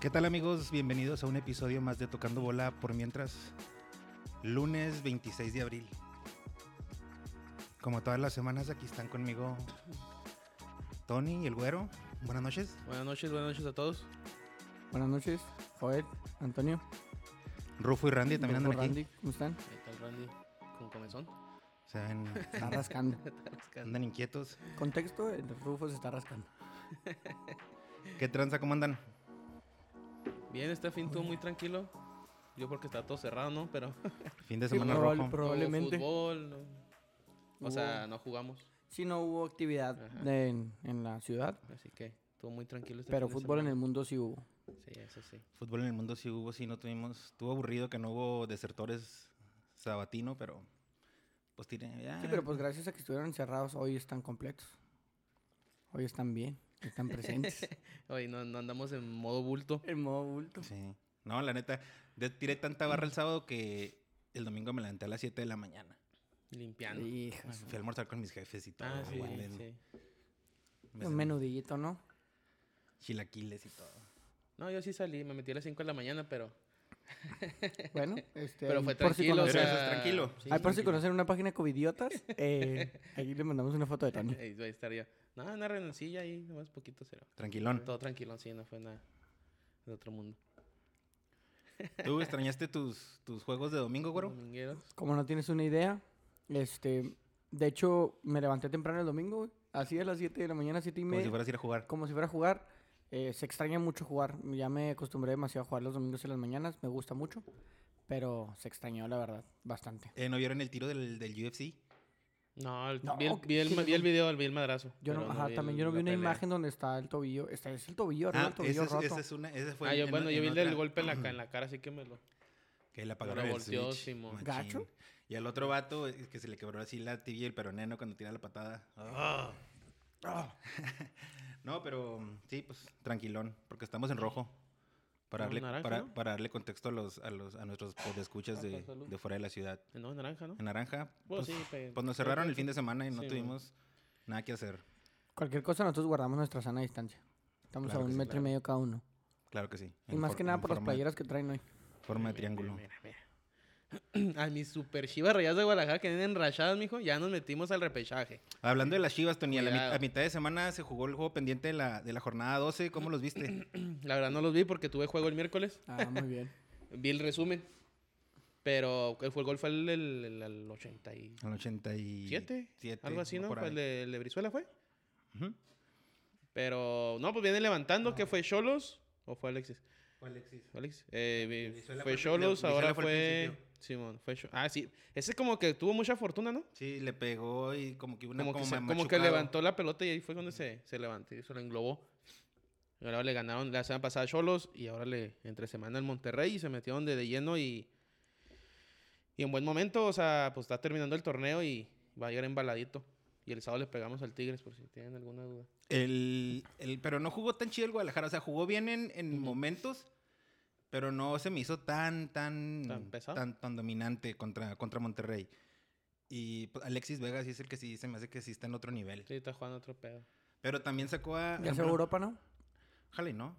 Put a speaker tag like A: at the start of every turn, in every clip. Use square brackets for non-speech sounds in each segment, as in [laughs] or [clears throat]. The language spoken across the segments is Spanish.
A: ¿Qué tal amigos? Bienvenidos a un episodio más de Tocando Bola por mientras. Lunes 26 de abril. Como todas las semanas aquí están conmigo Tony y el güero. Buenas noches.
B: Buenas noches, buenas noches a todos.
C: Buenas noches, Joel, Antonio.
A: Rufo y Randy también
C: Grupo
A: andan aquí.
C: Randy, ¿cómo están?
B: Ahí está el Randy con comezón.
A: Se ven-
C: Está rascando.
A: andan inquietos.
C: Contexto, el Rufo se está rascando.
A: ¿Qué tranza? ¿Cómo andan?
B: Bien, este fin estuvo muy tranquilo. Yo porque está todo cerrado, ¿no? Pero
A: Fin de
C: Sí,
A: semana
C: probable-
A: rojo.
C: Probablemente.
B: No hubo fútbol. no- O sea, no jugamos.
C: Sí, no hubo actividad
B: Ajá.
C: de- en, en la ciudad,
B: Así que estuvo muy tranquilo este
C: pero fútbol en el mundo sí hubo.
B: el... Sí, eso sí.
A: Fútbol en el mundo sí hubo, sí no tuvimos. Estuvo aburrido que no hubo desertores sabatino, pero pues tiene. ya.
C: Sí, pero pues gracias a que estuvieron encerrados, hoy están completos. Hoy están bien, están presentes.
B: Oye, no, no andamos en modo bulto.
C: el modo bulto.
A: Sí. No, la neta, de- tiré tanta barra el sábado que el domingo me levanté a las 7 de la mañana.
B: Limpiando.
C: Hija,
A: Fui a almorzar con mis jefes y todo.
B: Ah, sí,
A: güey, en-
B: sí.
A: me
C: un
A: hacen
C: menudillito, ¿no?
A: Chilaquiles y todo.
B: No, yo sí salí, me metí a las 5 de la mañana, pero...
C: Bueno, este,
B: Pero
C: ahí
B: fue
C: por si
B: tranquilo, o
C: conocen-
B: sea,
A: Pero eso es tranquilo.
B: sí,
C: ahí por si
B: tranquilo.
C: conocen una página covidiotas, eh, aquí le mandamos una foto de Tony.
B: Ahí ahí estaría. No, una renuncilla ahí, nomás poquito será.
A: Tranquilón.
B: Todo tranquilo, sí, no fue nada de otro mundo.
A: ¿Tú extrañaste tus, tus juegos de domingo, güero?
B: Domingueros.
C: Como no tienes una idea, este, de hecho, me levanté temprano el domingo, güey, así a las 7 de la mañana, 7 y
A: Como
C: media,
A: si fueras a ir a jugar.
C: a jugar. Eh, se extraña mucho jugar, ya me acostumbré demasiado a jugar los domingos en las mañanas, me gusta mucho, pero se extrañó, la verdad, bastante.
A: Eh, ¿No vieron el tiro del, del UFC?
B: No, el-
C: No,
B: vi, el, vi el-
C: ¿qué
B: vi el
C: no?
B: video, vi el madrazo.
C: Yo no,
B: pero
C: ajá,
B: vi
C: también
B: el-
C: yo no vi
B: la
C: una
B: pelea.
C: imagen donde está el tobillo, está, es el tobillo, arriba
A: Ah,
C: el
A: ese
C: tobillo
A: es,
C: roto.
A: esa es una, ese fue
B: Ah,
A: en-
B: yo,
A: en-
B: bueno, yo
A: en
B: vi el
A: otra-
B: del golpe en la, ca- en la cara, así que me lo...
A: Que le apagaron el
B: volteó,
A: switch,
B: Simón.
A: machín.
C: ¿Gacho?
A: Y al otro vato eh, que se le quebró así la tibia y el peroneno cuando tira la patada. Ah. [laughs] no, pero mm, sí, pues tranquilón, porque estamos en rojo. Para
B: No,
A: darle,
B: naranja,
A: para,
B: ¿no?
A: para darle contexto a, los, a, los, a nuestros podescuchas
B: Ah,
A: de,
B: con salud.
A: de fuera de la ciudad.
B: Eh, No, naranja, ¿no?
A: En naranja,
B: Bueno,
A: pues,
B: sí, pe-
A: pues nos
B: creo
A: cerraron
B: que
A: el fin de semana y no
B: sí,
A: tuvimos nada que hacer.
C: Cualquier cosa nosotros guardamos nuestra sana distancia. Estamos
A: Claro
C: a
A: que
C: un
A: sí,
C: metro
A: claro.
C: y medio cada uno.
A: Claro que sí.
C: y
A: en
C: más
A: for-
C: que nada
A: en
C: por las
A: forma de-
C: playeras que traen hoy.
A: Forma de
B: Mira, mira,
A: triángulo.
B: mira, mira. [laughs] A mis super chivas rayadas de Guadalajara que vienen rayadas, mijo, ya nos metimos al repechaje.
A: Hablando de las chivas, Tony, a, la mi-
B: Cuidado.
A: a mitad de semana se jugó el juego pendiente de la, de la jornada 12. ¿Cómo los viste?
B: La verdad no los vi porque tuve juego el miércoles.
C: Ah, muy [laughs] bien.
B: Vi el resumen. Pero el fue- el gol fue el, el, el- el 87.
A: En el 87.
B: algo así, ¿no?
A: por
B: Fue
A: ahí.
B: el de, el de Brizuela fue.
A: Ujú.
B: Pero no, pues vienen levantando, que fue Cholos o fue Alexis. Fue Alexis. Eh, vi-
A: Brizuela fue
B: fue
A: el-
B: Cholos,
A: Brizuela
B: ahora
A: fue al
B: fue.
A: principio.
B: Simón, fue Cho- Ah, sí. Ese como que tuvo mucha fortuna, ¿no?
A: Sí, le pegó y como que hubo una
B: como,
A: como,
B: que se-
A: ma-
B: como que
A: machucado.
B: levantó la pelota y ahí fue donde se, se levantó y se lo englobó. Y ahora le ganaron la semana pasada a Cholos y ahora le entre semana al Monterrey y se metieron de, de lleno y, y en buen momento, o sea, pues está terminando el torneo y va a llegar embaladito. Y el sábado le pegamos al Tigres por si tienen alguna duda.
A: El, el- pero no jugó tan chido el Guadalajara. O sea, jugó bien en, en momentos, pero no se me hizo tan, tan,
B: ¿Tan pesado?
A: tan, tan dominante contra, contra Monterrey. Y pues, Alexis Vega sí es el que sí se me hace que sí está en otro nivel.
B: Sí, está jugando otro pedo.
A: Pero también sacó a.
C: Ya se fue a Europa, ¿no?
A: Ojalá y no.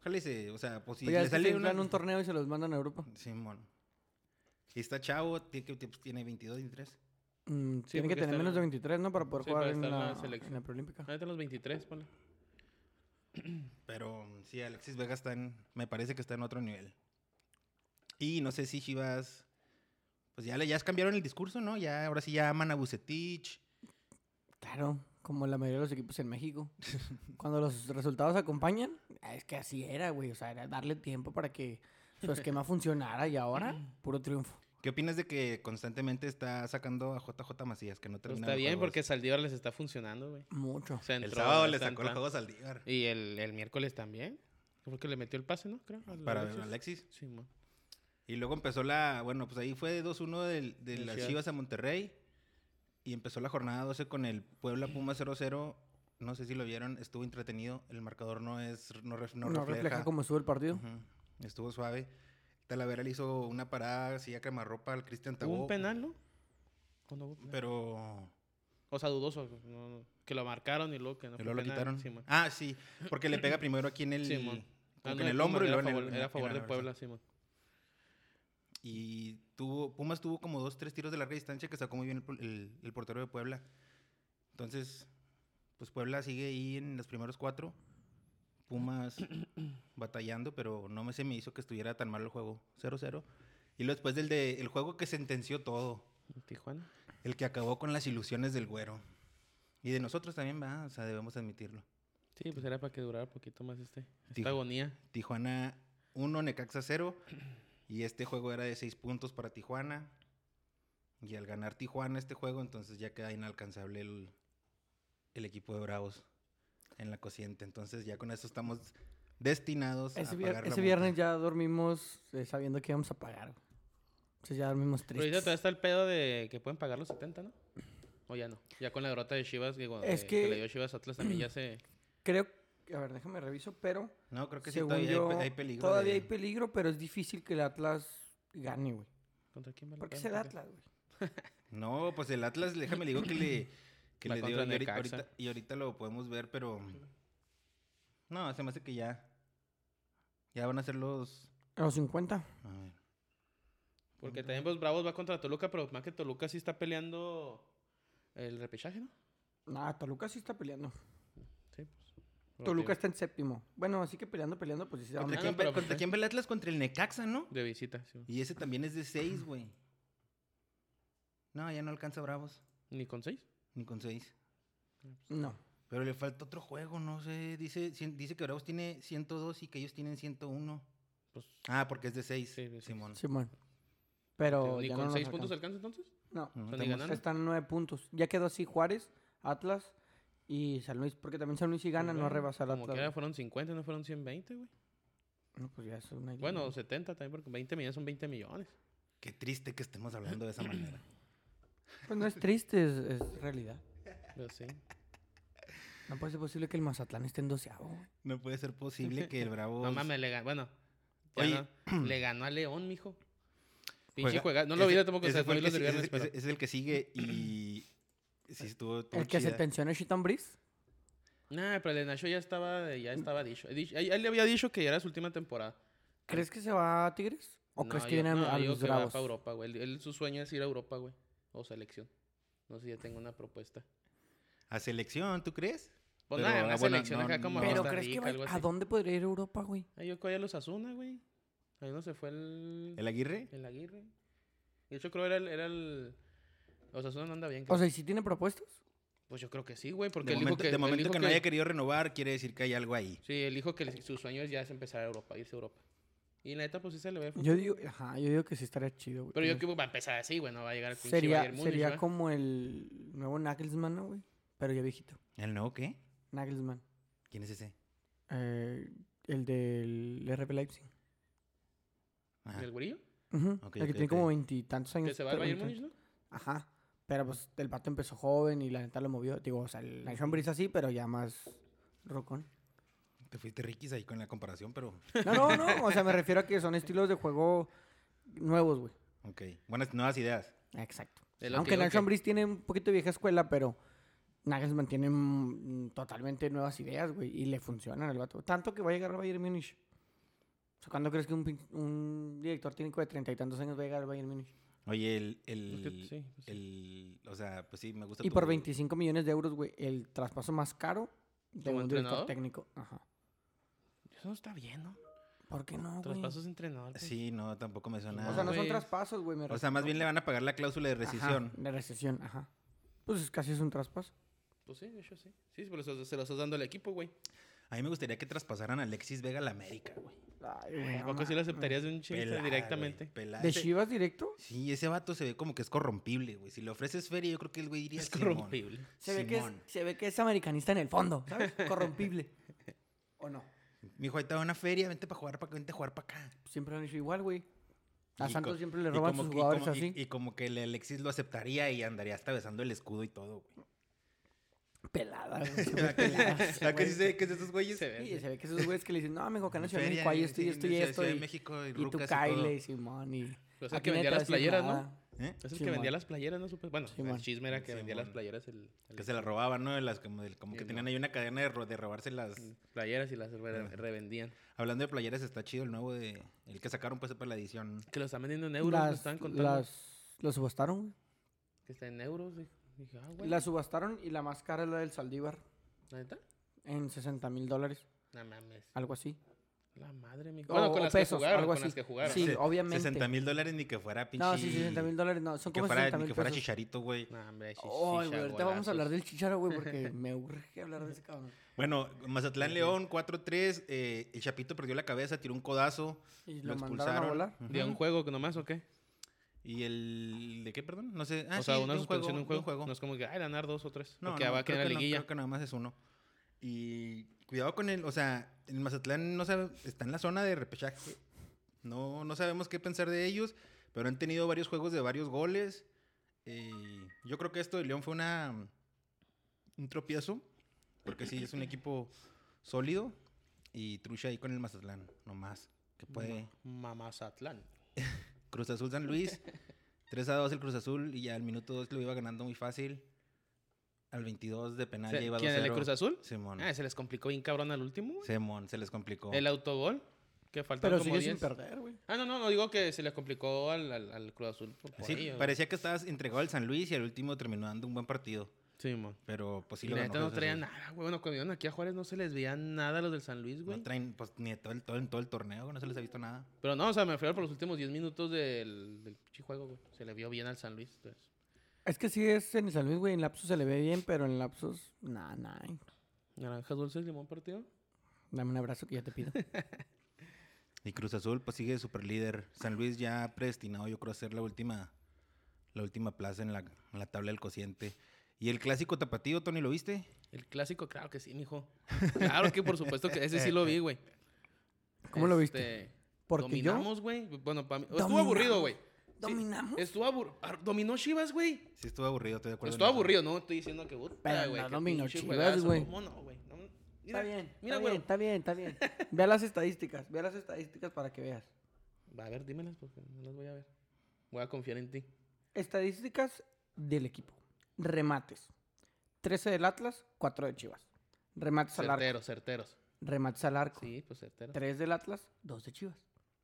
A: Ojalá y se. O sea, pues si
C: Pues ya
A: le
C: es que se
A: sale
C: inflan
A: una.
C: un torneo y se los mandan a Europa.
A: Simón. Y está chavo, tiene, que- tiene 22, 23.
C: Mm, tienen
B: porque
C: que tener
B: está
C: menos
B: en-
C: de 23, ¿no? Para poder
B: Sí,
C: jugar
B: para
C: en
B: estar en la
C: la,
B: selección.
C: en la preolímpica.
B: Ahorita los 23, ponle.
A: Pero mm, sí, Alexis Vega está en. Me parece que está en otro nivel. Y no sé si Chivas. Pues ya, le- ya cambiaron el discurso, ¿no? Ya, ahora sí ya aman a Bucetich.
C: Claro, como la mayoría de los equipos en México. [laughs] Cuando los resultados acompañan, ah, es que así era, güey. O sea, era darle tiempo para que
B: [laughs]
C: su esquema funcionara y ahora, puro triunfo.
A: ¿Qué opinas de que constantemente está sacando a JJ Macías, que no
B: Pero
A: termina
B: Pues está
A: los
B: bien
A: juegos?
B: porque Saldívar les está funcionando, güey.
C: Mucho.
B: Se
A: El
B: entró,
A: sábado le
B: se
A: sacó el
B: entró.
A: juego a Saldívar.
B: Y el, el miércoles también. Porque le metió el pase, ¿no? Creo. al
A: Ah, Para
B: Alexis.
A: Alexis.
B: Simón.
A: Y luego empezó la. Bueno, pues ahí fue 2-1 del- de
B: De
A: las
B: Chivas.
A: Chivas a Monterrey. Y empezó la jornada 12 con el Puebla Puma 0-0. No sé si lo vieron, estuvo entretenido. El marcador no es. No, ref- no
C: No, refleja.
A: refleja
C: cómo estuvo el partido.
A: Ujú. Estuvo suave. Talavera le hizo una parada así a camarropa al Cristian
B: Hubo
A: Tabó.
B: un penal, ¿no? ¿O no hubo penal?
A: Pero
B: o sea, dudoso. pues, no, no, que lo marcaron y luego que no
A: y
B: fue
A: luego lo
B: penal,
A: quitaron.
B: Simón.
A: ah, sí. Porque le pega primero aquí en el...
B: Simón. Ah,
A: Como que en
B: no,
A: el
B: Pumas,
A: hombro y
B: era
A: luego en
B: favor-
A: el- en
B: Era
A: la-
B: a favor
A: en la
B: de
A: reversa.
B: Puebla, Simón.
A: Y tuvo, Pumas tuvo como dos, tres tiros de larga distancia que sacó muy bien el, pol- el- el portero de Puebla. Entonces, pues Puebla sigue ahí en los primeros cuatro.
B: [coughs]
A: Pumas batallando, pero no me se me hizo que estuviera tan mal el juego. 0-0. Y luego después del de, el juego que sentenció todo.
B: En Tijuana.
A: El que acabó con las ilusiones del güero. Y de nosotros también, va, o sea, debemos admitirlo.
B: Sí, pues era para que durara un poquito más este, esta
A: Tijuana.
B: agonía.
A: Tijuana 1, Necaxa 0. Y este juego era de 6 puntos para Tijuana. Y al ganar Tijuana este juego, entonces ya queda inalcanzable el, el equipo de Bravos en la cociente. Entonces ya con eso estamos destinados
C: Ese,
A: a
C: vier-
A: pagar la
C: ese viernes
A: multa.
C: ya dormimos eh, sabiendo que íbamos a pagar. güey. Entonces ya dormimos
B: Pero ahorita
C: tristes.
B: todavía está el pedo de que pueden pagar los 70, ¿no? O ya no. Ya con la derrota de Chivas, digo,
C: Es
B: de-
C: que-
B: le dio Chivas a Atlas también ya se...
C: Creo, a ver, déjame reviso, pero
A: No, creo que sí,
C: según
A: todavía hay pe-
C: yo,
A: hay, peligro.
C: todavía
A: de-
C: hay peligro, pero es difícil que el Atlas gane, güey.
B: ¿Contra quién va la
C: Porque es
B: pedo?
C: el Atlas, güey.
A: No, pues el Atlas, déjame le digo que
B: [clears throat]
A: le, que
B: Va
A: le dio.
B: contra
A: Y ahori-
B: Necaxa.
A: ahorita, y ahorita lo podemos ver, pero. No, se me hace que ya. Ya van a ser los.
C: A los 50.
A: A ver.
B: Porque también los Bravos va contra Toluca, pero más que Toluca sí está peleando el repechaje, ¿no?
C: Nah, Toluca sí está peleando.
B: Sí, pues. Pero
C: Toluca
B: te
C: está en séptimo. Bueno, así que peleando, peleando, pues sí se va a
A: ¿Contra,
B: Ah,
A: quién,
B: no, pero
A: ve- contra
B: pues,
A: quién ve el Atlas? Contra el Necaxa, ¿no?
B: digo, De visita, sí.
A: Y ese también es de 6, güey. No, ya no alcanza Bravos,
B: ¿Ni con seis?
A: ni con 6.
C: No.
A: Pero le falta otro juego, no sé. Dice, cien- dice que Bravos tiene 102 y que ellos tienen 101.
B: Pues,
A: Ah, porque es de 6,
B: Sí, de seis.
A: Simón.
C: Simón. Pero
B: ¿Ni
C: ya
B: con
C: no
B: seis
C: nos
B: puntos Mm.
C: alcanza.
B: alcanza entonces?
C: No.
A: No,
B: O sea, ni
A: Mm, estamos-
B: ganando.
C: Están en nueve puntos. Ya quedó así Juárez, Atlas y San Luis. Porque también San Luis si gana, no va a
B: Pues Bueno,
C: rebasar
B: Como
C: Atlas.
B: que
C: güey.
B: fueron 50, no fueron 120, güey.
C: No, pues ya es una idea.
B: Bueno, 70 también, porque 20 millones son 20 millones.
A: Qué triste que estemos hablando de esa manera.
B: [laughs]
C: Pues no es triste, es, es realidad.
B: Pero Pues sí.
C: No puede ser posible que el Mazatlán esté en doceavo. güey.
A: No puede ser posible que el Bravos...
B: [laughs] No mames, le ganó. Bueno, ya
A: Pues- Oye.
B: no, le ganó a León, mijo. Pinche
A: Juega-
B: juega. No lo vi
A: ese-
B: tampoco, o
A: ese
B: sea,
A: fue
B: no vi
A: el
B: los
A: que
B: del
A: sí- ese-
B: viernes,
A: ese-
B: pero
A: es el que sigue y... Sí, estuvo, estuvo
C: El que se
A: chida.
C: tensiona es Shitan Breeze.
B: Nah, pero el de Nacho ya estaba, ya estaba dicho. He dicho- Él, él le había dicho que ya era su última temporada.
C: ¿Crees que se va a Tigres? ¿O
B: No,
C: crees que
B: yo-
C: viene a-
B: no,
C: a,
B: yo
C: los
B: que va
C: Bravos?
B: pa' Europa, güey. Él- él- su sueño es ir a Europa, güey. O selección. No sé si ya tengo una propuesta.
A: A selección, ¿tú crees?
B: Pues
A: Pero,
B: nada, una
A: ah, bueno,
B: selección
A: no,
B: acá como a
A: no.
C: Pero
B: Costa
C: ¿crees que
B: Rica,
C: va
B: algo
C: a
B: así.
C: dónde podría ir Europa, güey?
B: Ahí yo creo que a los Asuna, güey. Ahí no se fue el...
A: ¿El Aguirre?
B: El Aguirre. De hecho, creo era el. Era el... Osasuna no anda bien. creo.
C: O sea, ¿y si tiene propuestas?
B: pues yo creo que sí, güey. Porque
A: De
B: él
A: momento,
B: dijo que.
A: de
B: él
A: momento
B: dijo
A: que no haya querido renovar, quiere decir que hay algo ahí.
B: Sí, él dijo que el- su sueño es ya es empezar a Europa, irse a Europa. Y la neta, pues sí se le ve. el
C: Yo
B: futuro,
C: digo,
B: güey.
C: ajá, yo digo que sí estaría chido, güey.
B: Pero yo creo que va a empezar así, güey. No va a llegar al pinche
C: pues Sería,
B: Bayern Múnich,
C: sería
B: ¿va?
C: como el nuevo Nagelsmann, ¿no, güey? Pero ya viejito.
A: ¿El no qué?
C: Nagelsmann.
A: ¿Quién es ese?
C: Eh, el del RB Leipzig.
A: Ajá.
B: ¿El güerillo?
C: Ujú,
A: Ok,
C: el
A: ok,
C: que tiene
A: ok.
C: como veintitantos años.
B: Que se va al
C: pero
B: Bayern
C: veintitantos.
B: Múnich, ¿no?
C: Ajá. Pero pues el vato empezó joven y la neta lo movió. Digo, o sea, el Nacho Ambriz así, pero ya más rocón.
A: Te fuiste riquis ahí con la comparación, pero...
C: No, no, no. O sea, me refiero a que son estilos de juego nuevos, güey.
A: Ok. Buenas, nuevas ideas.
C: Exacto.
B: Es lo
C: Aunque
B: que digo
C: Nacho
B: que-
C: Ambriz tiene un poquito de vieja escuela, pero Nagelsmann tiene mm, totalmente nuevas ideas, güey. Y le funcionan al vato. Tanto que va a llegar al Bayern Múnich. O sea, ¿cuándo crees que un, pin- un director técnico de treinta y tantos años va a llegar al Bayern Múnich?
A: Oye, el...
B: Pues
A: el,
B: que- sí, pues sí.
A: el- o sea, pues sí, me gusta
C: Y por
A: tu-
C: 25 millones de euros, güey, el traspaso más caro de
B: ¿Como
C: un
B: entrenador?
C: director técnico. Ajá.
B: Eso no está bien, ¿no?
C: ¿Por qué no, güey?
B: Traspasos de entrenador. pues.
A: Sí, no, tampoco me suena...
C: O sea, no son
B: Ah, güey.
C: traspasos, güey. me
A: O sea,
C: refiero.
A: más bien le van a pagar la cláusula de
C: Ajá,
A: rescisión.
C: de recesión, ajá. Pues es casi es un traspaso.
B: Pues sí, de hecho sí. Sí, pero se, se lo estás dando al equipo, güey.
A: A mí me gustaría que traspasaran a Alexis Vega a la América, güey.
C: Ay, güey, Eh, no
B: Tampoco sí lo
C: mames.
B: aceptarías de un
A: Pelada,
B: chiste
A: güey,
B: directamente.
A: pelada.
C: ¿De
A: Ese-
C: Chivas directo?
A: Sí, ese vato se ve como que es corrompible, güey. Si le ofreces feria, yo creo que el güey diría
B: Es
A: "Simón".
B: corrompible.
C: Se ve, que es,
A: Simón.
C: se ve que es americanista en el fondo,
A: [laughs]
C: ¿sabes? Corrompible. ¿O no?
A: Mijo, ahí te va una feria, vente para jugar para acá, vente a jugar para acá.
C: Siempre lo han hecho igual, güey. A
A: Y
C: Santos
A: co-
C: siempre le
A: y
C: roban
A: como
C: sus
A: que- y
C: jugadores
A: como- y-
C: así.
A: Y, como que el Alexis lo aceptaría y andaría hasta besando el escudo y todo, güey. [laughs]
C: Pelada, güey. Se ve pelada ese [laughs]
A: ¿Sabes qué
C: güey.
A: sí se ve que es de esos güeyes?
B: Se ve.
C: Sí, se ve que esos güeyes que le dicen, no, amigo, que en la Ciudad de
A: Feria,
C: México hay
A: y-
C: esto y
A: sí,
C: esto
A: en
C: y
A: Ciudad de
C: esto. Y,
A: México y
C: y tú
A: rucas y todo.
C: caile, Simón. Y
B: Pero es el
C: aquí
B: que vendía
C: nadie te va a
B: las
C: decir
B: playeras, ¿no?
C: nada.
A: ¿Eh?
B: Es el que
C: Simón.
B: vendía las playeras, ¿no? Supe- Bueno,
C: Simón.
B: el chisme era que vendía las
A: Simón.
B: playeras. El, el-
A: Que se las robaban, ¿no? De las, como del- como que
B: Sí,
A: tenían ahí una cadena de, ro- de robarse las...
B: Playeras y las re-
A: Ah.
B: revendían.
A: Hablando de playeras, está chido el nuevo de... El que sacaron pues para la edición.
B: Que lo están vendiendo en euros, lo
C: las,
B: están contando.
C: las, lo subastaron, güey.
B: Que está en euros. Dije, dije, ah, güey.
C: La subastaron y la más cara es la del Saldívar.
B: ¿La neta?
C: En 60 mil dólares,
B: No mames.
C: algo así.
B: La madre, mi.
C: Ah. O-
B: Bueno, con
C: o
B: las
C: pesos,
B: que jugaron.
C: algo
B: con
C: así.
B: las que jugaron.
C: Sí,
A: Se-
C: obviamente.
A: 60 mil dólares ni que fuera pinche...
C: No, sí, 60 mil dólares, no. Son
A: Que
C: como
A: fuera,
C: 60
A: ni
C: mil
A: que fuera
C: pesos.
A: chicharito, güey.
B: No, hombre, sí, sí,
C: Ay, güey, ahorita vamos a hablar
B: de...
C: del chicharo,
B: [laughs]
C: güey, porque me urge hablar de ese cabrón.
A: Bueno, Mazatlán León 4-3. eh, el Chapito perdió la cabeza, tiró un codazo.
C: Y lo,
A: Lo
C: mandaron a
A: expulsaron.
C: volar.
A: Ujú.
B: ¿De un juego que nomás o qué?
A: ¿Y el. ¿De qué, perdón? No sé. Ah,
B: o sea,
A: sí,
B: una
A: de
B: suspensión de un juego.
A: de
B: No es como que, ay, ganar dos o tres.
A: No,
B: No, que
A: no,
B: va a
A: creo
B: quedar
A: que
B: la
A: no,
B: liguilla.
A: creo que nada más es uno. Y cuidado con él. O sea, el Mazatlán no sabe, está en la zona de repechaje. No, no sabemos qué pensar de ellos, pero han tenido varios juegos de varios goles. Eh, yo creo que esto de León fue una un tropiezo, porque sí, es un equipo sólido y trucha ahí con el Mazatlán, nomás. Que puede.
B: Mamazatlán.
A: Cruz Azul San
B: [laughs]
A: Luis. 3 a 2 el Cruz Azul y ya al minuto 2 lo iba ganando muy fácil. Al 22 de penal ya
B: Se-
A: iba 2
B: Ah, ¿Quién, el de Cruz Azul?
A: Simón.
B: Ah, se les complicó bien cabrón al último, güey.
A: Simón, se les complicó.
B: El autogol, que faltaron
C: Pero
B: como
C: sigue sin
B: 10.
C: perder, güey.
B: Ah, no, no, no digo que se les complicó al, al, al Cruz Azul. por- por
A: Sí,
B: ellos, güey.
A: parecía que estabas entregado al San Luis y al último terminó dando un buen partido.
B: Sí, mon.
A: Pero pues sí
B: Y
A: lo
B: la
A: ganó
B: neta no
A: Cruz
B: traían
A: Azul.
B: nada, güey. Bueno, cuando vinieron aquí a Juárez no se les veía nada a los del San Luis, güey.
A: No traen, pues ni de todo el, todo, en todo el torneo, no se les ha visto nada.
B: Pero no, o sea, me refiero por los últimos 10 minutos del, del pinche juego, güey. Se le vio bien al San Luis. entonces.
C: Es que sí es en el San Luis, güey. En lapsos se le ve bien, pero en lapsos, nah, nah.
B: Naranjas dulces, limón partido.
C: Dame un abrazo que ya te
B: [laughs]
C: pido.
A: Y Cruz Azul pues sigue super líder. San Luis ya predestinado, yo creo, a ser la última, la última plaza en la, en la tabla del cociente. Y el clásico tapatío, Tony, ¿lo viste?
B: El clásico, claro que sí, mijo. Claro que por supuesto que ese sí lo vi, güey.
C: ¿Cómo lo
B: Este,
C: Porque yo
B: Dominamos, güey. Bueno, para mí. Estuvo
C: Dominamos.
B: aburrido, güey.
C: dominamos.
B: Estuvo aburrido. Dominó Chivas, güey.
A: Sí, estuvo aburrido, estoy de acuerdo. en
B: Estuvo
A: eso.
B: aburrido, no estoy diciendo que puta,
C: Pero
B: güey.
C: no
B: qué
C: dominó
B: pinche
C: Chivas,
B: juegazo,
C: güey.
B: ¿cómo no, güey? No, mira,
C: Está bien,
B: mira,
C: está
B: güey.
C: bien, está bien,
B: [laughs]
C: está bien. Ve a las estadísticas, ve a las estadísticas para que veas.
B: Va, a ver, dímelas porque no las voy a ver. Voy a confiar en ti.
C: Estadísticas del equipo. Remates. 13 del Atlas, 4 de Chivas. Remates al arco.
B: Certeros, certeros.
C: Remates al arco.
B: Sí, pues certeros.
C: 3 del Atlas, 2 de Chivas.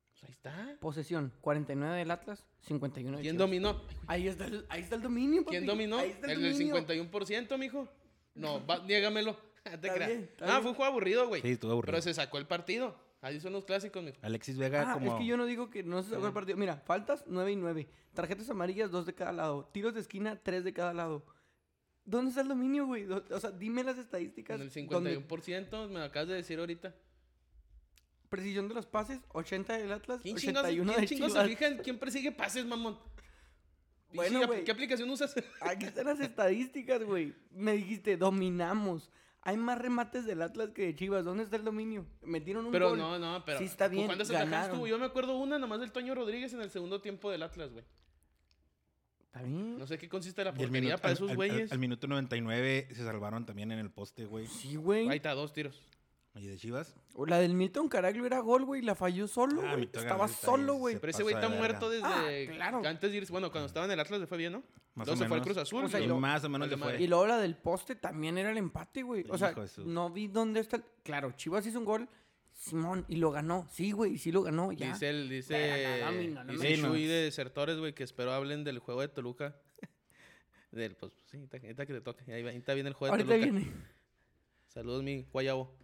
B: Pues ahí está.
C: Posesión, 49 del Atlas, 51 de
B: ¿Quién
C: Chivas.
B: dominó? Ay, güey.
C: Ahí está el, ahí está el dominio, papi.
B: ¿Quién dominó?
C: Ahí está
B: El del 51%, mijo. No, va, niégamelo. [laughs] No Te
C: Está
B: creas.
C: bien, está
B: Ah,
C: bien.
B: fue un juego aburrido, güey.
A: Sí, estuvo aburrido.
B: Pero se sacó el partido. Ahí son los clásicos, mijo.
A: Alexis Vega
C: Ah,
A: como...
C: es que yo no digo que no se sacó el partido. Mira, faltas 9 y 9. Tarjetas amarillas, 2 de cada lado. Tiros de esquina, 3 de cada lado. ¿Dónde está el dominio, güey? Do- O sea, dime las estadísticas.
B: En el
C: donde-
B: 51%, me lo acabas de decir ahorita.
C: Precisión de los pases, 80 del Atlas,
B: ¿Quién chingos,
C: 81
B: quién
C: de
B: chingos
C: Chivas.
B: se fija en quién persigue pases, mamón?
C: Bueno,
B: Bueno,
C: güey.
B: ¿Qué aplicación usas?
C: Aquí están las estadísticas, güey. Me dijiste, dominamos. Hay más remates del Atlas que de Chivas. ¿Dónde está el dominio? Metieron un
B: [laughs] Pero
C: gol.
B: no, no, pero.
C: Sí, está bien,
B: ¿Cuándo se atajaste
C: ganaron.
B: tú? Yo me acuerdo una nomás del Toño Rodríguez en el segundo tiempo del Atlas, güey.
C: Está bien.
B: No sé qué consiste
A: Y
B: la
A: al
B: porquería
A: minuto,
B: para
A: al-
B: esos
A: al-
B: güeyes.
A: Al, al minuto 99 se salvaron también en el poste, güey.
C: Sí,
B: Ahí
C: güey.
B: está, dos tiros.
A: Y de Chivas.
C: O La del Milton Caraglio era gol, güey. La falló solo,
A: Ah,
C: güey.
A: Milton
C: Estaba
A: Caraglio está
C: solo,
A: bien,
C: güey.
A: se-
B: Pero ese
A: pasó
B: güey
A: de
B: está
A: verga.
B: muerto desde.
C: Ah, claro.
B: que Antes de irse. Bueno, cuando estaba en el Atlas le fue bien, ¿no?
A: Más o
B: Luego se fue al
A: menos.
B: Cruz Azul.
C: O sea,
B: y
C: y
A: lo-
B: luego
A: más o menos
B: al de
A: le fue.
B: Madrid.
C: Y luego la del poste también era el empate, güey. O sea,
A: Hijo de su-
C: no vi dónde está el... Claro, Chivas hizo un gol, Simón, y lo ganó. Sí, güey, sí lo ganó, ya.
B: Dice el, dice,
C: Pero no, no, mi, no, no
B: dice
A: me-
B: Chuy
A: Sí, no.
B: de desertores, güey, que espero hablen del juego de Toluca. [laughs] Del, pues, sí, ahorita- ahorita que te toque. Ahí va- ahorita viene el juego de
C: Ahorita
B: Toluca.
C: viene.
B: Saludos, mi guayabo.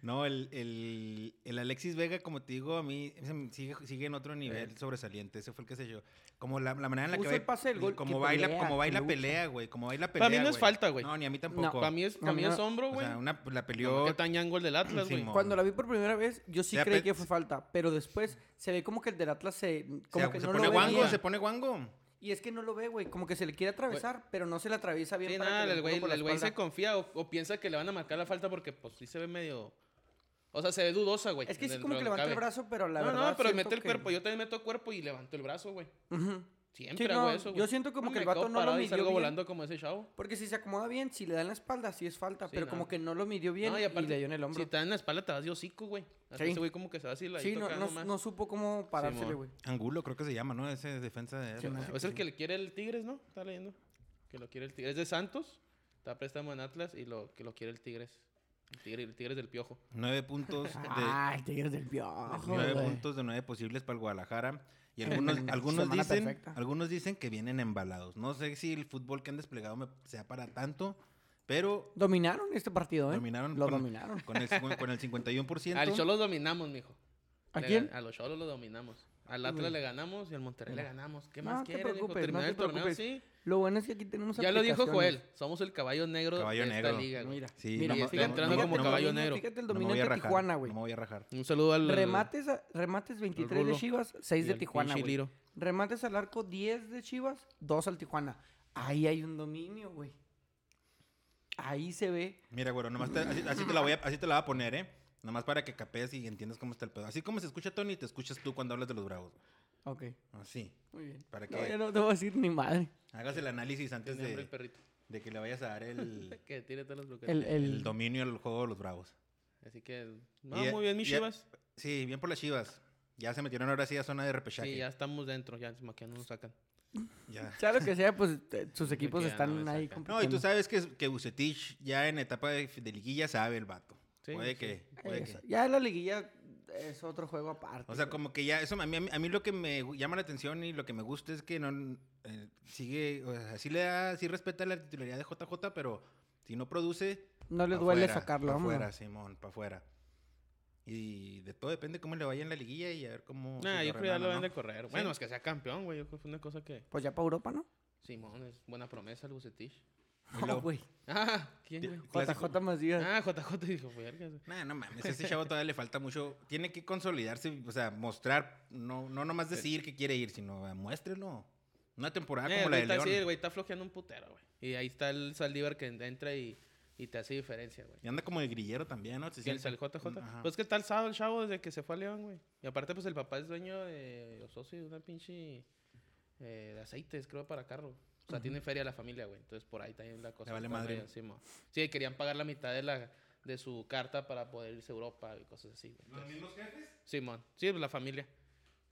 A: No, el, el, el Alexis Vega, como te digo, a mí se me- sigue, sigue en otro nivel
B: Eh.
A: sobresaliente. Ese fue el que se yo. Como la, la manera en la
C: Usa
A: que
C: el pase del gol,
A: como
C: que
A: baila,
C: pelea,
A: como
C: que
A: baila
C: lucha.
A: pelea, güey. Como baila pelea.
B: Para mí no es falta, güey.
A: No, ni a mí tampoco.
B: Para mí es, para mí
C: No,
B: es hombro,
A: O
B: güey.
A: sea, una, la
B: Yo...
A: peleó.
B: Que tañango el del Atlas, güey.
A: Simón.
C: Cuando la vi por primera vez, yo sí
A: Se
C: creí
A: ape-
C: que fue falta, pero después se ve como que el del Atlas se...
A: se,
C: Como que
A: se
C: no
A: pone
C: lo ve
A: guango,
C: bien.
A: se pone guango.
C: Y es que no lo ve, güey. Como que se le quiere atravesar, pero no se le atraviesa bien
B: Sí,
C: para
B: nada,
C: que le
B: el güey,
C: empuje por la
B: el güey se
C: espalda.
B: confía o, o piensa que le van a marcar la falta porque, pues, sí se ve medio... O sea, se ve dudosa, güey.
C: Es que sí
B: dentro
C: como
B: de
C: que
B: lo
C: levanta el
B: cabe.
C: brazo, pero la
B: no,
C: verdad
B: no, pero
C: siento
B: mete el
C: que-
B: cuerpo. Yo también meto cuerpo y levanto el brazo, güey.
C: Ujú.
B: Siempre
C: Sí,
B: hago
C: no,
B: eso, güey.
C: yo siento como
B: No,
C: que
B: me
C: el vato
B: quedo
C: no lo
B: parado y
C: midió
B: salgo
C: bien.
B: volando como ese chavo.
C: Porque si se acomoda bien, si le da en la espalda, sí es falta,
B: Sí,
C: pero
B: no.
C: como que no lo midió bien
B: No,
C: y, le dio en el
B: Si
C: hombro.
B: te dan en la espalda, te vas de hocico, güey. Hasta
C: Sí.
B: Ese güey como que se va así, la
C: Sí, no, no, no supo cómo parársele,
B: Simón.
C: güey.
A: Angulo, creo que se llama, ¿no? Ese es defensa de.
C: Sí, no.
B: Es el que le quiere el Tigres, ¿no? Está leyendo. Que lo quiere el Tigres. Es de Santos. Está préstamo en Atlas y lo que lo quiere el Tigres. El Tigre- el Tigres del Piojo.
A: Nueve puntos de,
C: [laughs] Ah, el Tigres del Piojo,
A: Pues, nueve
C: güey.
A: puntos de nueve posibles para el Guadalajara. Y algunos, algunos,
C: Semana
A: dicen,
C: perfecta.
A: algunos dicen que vienen embalados. No sé si el fútbol que han desplegado me- sea para tanto, pero
C: Dominaron este partido, ¿eh?
A: Dominaron
C: Lo
A: con-
C: dominaron.
A: con el, cincu- con el 51%.
B: Al Cholos dominamos, mijo.
C: ¿A
B: Le
C: quién?
B: gan- A los Cholos lo dominamos. Al Atlas le ganamos y al Monterrey le ganamos. ¿Qué
C: No
B: más
C: te
B: quiere, mijo?
C: preocupes, no
B: Terminar
C: te
B: el torneo
C: preocupes.
B: así.
C: Lo bueno es que aquí tenemos
B: Ya lo dijo
C: aplicaciones.
B: Joel. Somos el caballo negro
A: Caballo
B: de
A: negro.
B: esta liga, güey.
C: Mira,
A: Sí,
C: mira,
A: no ma-
C: fíjate,
B: sigue entrando
C: fíjate
B: como
C: el
B: caballo
C: dominio,
B: negro.
C: Fíjate el
A: No me voy a
C: dominante de
A: rajar,
C: Tijuana, güey.
A: No me voy a rajar.
B: Un saludo al...
C: Remates, a- remates 23 de
B: Rulo
C: Chivas,
B: y
C: 6 de
B: al
C: Tijuana,
B: pinche
C: güey.
B: Liro.
C: Remates al arco 10 de Chivas, 2 al Tijuana. Ahí hay un dominio, güey. Ahí se ve.
A: Mira, güero, nomás te- así, así te la voy a, así te la voy a poner, ¿eh? Nomás para que capees y entiendas cómo está el pedo. Así como se escucha Tony, te escuchas tú cuando hablas de los bravos.
C: Ok,
A: Así.
C: muy bien.
A: Para
C: No, ya
A: que
C: no te voy a decir ni madre.
A: hagas el análisis antes
B: Tiene hambre el
A: de,
B: perrito.
A: de que le vayas a dar el,
B: Que tire todos los bloqueos.
C: El, [laughs] el-
A: el dominio al juego de los bravos.
B: Así que... No,
A: Y-
B: muy bien, mis
A: y-
B: Chivas.
A: Sí, bien por las chivas. Ya se metieron ahora sí a zona de repechaje.
B: Sí, ya estamos dentro. Ya, encima que no nos sacan.
A: Ya.
C: sea lo que sea, pues te- sus equipos
B: queda,
C: están
B: no,
C: ahí
B: exacto.
A: No, y
C: compitiendo.
A: tú sabes que, que Bucetich ya en etapa de, de liguilla sabe el vato.
B: Sí,
A: puede
B: sí.
A: que, puede que.
C: Eso. Ya la liguilla es otro juego aparte.
A: O sea,
C: güey.
A: como que ya, eso a mí, a mí- a mí lo que me gu- llama la atención y lo que me gusta es que no eh, sigue, o sea, sí le da, sí respeta la titularidad de JJ, pero si no produce,
C: No les
A: pa'
C: duele
A: fuera,
C: sacarlo,
A: pa'
C: vamos.
A: fuera, Simón, para afuera. Y de todo depende cómo le vaya en la liguilla y a ver cómo.
B: Nah,
A: se
B: yo creo que ya lo
A: remana,
B: van de
A: ¿no?
B: correr. Bueno, es que sea campeón, güey. Yo creo que fue una cosa que...
C: Pues ya para Europa, ¿no?
B: Simón, es buena promesa el Bucetich. [laughs]
A: Y
C: No,
A: luego-
C: güey.
B: Ah, ¿quién,
A: Ti-
B: güey?
A: clásico.
C: JJ Macías.
B: Ah, JJ dijo, vergas.
A: Nah, no mames, ese chavo todavía le falta mucho. Tiene que consolidarse, o sea, mostrar, no, no nomás decir que quiere ir, sino eh, muéstrelo. Una temporada
B: Eh,
A: Ah, como
B: el
A: la
B: güey
A: de
B: está
A: León.
B: así, el güey está flojeando un putero, güey. Y ahí está el Saldívar que entra y, y te hace diferencia, güey.
A: Y anda como de grillero también, ¿no? Se
B: ¿Quién es
A: siente-
B: el JJ?
A: Ajá.
B: Pues que está alzado el chavo desde que se fue a León, güey. Y aparte, pues el papá es dueño de los socios de una pinche eh, de aceites, creo, para carro. O sea, tiene feria la familia, güey. Entonces por ahí también la cosa.
A: vale
B: está
A: madre.
B: medio- sí, mo. Sí, querían pagar la mitad de la de su carta para poder irse a Europa y cosas así. güey. Entonces- Simón, sí, pues, la familia.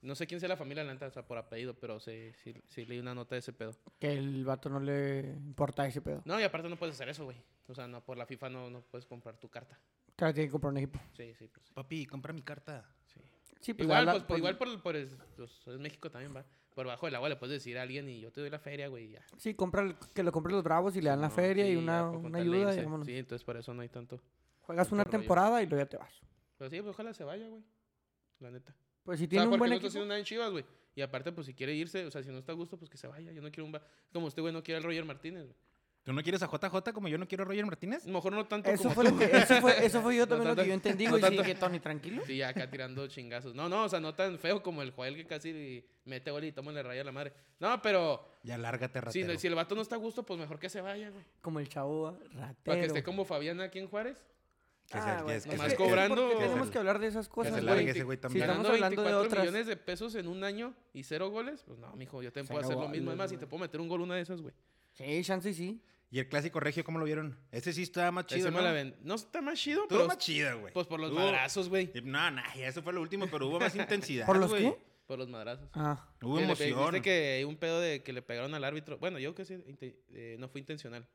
B: No sé quién sea la familia, la neta, o sea, por apellido, pero sí, sí, sí leí una nota de ese pedo.
C: Que el vato no le importa ese pedo.
B: No, y aparte no puedes hacer eso, güey. O sea, no, por la FIFA no, no puedes comprar tu carta.
C: Claro, tiene que comprar un equipo.
B: Sí, sí, pues
A: Papi, compra mi carta.
B: sí.
C: Sí,
B: igual,
C: la-
B: pues, por, igual por, por es- los- es México también va. Por bajo el agua le puedes decir a alguien y yo te doy la feria, güey, y ya.
C: Sí, compra el- que lo compren los bravos y le dan la
B: No,
C: feria
B: sí,
C: y
B: ya,
C: una,
B: pues, con
C: una
B: tal de
C: ayuda y
B: irse.
C: vámonos.
B: Sí, entonces por eso no hay tanto.
C: Juegas una
B: Otro rollo.
C: temporada y luego ya te vas.
B: Pero sí, pues ojalá se vaya, güey. La neta.
C: Pues
B: O
C: si
B: sea,
C: tiene un
B: porque
C: buen
B: no
C: equipo.
B: está haciendo nada en Chivas, güey. Y aparte, pues si quiere irse, o sea, si no está a gusto, pues que se vaya. Yo no quiero un... va- Como este güey no quiere al Roger Martínez, güey.
A: ¿Tú no quieres a JJ como yo no quiero a Roger Martínez?
B: A lo mejor no tanto
C: Eso
B: como
C: fue,
B: tú,
C: lo que, eso, fue, eso fue yo
B: [laughs] No
C: también lo
B: tanto-
C: que yo entendí,
B: no
C: güey. sí,
B: tanto-
C: dije, Tony, tranquilo.
B: [laughs] Sí, ya acá tirando chingazos. No, no, o sea, no tan feo como el Joel que casi mete gol y toma la raya a la madre. No, pero
A: Ya lárgate,
B: si,
A: ratero.
B: si el vato no está a gusto, pues mejor que se vaya, güey.
C: Como el chavo
B: Para que
C: ratero.
B: esté como Fabián aquí en Juárez.
A: Que se-
C: Ah,
A: que
C: bueno,
A: es-
C: es
A: que
B: nomás
A: se-
C: porque
B: cobrando-
C: Tenemos que hablar de esas cosas,
A: largue
C: güey.
A: ese güey
C: Si
A: también.
C: estamos
B: Ganando
C: hablando de
B: 24
C: otras.
B: millones de pesos en un año y cero goles, pues no, mijo, yo te puedo
C: Cero
B: hacer lo mismo.
C: goles,
B: Además, si
C: güey.
B: te puedo meter un gol una de esas, güey.
C: Sí, chance y sí.
A: Y el clásico regio, ¿cómo lo vieron? Ese sí estaba más chido,
B: Ese me
A: ¿no?
B: la ven- No está más chido,
A: Estuvo
B: pero.
A: más chida, güey.
B: Pues por los
A: Hubo-
B: madrazos, güey.
A: Y- No, no, ya eso fue lo último, pero hubo
B: [laughs]
A: más intensidad,
C: ¿Por los
A: güey.
C: qué?
B: Por los madrazos.
C: Ah.
A: Hubo
B: Que le pe-
A: emoción.
B: Viste que hay un pedo de que le pegaron al árbitro. Bueno, yo que sí, inte- eh, no fue intencional.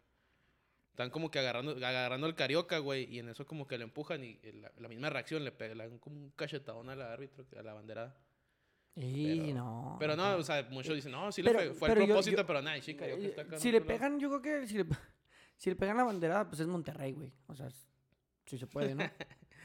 B: Están como que agarrando, agarrando al carioca, güey, y en eso como que le empujan y el- la, la misma reacción le pegan como un cachetadón al árbitro, a la banderada.
C: Y
B: Pero-
C: no.
B: Pero no, o sea, muchos dicen, no, sí
C: Pero-
B: le pegó. Fue
C: pero
B: el
C: yo-
B: propósito,
C: yo-
B: pero nada, chica, yo que está acá.
C: Si
B: en
C: le
B: otro lado.
C: pegan, yo creo que si le, [laughs] si le pegan la bandera, pues es Monterrey, güey. O sea, es- si se
A: [laughs]
C: puede, ¿no?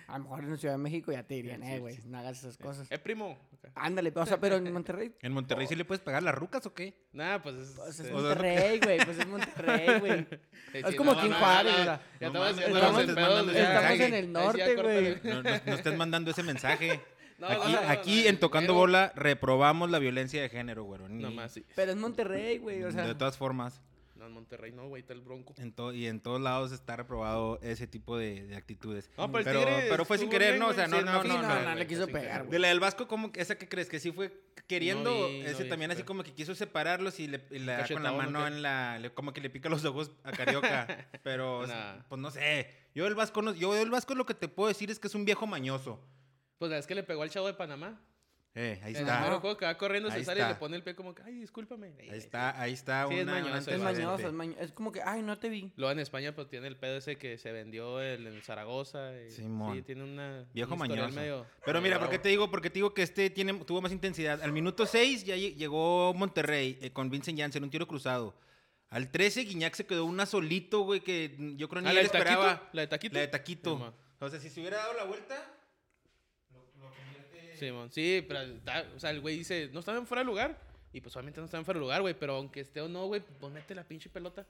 C: A lo mejor en Ciudad de México ya te dirían,
B: Sí,
C: eh,
B: sí,
C: güey,
B: sí.
C: no hagas esas cosas.
B: Eh, primo. Acá.
C: Ándale, o sea, pero en Monterrey,
A: ¿En Monterrey sí le puedes pegar las rucas o qué?
B: Nah, pues es.
C: pues es
B: eh,
A: O sea, no-
C: Monterrey, güey, pues es Monterrey, güey.
B: eh,
C: es
B: sí,
C: como
B: no,
C: aquí en
B: no,
C: Juárez,
B: no,
C: o sea,
B: Ya
A: No
B: estamos
A: mames,
B: haciendo
A: estamos-
B: los pedos,
A: estamos
B: ya.
A: en el
B: Ahí sí,
C: norte,
B: acórtale.
C: güey.
A: No, no, no estés mandando ese mensaje.
B: [laughs] No,
A: aquí,
B: no, no,
A: aquí
B: no,
A: en Tocando
B: pero-
A: Bola reprobamos la violencia de género, güey.
B: No más, sí.
C: Pero es Monterrey, güey, o sea.
A: De todas formas.
B: No, No, en Monterrey no, güey, está el bronco.
A: En to- y en todos lados está reprobado ese tipo de, de actitudes.
B: No, pero el
A: pero,
B: Tigres
A: pero fue sin
B: estuvo
A: querer,
B: bien,
A: ¿no? O
B: güey.
A: sea,
B: Sí,
A: no, no,
B: sí,
A: no,
C: no,
A: no,
C: no,
A: güey.
C: le quiso
B: fue sin
C: pegar,
B: querer,
C: güey.
A: De la del Vasco, ¿cómo, ¿esa que crees? ¿Que sí fue queriendo?
B: No vi, no
A: ese
B: vi,
A: también así
B: pero-
A: como que quiso separarlos y, le, y la- con la
B: Cachetadón, ¿o
A: mano
B: qué?
A: en la... le- como que le pica los ojos a
B: [laughs]
A: Carioca. pero, o sea,
B: Nah.
A: pues no sé. Yo el Vasco, no, yo el Vasco lo que te puedo decir es que es un viejo mañoso.
B: Pues la vez que le pegó al chavo de Panamá.
A: Eh, ahí
B: Ahí
A: está.
B: está. que va corriendo, se
A: Ahí
B: sale y
A: está.
B: le pone el pie como que, ay, discúlpame.
A: Ahí está, ahí está
B: Sí, es
A: una- un
B: mañoso,
C: Es
B: Sí,
C: mañoso,
A: antecedente.
C: es mañoso. Es como que, ay, no te vi.
B: Luego en España, pues tiene el pedo ese que se vendió el, en Zaragoza. y-
A: Simón.
B: Sí, tiene una.
A: Viejo
B: un historial
A: mañoso.
B: medio-
A: Pero mira, ¿por qué
B: bravo.
A: te digo? Porque te digo que este tiene, tuvo más intensidad. Al minuto 6 ya lle- llegó Monterrey eh, con Vincent Janssen, un tiro cruzado. Al 13 Guiñac se quedó una solito, güey, que mm, yo creo ni
B: Ah,
A: él
B: la de
A: esperaba.
B: Taquito. La de Taquito.
A: La de Taquito.
B: Simón.
A: o sea, si se hubiera dado la vuelta, lo, lo convierte-
B: Simón, sí, pero está- o sea, el güey dice, no estaban fuera de lugar. Y pues obviamente no estaban fuera de lugar, güey. Pero aunque esté o no, güey, pues mete la pinche pelota.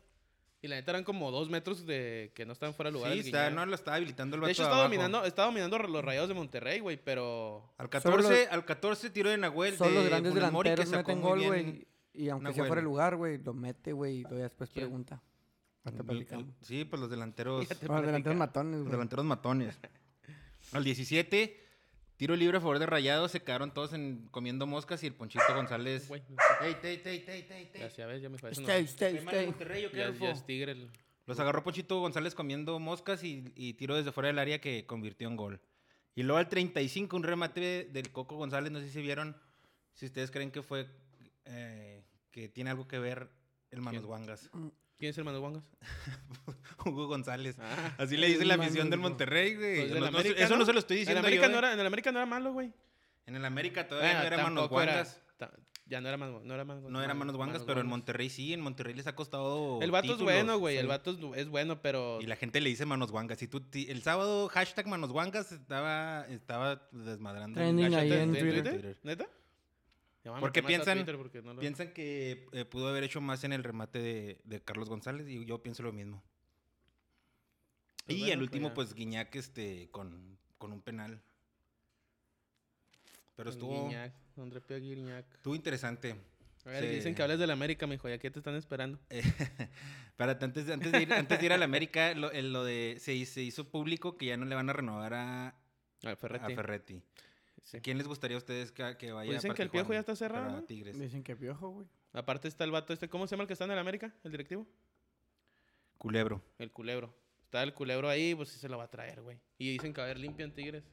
B: Y la neta eran como dos metros de que no estaban fuera de lugar.
A: Sí,
B: el
A: está,
B: Guiñac.
A: no lo estaba habilitando el vato
B: de hecho, está
A: abajo.
B: dominando, está dominando los rayados de Monterrey, güey, pero.
A: Al
C: Son
A: 14,
C: los-
A: al 14 tiro de Nahuel.
C: Son
A: de
C: los grandes
A: Funes Mori, que
C: delanteros,
A: sacó
C: meten
A: muy
C: gol,
A: bien
C: güey. Y aunque sea
A: Nahuel.
C: fuera el lugar, güey, lo mete, güey, y luego ya después
B: ¿Quién?
C: pregunta. Ahorita
A: el-
C: platicamos.
A: el- sí, pues los delanteros.
B: Fíjate,
C: Los delanteros
B: platica.
C: matones,
A: Los
C: güey.
A: delanteros matones. [laughs] Al 17, tiro libre a favor de Rayados. Se quedaron todos en- comiendo moscas y el Ponchito González.
B: Güey,
A: Ey, tey, tey, tey, tey, tey.
B: las llaves ya me parecen.
C: Stay, stay,
A: Qué mal
C: stay.
A: Monterrey, ¿o qué,
B: Ya,
A: Rufo?
B: ya es tigre. el-
A: Los agarró Ponchito González comiendo moscas y, y tiró desde fuera del área que convirtió en gol. Y luego al 35, un remate del Coco González. No sé si vieron, si ustedes creen que fue eh, que tiene algo que ver el Manos
B: ¿Quién?
A: Guangas. [laughs]
B: ¿Quién es el Manuel Wangas?
A: Hugo González.
B: Ah.
A: Así le dice la
C: Manos
A: misión del
C: Guangas.
A: Monterrey, güey.
B: Pues, del
A: No- no-
B: América,
A: eso no
B: ¿no?
A: se lo estoy
B: En el
A: diciendo yo,
B: América, no
A: eh.
B: era, en el América no era malo, güey.
A: En el América todavía
B: Bueno,
A: no era manos
B: tampoco era-
A: guangas.
B: ta- Ya no era manos, no era manos
A: No era manos guangas, pero en Monterrey sí. En Monterrey les ha costado.
B: El vato es
A: títulos,
B: bueno, güey. El
A: sí.
B: vato es, du- es bueno, pero.
A: Y la gente le dice manos guangas. Y tú, ti- el sábado, hashtag manos guangas estaba, estaba desmadrando. el
C: Trending
A: hashtag
C: ahí en
A: de- de
C: Twitter.
B: ¿Neta? Ya voy a
A: Porque
B: meter más a
A: piensan-
B: Twitter porque no lo-
A: Piensan que eh, pudo haber hecho más en el remate de, de Carlos González y yo pienso lo mismo.
B: Pues
A: y
B: bueno,
A: el
B: pues
A: último,
B: ya.
A: pues, Guiñac este, con, con un penal. Pero
B: Con
A: estuvo,
B: Guiñac, André Pío Guiñac.
A: estuvo interesante.
B: A ver,
A: Sí.
B: dicen que hablas del América, mijo. ¿Y aquí te están esperando?
A: [laughs] Para antes, de- antes, de ir, antes de ir a la América, lo, el- lo de se, hi- se hizo público que ya no le van a renovar a, a
B: Al Ah, Ferretti.
A: Ah, Ferretti.
B: Sí.
A: ¿Quién les gustaría a ustedes que, que vaya?
B: Pues dicen
A: para
B: que el Piojo
A: Tijuana?
B: ya está cerrado,
A: Para
B: ¿no?
A: Tigres.
C: Dicen que piojo, güey.
B: Aparte está el vato este. ¿Cómo se llama el que está en el América? ¿El directivo?
A: Culebro.
B: El culebro. Está el culebro ahí, pues sí se lo va a traer, güey. Y dicen que va a haber limpio en Tigres.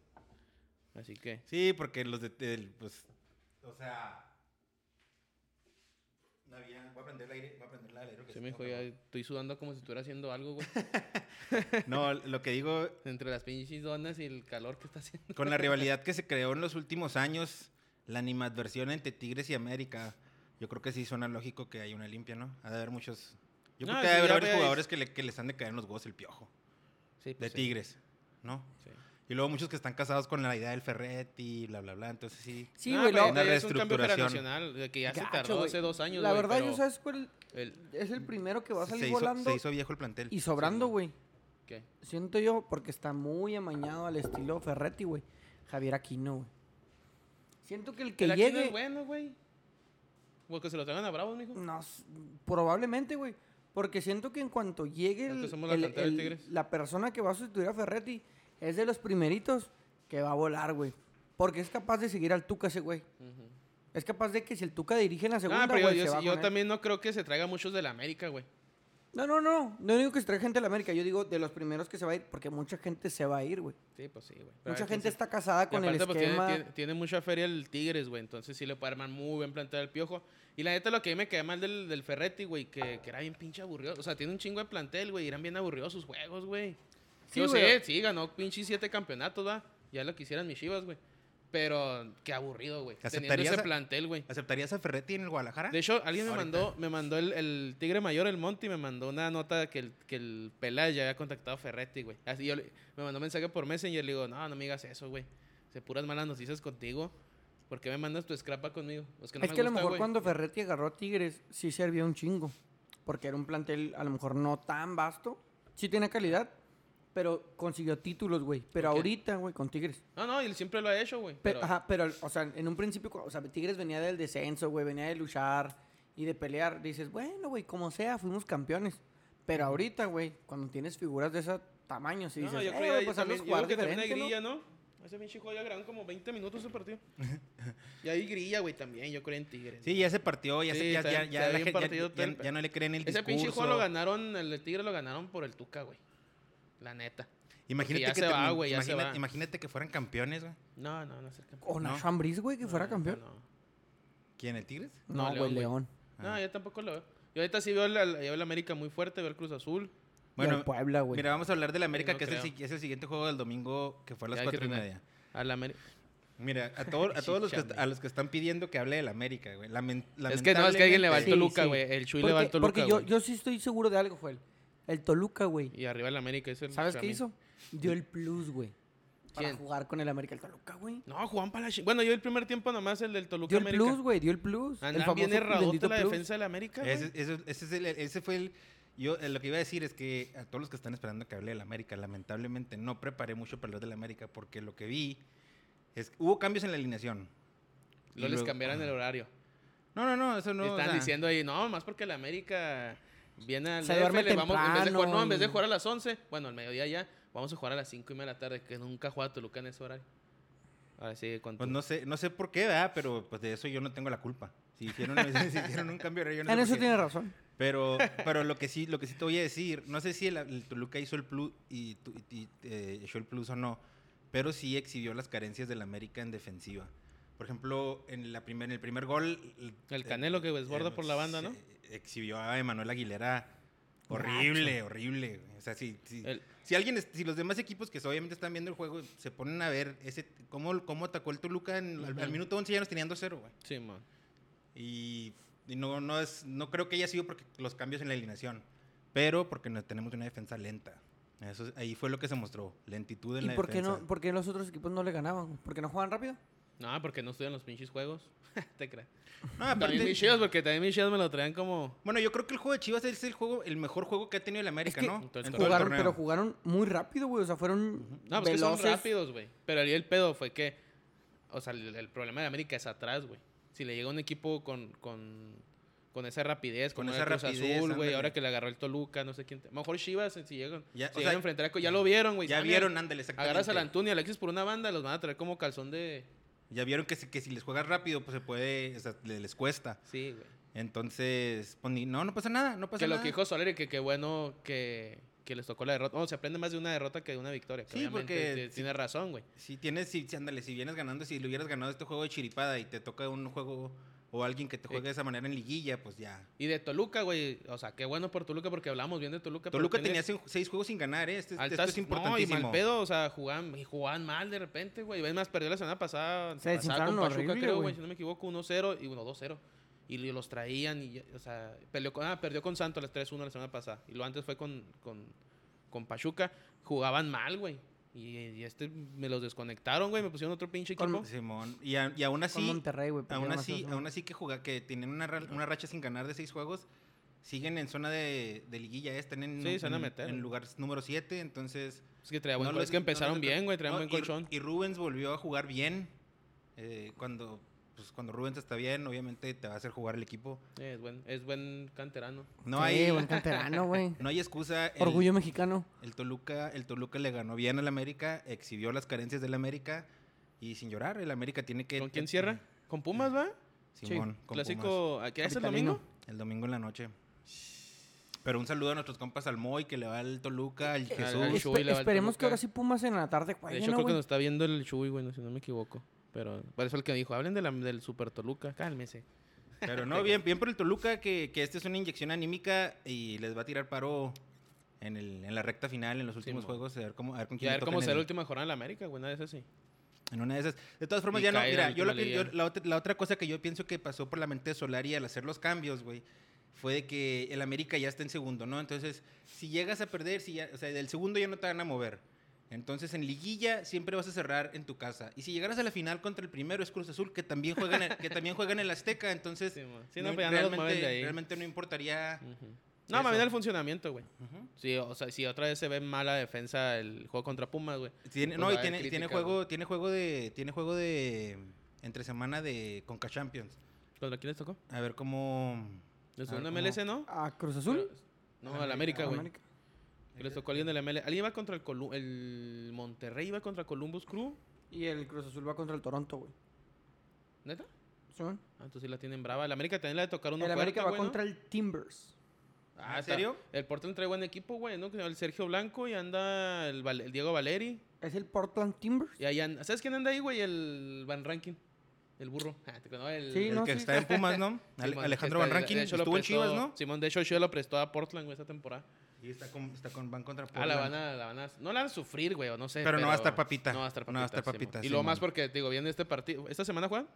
B: Así que.
A: Sí, porque los de... el- pues, o sea... No había... Voy a prender el aire. Voy a prender el aire. creo que
B: Sí,
A: sí,
B: mijo,
A: no,
B: ya estoy sudando como si estuviera haciendo algo, güey. [laughs]
A: No, lo que digo
B: Entre las pinches donas y el calor que está haciendo.
A: Con la rivalidad que se creó en los últimos años, la animadversión entre Tigres y América, yo creo que sí suena lógico que hay una limpia, ¿no? Ha de haber muchos. Yo
B: No,
A: creo que
B: sí,
A: ha de haber
B: ya
A: varios
B: ves.
A: jugadores que, le, que les han de caer en los huevos el piojo.
B: Sí,
A: De
B: pues, sí.
A: Tigres, ¿no?
B: Sí.
A: Y luego muchos que están casados con la idea del Ferretti, bla, bla, bla. Entonces sí.
C: Sí,
B: No,
C: güey,
B: Ah, pero
C: lo-
A: una
B: es un cambio
A: reestructuración.
B: generacional de que ya se
C: Gacho,
B: tardó
C: güey.
B: hace dos años.
C: La
B: güey,
C: verdad,
B: pero
C: yo sabes cuál
B: el-
C: es el primero que va a
A: Se
C: salir
A: hizo,
C: volando
A: se hizo viejo el plantel.
C: y sobrando, güey.
B: ¿qué?
C: Siento yo, porque está muy amañado al estilo Ferretti, güey. Javier Aquino, güey. Siento que el que
B: el Aquino
C: llegue.
B: es bueno, güey. Porque se lo traigan a Bravos, mijo.
C: No, s- probablemente, güey. Porque siento que en cuanto llegue el-
B: Antes somos la
C: el-
B: cantera del
C: el-
B: Tigres.
C: la persona que va a sustituir a Ferretti, es de los primeritos que va a volar, güey. Porque es capaz de seguir al Tuca ese güey.
B: Ujú.
C: Es capaz de que si el Tuca dirige en la segunda,
B: ah, pero
C: güey,
B: yo,
C: se
B: yo,
C: va
B: sí- yo
C: con él.
B: también no creo que se traiga muchos de la América, güey.
C: No, no, no. No digo que se traiga gente de la América. Yo digo de los primeros que se va a ir. Porque mucha gente se va a ir, güey.
B: Sí, pues sí, güey. Pero a
C: Mucha
B: ver quién
C: gente
B: se-
C: está casada
B: Y
C: con el
B: aparte, pues, tiene-
C: esquema.
B: tiene, tiene mucha feria el Tigres, güey. Entonces sí le puede armar muy buen plantel al Piojo. Y la neta, lo que a mí me quedé mal del, del Ferretti, güey, que, que era bien pinche aburrido. O sea, tiene un chingo de plantel, güey. y Eran bien aburridos sus juegos, güey.
C: Sí,
B: Yo
C: güey.
B: sé, sí, ganó pinche siete campeonatos, va. Ya lo quisieran mis chivas, güey. Pero qué aburrido, güey. Teniendo
A: ¿Aceptarías
B: ese
A: a-
B: plantel, güey.
A: ¿Aceptarías a Ferretti en el Guadalajara?
B: De hecho, alguien me
A: Ahorita.
B: mandó, me mandó el, el Tigre Mayor, el Monty, me mandó una nota que el, que el Peláez ya había contactado a Ferretti, güey. Así yo le- me mandó mensaje por Messenger, le digo, no, no me digas eso, güey. Se puras malas noticias contigo. ¿Por qué me mandas tu escrapa conmigo? Es que no
C: es
B: me
C: que a lo
B: gusta,
C: mejor
B: güey".
C: cuando Ferretti agarró a Tigres, sí servía un chingo. Porque era un plantel a lo mejor no tan vasto. Sí tiene calidad, pero consiguió títulos, güey. Pero
B: Ok.
C: ahorita, güey, con Tigres.
B: No, no, él siempre lo ha hecho, güey.
C: Pero,
B: pero-
C: ajá, pero, o sea, en un principio, cu- o sea, Tigres venía del descenso, güey, venía de luchar. y de pelear, dices, bueno, güey, como sea, fuimos campeones. Pero ahorita, güey, cuando tienes figuras de ese tamaño, sí dices,
B: no, yo
C: "Eh,
B: creo
C: güey,
B: que
C: pues
B: también,
C: hazlos
B: yo
C: jugar
B: creo que también hay
C: diferente, ¿no?".
B: grilla, ¿no? Ese pinche juego ya grabaron como 20 minutos ese
C: [laughs]
B: partido. y hay grilla, güey, también. Yo creo en Tigres.
A: Sí, ya se partió, ya,
B: Sí,
A: se, ya,
B: está-
A: ya,
B: está
A: ya la
B: bien
A: gente- ya-
B: partido
A: ya-
B: todo el-
A: ya no le creen el
B: Ese
A: discurso.
B: pinche juego lo ganaron, el de Tigres lo ganaron por el Tuca, güey. La neta.
A: Imagínate
B: ya
A: que
B: se va,
A: termin-
B: güey, ya se
A: imagínate-
B: va.
A: imagínate que fueran campeones, güey.
B: No, no, no es el campeón.
C: O
A: No.
C: Nacho Ambriz, güey, que fuera
B: No,
C: campeón.
B: No,
A: ¿Quién, el Tigres?
B: No,
C: No, güey,
B: León, güey.
C: León.
A: Ah.
B: No, yo tampoco lo veo. Yo ahorita sí veo el, América muy fuerte, veo el Cruz Azul.
C: Bueno,
A: Bueno,
C: Puebla, güey.
A: mira, vamos a hablar del América,
B: no
A: que es el,
B: creo.
A: si- es el siguiente juego del domingo, que fue a las
B: Ya hay que
A: cuatro y
B: tener-
A: media.
B: Al América.
A: Mira, a, todo-
B: [laughs]
A: a todos los que, est-
B: Chíchame.
A: a los que están pidiendo que hable del América, güey. Lamen-
B: Es que no, es que alguien le va al
A: lamentablemente-
B: Toluca,
C: sí.
B: güey. El Chuy le va
C: Porque,
B: al Toluca.
C: porque yo,
B: güey.
C: yo sí estoy seguro de algo, Joel. El Toluca, güey.
B: Y arriba el América es el.
C: ¿Sabes
B: para
C: qué
B: mí.
C: hizo? Dio el plus, güey. Para
B: ¿Quién?
C: jugar con el América. El Toluca, güey.
B: No, Juan Palachi. Bueno, yo el primer tiempo nomás el del Toluca
C: Dio el
B: América.
C: plus, güey. Dio el plus. el
B: Andan bien erradote
C: bendito
B: la
C: plus.
B: defensa del América. güey.
A: Ese, ese- ese es el- ese fue el... Yo eh, lo que iba a decir es que a todos los que están esperando que hable del América, lamentablemente no preparé mucho para hablar del América porque lo que vi es... Hubo cambios en la alineación.
B: Luego
A: Y
B: les
A: luego-
B: cambiaron el
A: ajá.
B: horario.
A: No, no, no, eso no...
B: Y
A: o
B: Estaban
A: sea,
B: diciendo ahí, no, más porque el América viene al
C: Se
B: DF,
C: duerme
B: le vamos, en vez de jugar, no, en
C: temprano
B: vez de
C: y-
B: jugar a las 11, bueno, al mediodía ya, vamos a jugar a las 5 y media de la tarde, que nunca juega Toluca en ese horario. Ahora sí, con
A: Pues
B: tu-
A: no sé, no sé por qué, ¿verdad? Pero pues de eso yo no tengo la culpa. Si hicieron, [laughs] si hicieron un cambio, yo no sé
C: En
A: por
C: Ah, eso
A: qué.
C: tiene razón.
A: Pero, pero lo que sí, lo que sí te voy a decir, no sé si el, el Toluca hizo el plus y, tu- y- eh, echó el plus o no, pero sí exhibió las carencias del América en defensiva. Por ejemplo, en la primer, en el primer gol,
B: El Canelo que desborda por la banda, ¿no?
A: se- Exhibió a Emanuel Aguilera horrible, horrible. O sea, si, si,
B: El-
A: si alguien, es- si los demás equipos que obviamente están viendo el juego se ponen a ver ese cómo, cómo atacó el Toluca en- al, al
B: Ujú.
A: minuto 11 ya nos tenían 2-0, güey.
B: Sí, man.
A: Y, y no, no, es, no creo que haya sido porque los cambios en la alineación, pero porque no, tenemos una defensa lenta. Eso, es- ahí fue lo que se mostró, lentitud en
C: ¿Y
A: la
C: por qué,
A: defensa.
C: no, por qué los otros equipos no le ganaban? güey? ¿Por qué no juegan rápido?
B: No, porque no estudian los pinches juegos. [laughs] Te creas.
A: No,
B: También
A: aparte,
B: mis chivas, porque también mis chivas me lo traían como...
A: bueno, yo creo que el juego de Chivas es el juego el mejor juego que ha tenido el América,
C: que
A: ¿no?
B: Entonces,
A: En todo el
C: Jugaron,
A: torneo.
C: pero jugaron muy rápido, güey. O sea, fueron
B: No, pues que son
C: veloces.
B: rápidos, güey. Pero ahí el pedo fue que... O sea, el, el problema de América es atrás, güey. Si le llega un equipo con... con con esa rapidez, con,
A: Con
B: esa
A: esa rapidez,
B: Azul, güey.
A: ándale.
B: Ahora que le agarró el Toluca, no sé quién. te- A lo mejor Chivas, si llegan,
A: Ya, o
B: si
A: sea,
B: llegan a enfrentar a- Ya lo vieron, güey.
A: ya
B: Ah, mira,
A: vieron, ándale, exactamente.
B: Agarras al Antonio y Alexis por una banda, los van a traer como calzón de...
A: Ya vieron que si, que si les juegas rápido, pues se puede, o sea, le- les cuesta.
B: Sí, güey.
A: Entonces, pues, ni- no, no pasa nada, no pasa
B: Que lo
A: Pues nada.
B: que dijo Soler, que qué bueno que, que les tocó la derrota. No, se aprende más de una derrota que de una victoria. que
A: Sí,
B: obviamente
A: porque
B: te-
A: sí.
B: tiene razón, güey.
A: Si tienes, si, si- ándale, si vienes ganando, si le hubieras ganado este juego de chiripada y te toca un juego o alguien que te juegue de esa manera en liguilla, pues ya.
B: Y de Toluca, güey. O sea, qué bueno por Toluca porque hablamos bien de Toluca. pero
A: Toluca tenía
B: tiene
A: se- seis juegos sin ganar, ¿eh? Este,
B: altas-
A: esto es importantísimo.
B: No, y mal pedo, o sea, jugaban, y jugaban mal de repente, güey. Es más, perdió la semana pasada.
C: Se
B: pasada
C: desinflaron horrible,
B: creo,
C: güey.
B: güey. Si no me equivoco, 1-0 y 1-2-0. Y li- los traían, y, ya- o sea, peleó con, ah, perdió con Santos las 3-1 la semana pasada. Y lo antes fue con, con, con Pachuca. Jugaban mal, güey. Y, y este me los desconectaron, güey. Me pusieron otro pinche
C: Con-
B: equipo.
A: Simón. Y, a- y aún
C: Con
A: así,
C: Monterrey, güey.
A: aún
C: perdieron
A: así,
C: 2-1.
A: aún así que juega, que tienen una, ra- una racha sin ganar de seis juegos, siguen en zona de, de liguilla, ¿eh? están en,
B: Sí, se van a
A: en-
B: meter.
A: en lugar número siete, entonces.
B: Es que traía buen
A: No
B: colchón.
A: los-
B: Es que
A: no los
B: empezaron
A: detrás-
B: bien, güey. Traían
A: No,
B: buen
A: y-
B: colchón.
A: Y, Rubens volvió a jugar bien. eh, cuando, pues, cuando Rubens está bien, obviamente te va a hacer jugar el equipo.
B: Eh, es, buen, es buen canterano.
A: No
C: Sí,
A: hay,
C: buen
A: [laughs]
C: canterano, güey.
A: no hay excusa. el-
C: Orgullo mexicano.
A: El Toluca, el Toluca le ganó bien al América, exhibió las carencias del América y sin llorar, el América tiene que.
B: ¿Con quién cierra? ¿Con Pumas, va?
A: Simón, con Pumas.
B: Clásico. ¿A ¿Qué es el
C: Capitalino.
B: domingo?
A: El domingo en la noche. Pero un saludo a nuestros compas al Moy, que le va al Toluca, al Jesús.
B: al- Chuy
C: Espe-
B: le va al
C: esperemos que
B: Toluca.
C: ahora sí Pumas en la tarde
B: De
C: jueguen,
B: hecho,
C: ¿no,
B: creo que
C: güey?
B: nos está viendo el Chuy, güey, no, si no me equivoco. Pero parece el que dijo, hablen de la, del Super Toluca, cálmese.
A: Pero no, bien, bien por el Toluca, que, que esta es una inyección anímica y les va a tirar paro en, el, en la recta final, en los últimos
B: Simón.
A: juegos, a ver cómo, a ver con
B: Y
A: quién
B: a
A: le
B: ver
A: toca
B: cómo
A: en
B: será la
A: el-
B: última jornada de la América, güey, nada de eso sí.
A: En una de esas. De todas formas,
B: Y
A: ya no.
B: cae en
A: Mira,
B: la
A: yo, lo
B: última
A: que- yo-
B: liguilla.
A: la, otra, la otra cosa que yo pienso que pasó por la mente de Solari al hacer los cambios, güey, fue de que el América ya está en segundo, ¿no? Entonces, si llegas a perder, si ya, o sea, del segundo ya no te van a mover. Entonces, en liguilla siempre vas a cerrar en tu casa. Y si llegaras a la final contra el primero es Cruz Azul, que también juegan en, que también juegan en el Azteca, entonces
B: Sí, mo. Sí, no,
A: no-
B: pues ya no los
A: realmente,
B: mueven de ahí.
A: realmente no importaría.
B: Ujú. No,
A: Eso.
B: más bien el funcionamiento, güey.
A: Ujú.
B: Sí, o sea, si otra vez se ve mala defensa el juego contra Pumas, güey.
A: Tiene,
B: Pues
A: no,
B: va a
A: y
B: haber
A: tiene, tiene
B: crítica,
A: juego, tiene juego de tiene juego de entre semana de Conca Champions.
B: ¿Contra quién les tocó?
A: A ver cómo
B: ¿Le tocó en
A: ver,
B: MLS, no?
C: ¿A Cruz Azul?
B: No, al América,
C: ¿A
B: güey.
C: América?
B: Que Les tocó alguien del MLS. Alguien iba contra el, Colu- el Monterrey, iba contra Columbus Crew.
C: Y el Cruz Azul va contra el Toronto, güey.
B: ¿Neta?
C: ¿Sí, güey?
B: Ah, entonces sí la tienen brava. El América también la de tocar uno
C: El
B: fuerte,
C: América va
B: güey, ¿no?
C: contra el Timbers.
B: Ah,
A: ¿En
B: está.
A: serio?
B: El Portland trae buen equipo, güey, ¿no? El Sergio Blanco y anda el, Val- el Diego Valeri.
C: ¿Es el Portland Timbers?
B: Y ahí an- ¿Sabes quién anda ahí, güey? El Van Rankin. El burro. Ah, te conozco, el-
C: Sí,
B: el-
A: El
C: no,
A: que
C: sí,
A: está
C: sí.
A: en Pumas,
C: [laughs]
A: ¿no? Ale-
B: Simón,
A: Alejandro
B: que
A: Van
B: está- de
A: Rankin
B: hecho lo
A: estuvo en Chivas,
B: prestó-
A: ¿no?
B: Simón, de hecho, Chivas lo prestó a Portland, güey, esta temporada.
A: Y está con, está con van contra
B: Ah,
A: Puebla.
B: la van a, la van a, no la van a sufrir, güey, o no sé.
A: Pero no va a estar papita.
B: No va a estar papita.
A: No va a estar
B: Simón.
A: papita,
B: Y luego
A: Simón.
B: más porque, te digo, viene este partido, esta semana juegan,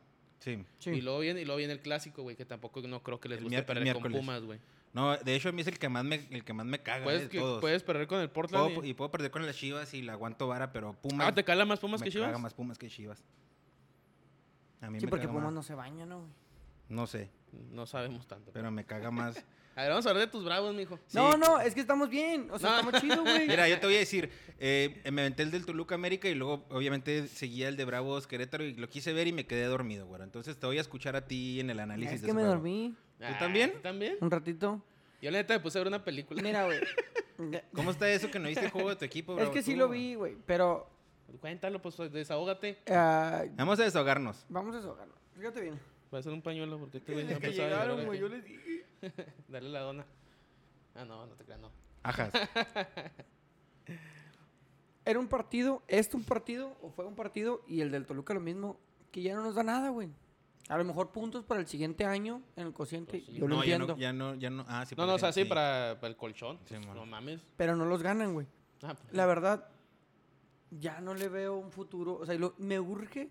A: Sí.
C: Sí.
B: y luego viene, y luego viene el clásico, güey, que tampoco no creo que les
A: El
B: guste
A: mier- el
B: perder con
A: miércoles.
B: Pumas, güey.
A: No, de hecho a mí es el que más me, el que más me caga eh,
B: Puedes,
A: de
B: Pues que-
A: todos.
B: puedes perder con el Portland.
A: Puedo-
B: y-
A: y puedo perder con las Chivas y la aguanto vara, pero Pumas
B: Ah, ¿te cala más Pumas
A: me
B: que Chivas?
A: caga más Pumas que Chivas. A mí
C: Sí,
A: me
C: porque
A: caga más.
C: Pumas no se baña, ¿no, güey?
A: No sé,
B: No sabemos tanto.
A: pero me caga
B: [laughs]
A: más.
B: A ver, vamos a hablar de tus bravos, mijo.
C: No, no, es que estamos bien. O sea,
B: No.
C: estamos chidos, güey.
A: [laughs] Mira, yo te voy a decir, eh, me aventé el del Toluca América y luego obviamente seguía el de Bravos Querétaro y lo quise ver y me quedé dormido, güey. Entonces te voy a escuchar a ti en el análisis.
C: es
A: de
C: que
A: ese
C: me
A: juego.
C: dormí
A: ¿Tú también?
B: ¿tú también?
C: un ratito.
B: Yo la neta me puse a ver una película.
C: Mira,
A: [laughs]
C: güey.
A: ¿Cómo está eso que no viste el juego de tu equipo,
C: es
A: Bravo?
C: que sí
A: Tú,
C: lo
A: güey.
C: vi, güey, pero...
B: [laughs] Cuéntalo, pues desahógate.
C: ah,
A: Vamos a desahogarnos.
C: vamos a eso, Carlos. Fíjate bien.
B: Voy a hacer un pañuelo porque este güey no
C: Desde que
B: empezaba a
C: llegaron,
B: llorar
C: güey,
B: aquí.
C: yo les dije.
B: Dale la dona. Ah, no, no te creas, no.
A: Ajas.
C: Era un partido, este un partido, o fue un partido, y el del Toluca lo mismo, que ya no nos da nada, güey. A lo mejor puntos para el siguiente año en el cociente,
B: Pues sí.
C: yo lo
A: no, ya
C: entiendo.
A: no, ya no, ya no. Ah, sí.
B: No, no, o sea,
A: así
B: sí, para, para el colchón.
A: Sí,
B: pues,
A: mon.
B: no mames.
C: Pero no los ganan, güey.
B: Ah, pues,
C: La verdad, ya no le veo un futuro. O sea, y lo- me urge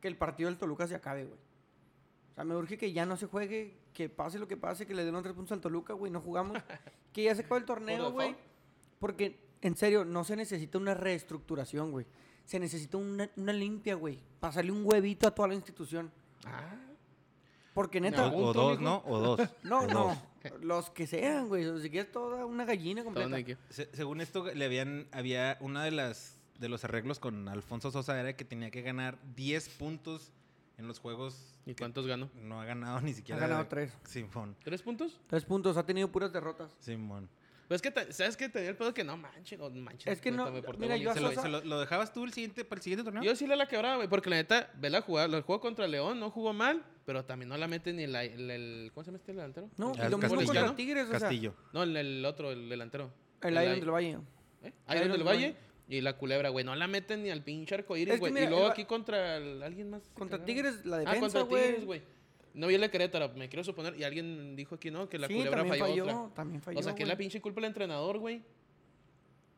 C: que el partido del Toluca se acabe, güey. O sea, me urge que ya no se juegue, que pase lo que pase, que le den los tres puntos al Toluca, güey, no jugamos. que ya se acabe el torneo,
B: default.
C: güey. Porque, en serio, no se necesita una reestructuración, güey. Se necesita una, una limpia, güey. Pasarle un huevito a toda la institución.
B: Ah,
C: Porque
A: O,
C: neta,
B: No.
A: o dos, ¿no? O dos.
C: [laughs] no,
A: o
C: no.
A: dos.
C: Los que sean, güey. O sea, Si quieres toda una gallina
B: ¿hasta
C: completa.
B: dónde quiero?
A: Se- según esto, le habían. Había una de las. De los arreglos con Alfonso Sosa era que tenía que ganar 10 puntos en los juegos.
B: ¿Y
A: que
B: cuántos ganó?
A: No ha ganado ni siquiera.
C: ganado tres.
A: Simón.
B: ¿Tres puntos?
C: Tres puntos, ha tenido puras derrotas.
A: Simón.
B: Pues es que, te- ¿sabes que Tenía el pedo que no manches, no manches.
C: Es que
B: neta,
C: no-
B: me porté
C: mira, yo
B: bonito.
C: a
A: ¿Se lo,
C: Sosa-
A: se lo- lo dejabas tú el siguiente, para el siguiente torneo?
B: Yo sí le la quebraba, güey, porque la neta, ve la jugada, el juego contra León, no jugó mal, pero también no la mete ni la- el, el- ¿cómo se llama este delantero?
C: No,
A: Al
C: y lo mismo
A: Castillo,
C: contra
A: ¿no?
C: Tigres, o sea.
A: Castillo.
B: No, el, el otro, el delantero.
C: El Iron del Valle.
B: ¿Eh? Iron
C: Iron
B: del
C: del
B: Valle y la culebra, güey, no la meten ni al pinche arcoíris,
C: Es que
B: güey.
C: mira,
B: y luego
C: el va-
B: aquí contra el- alguien más. se
C: Contra
B: cagaron.
C: Tigres, la
B: Ah,
C: defensa,
B: contra Tigres,
C: güey.
B: güey. No vi el de Querétaro, me quiero suponer, y alguien dijo aquí, no, que la
C: sí,
B: culebra
C: también
B: falló,
C: falló,
B: otra.
C: también falló.
B: o sea, que es
C: güey.
B: la pinche culpa del entrenador, güey.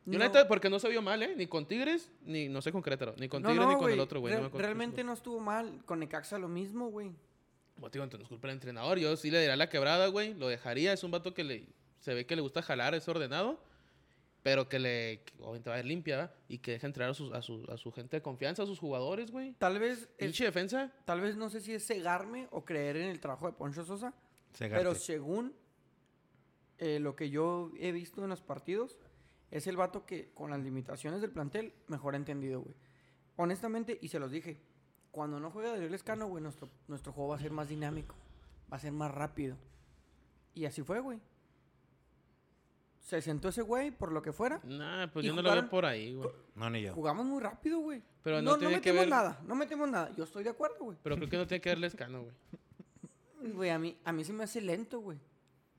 B: Yo
C: No.
B: la neta, porque no se vio mal, ¿eh? Ni con Tigres, ni, no sé, con Querétaro. Ni con
C: No,
B: Tigres,
C: no,
B: ni con el
C: güey,
B: otro, güey.
C: re-
B: no me acuerdo.
C: realmente no estuvo mal. Con Necaxa lo mismo, güey.
B: Como te digo, entonces, culpa del entrenador. Yo sí le daría la quebrada, güey. Lo dejaría. Es un vato que le, se ve que le gusta jalar, es ordenado. Pero que le. que Obviamente va a ver limpia, ¿verdad? Y que deja entrar a, sus- a, su, a su gente de confianza, a sus jugadores, güey.
C: Tal vez, es-
B: Pinche defensa.
C: tal vez no sé si es cegarme o creer en el trabajo de Poncho Sosa,
A: Segarte.
C: pero según eh, lo que yo he visto en los partidos, es el vato que con las limitaciones del plantel, mejor entendido, güey. Honestamente, y se los dije, cuando no juega Daniel Escano, güey, nuestro, nuestro juego va a ser más dinámico, va a ser más rápido. Y así fue, güey. Se sentó ese güey por lo que fuera.
B: Nah, pues
C: ¿Y
B: yo no lo veo
C: jugaron?
B: por ahí, güey.
A: No, ni yo.
C: Jugamos muy rápido, güey.
B: Pero no
C: no, no,
B: tiene
C: metemos
B: que ver-
C: nada, no metemos nada. Yo estoy de acuerdo, güey.
B: Pero creo que no tiene que darle escano, güey.
C: Güey, a mí, a mí se me hace lento, güey.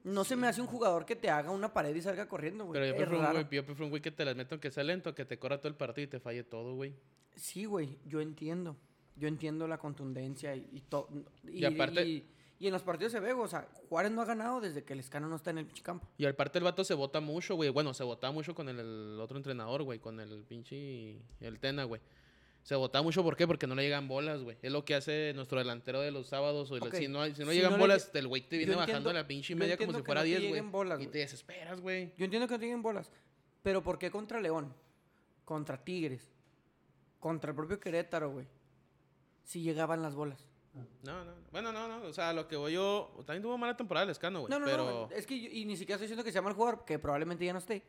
C: No se me hace un jugador que te haga una pared y salga corriendo, güey.
B: Pero yo
C: Es
B: prefiero, un
C: raro.
B: güey, yo prefiero un güey que te las meta aunque sea lento, que te corra todo el partido y te falle todo, güey.
C: Sí, güey, yo entiendo. Yo entiendo la contundencia y, todo. Y,
B: Y aparte-
C: y- y en los partidos se ve, güey, o sea, Juárez no ha ganado desde que el escano no está en el pinche campo.
B: Y aparte el vato se vota mucho, güey. Bueno, se votaba mucho con el, el otro entrenador, güey. Con el pinche... El Tena, güey. Se votaba mucho, ¿por qué? Porque no le llegan bolas, güey. Es lo que hace nuestro delantero de los sábados. güey.
C: Ok,
B: Si, no, hay- si no
C: si
B: llegan
C: no le
B: bolas,
C: lle-
B: el güey te
C: Yo
B: viene bajando
C: entiendo-
B: la pinche
C: yo
B: media como
C: entiendo
B: si
C: que
B: fuera
C: no te
B: 10, güey.
C: lleguen bolas,
B: y
C: güey.
B: te desesperas, güey.
C: Yo entiendo que no tienen bolas, pero ¿por qué contra León? Contra Tigres. Contra el propio Querétaro, güey. Si llegaban las bolas.
B: No, no. Bueno, no, no. O sea, lo que voy yo... También tuvo mala temporada el Escano, güey.
C: no, no,
B: Pues, pero...
C: no. Es que yo- y ni siquiera estoy diciendo que se llama el jugador, que probablemente ya no esté.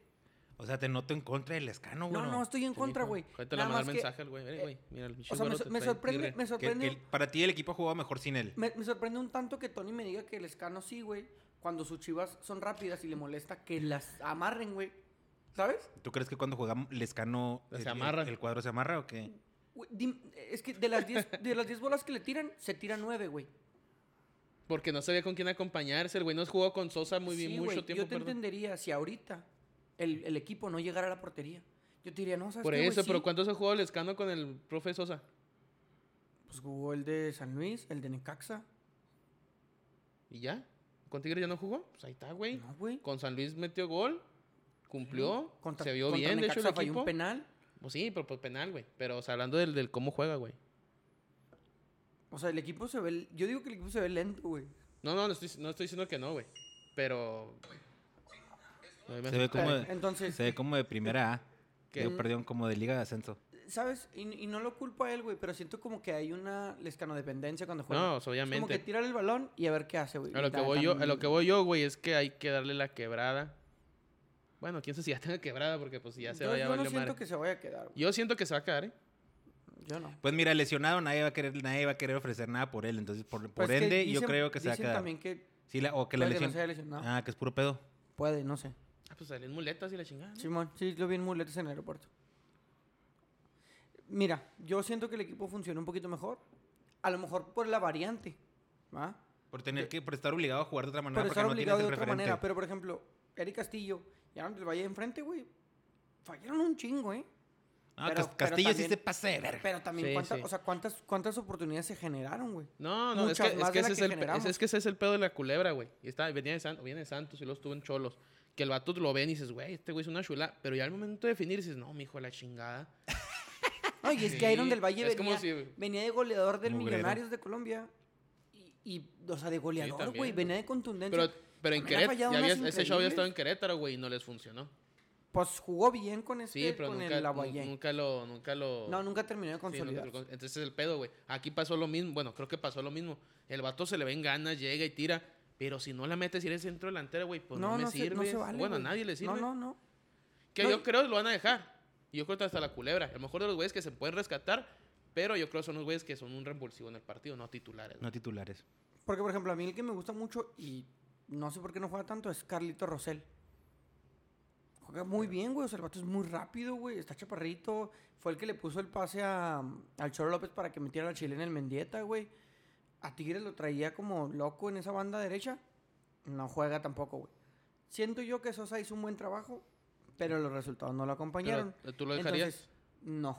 A: O sea, te noto en contra del escano, güey.
C: No, no, estoy en contra, güey.
B: Ahorita le
C: Nada
B: mandó el
C: más que- eh,
B: mensaje al güey. Mira, güey. Mira, el
C: O sea, me, so- me sorprende, me
A: Que- que el-
C: sorprende,
A: para ti el equipo ha jugado mejor sin él.
C: me, me sorprende un tanto que Tony me diga que el escano sí, güey, cuando sus chivas son rápidas y le molesta que las amarren, güey. ¿Sabes?
A: ¿Tú crees que cuando juega Lescano
B: Se
A: el,
B: amarra.
A: el cuadro se amarra o qué?
C: Güey, dim- es que de las
B: [laughs]
C: 10 de las 10 bolas que le tiran, se tiran 9, güey.
B: Porque no sabía con quién acompañarse. El güey no jugó con Sosa muy bien
C: Sí,
B: mucho
C: güey,
B: tiempo.
C: Yo te
B: perdón.
C: entendería si ahorita el, el equipo no llegara a la portería. Yo te diría, no, ¿sabes
B: Por
C: qué, güey?
B: eso,
C: Sí.
B: pero ¿cuántos ha jugado el escano con el profe Sosa?
C: Pues jugó el de San Luis, el de Necaxa.
B: ¿Y ya? ¿Con Tigre ya no jugó? Pues ahí está, güey.
C: No, güey.
B: Con San Luis metió gol, cumplió,
C: Contra-
B: se vio
C: contra
B: bien, de hecho, el
C: Necaxa falló
B: equipo.
C: un penal.
B: Pues sí, pero pues penal, güey. Pero o sea, hablando del, del cómo juega, güey.
C: O sea, el equipo se ve... Yo digo que el equipo se ve lento, güey.
B: No, no, no estoy, no estoy diciendo que no, güey. Pero... Ay, me
A: Se ve
B: asusté.
A: como de,
C: Entonces,
A: se ve como de primera A.
B: ¿Qué?
A: Digo, perdón, como de liga de ascenso.
C: ¿sabes? Y, y no lo culpo a él, güey, pero siento como que hay una lescanodependencia cuando juega.
B: No,
C: Es como
B: obviamente.
C: que tirar el balón y a ver qué hace, güey.
B: A lo que
C: Ta-
B: voy yo, a
C: tan-
B: lo que voy yo, güey, es que hay que darle la quebrada. Bueno, quién sabe si ya [laughs] tenga quebrada, porque pues ya se
C: yo,
B: vaya a
C: yo no
B: valer
C: siento
B: madre.
C: que se vaya a quedar, güey.
B: Yo siento que se va a quedar, ¿eh?
C: Yo no.
A: Pues mira, lesionado nadie va a querer, nadie va a querer ofrecer nada por él. Entonces, por, por
C: Pues es que
A: ende, yo
C: dicen-
A: creo que se va a
C: dicen
A: quedar.
C: también que
A: Sí, la- o que la
C: puede que no
A: lesión.
C: se haya lesionado.
A: Ah, que es puro pedo.
C: Puede, no sé.
B: Ah, pues salen muletas y la chingada. ¿no?
C: Simón, sí, lo vi en muletas en el aeropuerto. Mira, yo siento que el equipo funciona un poquito mejor. A lo mejor por la variante, ¿va?
A: Por tener que, por estar obligado a jugar de otra manera
C: Pero
A: porque
C: estar
A: no tienes
C: obligado
A: el
C: de otra
A: referente.
C: manera. Pero, por ejemplo, Eric Castillo y Aaron del Valle de enfrente, güey, fallaron un chingo, ¿eh?
A: Ah,
C: pero-
A: Cas-
C: pero
A: Castillo sí
C: también-
A: se pasa de verga.
C: Pero también,
B: Sí,
C: cuánta-
B: sí.
C: o sea, ¿cuántas, ¿cuántas oportunidades se generaron, güey?
B: No, no, es que,
C: Muchas
B: es,
C: más
B: que
C: de la
B: ese es,
C: que
B: el, pe- es,
C: generamos.
B: es que ese es el pedo de la culebra, güey. Y está, venía de, San- viene de Santos y luego estuvo en Cholos. Que el vato lo ven y dices, güey, este güey es una chula. Pero ya al momento de definir dices, no, mijo, la chingada.
C: No, y es que
B: Sí,
C: Iron del Valle
B: es
C: venía,
B: como si-
C: venía de goleador del
A: Mugrero.
C: Millonarios de Colombia. Y, y, o sea, de goleador,
B: también,
C: güey.
B: güey.
C: venía de contundencia.
B: Pero, pero en
C: También ha
B: Querétaro,
C: fallado
B: ya
C: unas
B: había- ese show había
C: increíbles.
B: estado en Querétaro, güey, y no les funcionó.
C: Pues jugó bien con este,
B: Sí, pero
C: con
B: nunca, nu-
C: el Lavalle.
B: nunca lo... Nunca lo
C: no, nunca terminó de
B: sí, nunca
C: consolidar.
B: lo con- entonces es el pedo, güey. Aquí pasó lo mismo. Bueno, creo que pasó lo mismo. El vato se le ven ganas, llega y tira. Pero si no la metes y eres centro delantero, güey, pues no, me
C: se-
B: sirve.
C: se vale,
B: bueno, a
C: güey.
B: nadie le sirve.
C: No, no, no.
B: Que
C: No,
B: yo
C: y-
B: creo lo van a dejar. Yo creo que hasta la culebra. A lo mejor de los güeyes que se pueden rescatar, pero yo creo que son los güeyes que son un reembolsivo en el partido, no titulares.
A: No titulares.
C: Porque, por ejemplo, a mí el que me gusta mucho y no sé por qué no juega tanto es Carlito Rosell. Juega muy bien, güey. O sea, el vato es muy rápido, güey. Está chaparrito. Fue el que le puso el pase a, al Cholo López para que metiera la chile en el Mendieta, güey. A Tigres lo traía como loco en esa banda derecha. No juega tampoco, güey. Siento yo que Sosa hizo un buen trabajo, pero los resultados no lo acompañaron.
B: Pero, ¿tú lo dejarías?
C: Entonces, no.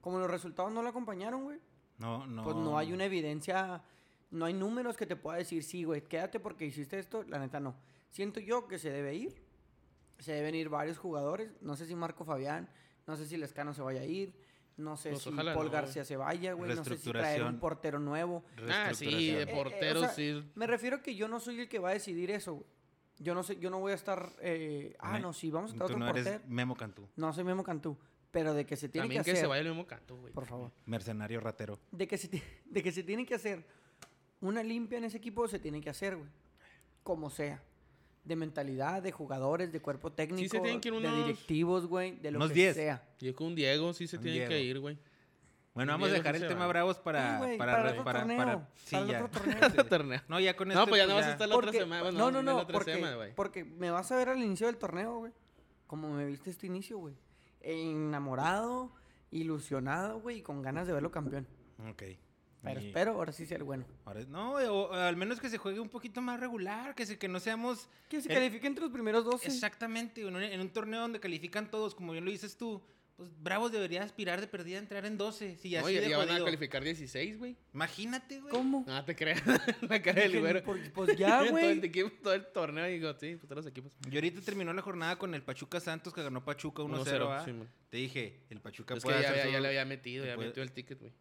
C: Como los resultados no lo acompañaron, güey,
A: No, no.
C: pues no hay una evidencia, no hay números que te pueda decir, sí, güey, quédate porque hiciste esto, la neta no. Siento yo que se debe ir, se deben ir varios jugadores, no sé si Marco Fabián, no sé si Lescano se vaya a ir, no sé
B: Pues
C: si
B: ojalá
C: Paul
B: no, güey.
C: García se vaya, güey, no sé si traer un
A: Reestructuración.
C: portero nuevo.
B: Ah, sí,
A: reestructuración.
B: de
C: Eh, eh, o
B: porteros,
C: sea,
B: sí.
C: Me refiero que yo no soy el que va a decidir eso, güey. Yo no sé, yo no voy a estar, eh, ah,
A: Me-
C: no, sí, vamos a estar
A: Tú
C: otro
A: no
C: portero.
A: eres Memo Cantú,
C: No soy Memo Cantú, pero de que se tiene
B: También
C: que
B: que,
C: hacer,
B: se vaya el mismo canto, güey.
C: por favor.
A: mercenario ratero.
C: de que se, ti- [laughs] de que se tiene que hacer una limpia en ese equipo, se tiene que hacer, güey. Como sea. De mentalidad, de jugadores, de cuerpo técnico,
B: tienen que ir
C: de
B: unos-
C: directivos, güey, de lo
A: unos
C: que
A: 10.
C: sea.
B: Yo con un Diego sí se
A: Un
B: tiene que
A: Diego.
B: ir, güey.
A: Bueno,
B: Un
A: vamos a
B: Diego sí
A: dejar el
B: se
A: tema
B: va.
A: bravos para...
C: Sí, güey, para el otro torneo,
A: sí,
C: para el
A: ya.
C: otro
B: [laughs]
C: torneo.
B: Otro torneo.
A: [laughs] No, ya con
B: No,
A: este...
B: pues ya no vas a
A: ya-
B: estar la otra semana. Bueno,
C: no,
B: vamos a
C: no,
B: tener la
C: no,
B: otra
C: porque,
B: semana, güey.
C: porque me vas a ver al inicio del torneo, güey. Como me viste este inicio, güey. Enamorado, ilusionado, güey, y con ganas de verlo campeón.
A: Ok.
C: Pero
A: Y-
C: espero ahora sí sea el bueno.
A: ahora- no, o, o al menos que se juegue un poquito más regular, que, se, que no seamos...
C: Que se
A: El-
C: califique entre los primeros 12.
A: Exactamente, en un, en un torneo donde califican todos, como bien lo dices tú, pues Bravos debería aspirar de perdida a entrar en 12. Si ya,
B: No,
A: así
B: ya,
A: de
B: ya van a
A: jodido.
B: calificar 16, güey.
A: Imagínate, güey.
B: [laughs]
C: ¿Cómo?
B: No te creas. la cara del
C: Dije,
B: Ibero.
C: "Por- Pues ya,
B: todo, el
C: güey.
B: equipo, todo el torneo, digo, sí, pues todos los equipos.
A: Yo ahorita terminó la jornada con el Pachuca Santos, que ganó Pachuca 1-0.
B: 1-0,
A: ¿ah?
B: sí, man.
A: Te dije, el Pachuca
B: Es que
A: puede
B: ya,
A: hacer
B: había- ya
A: su-
B: le había metido,
A: que
B: ya
A: puede-
B: metió el ticket, güey.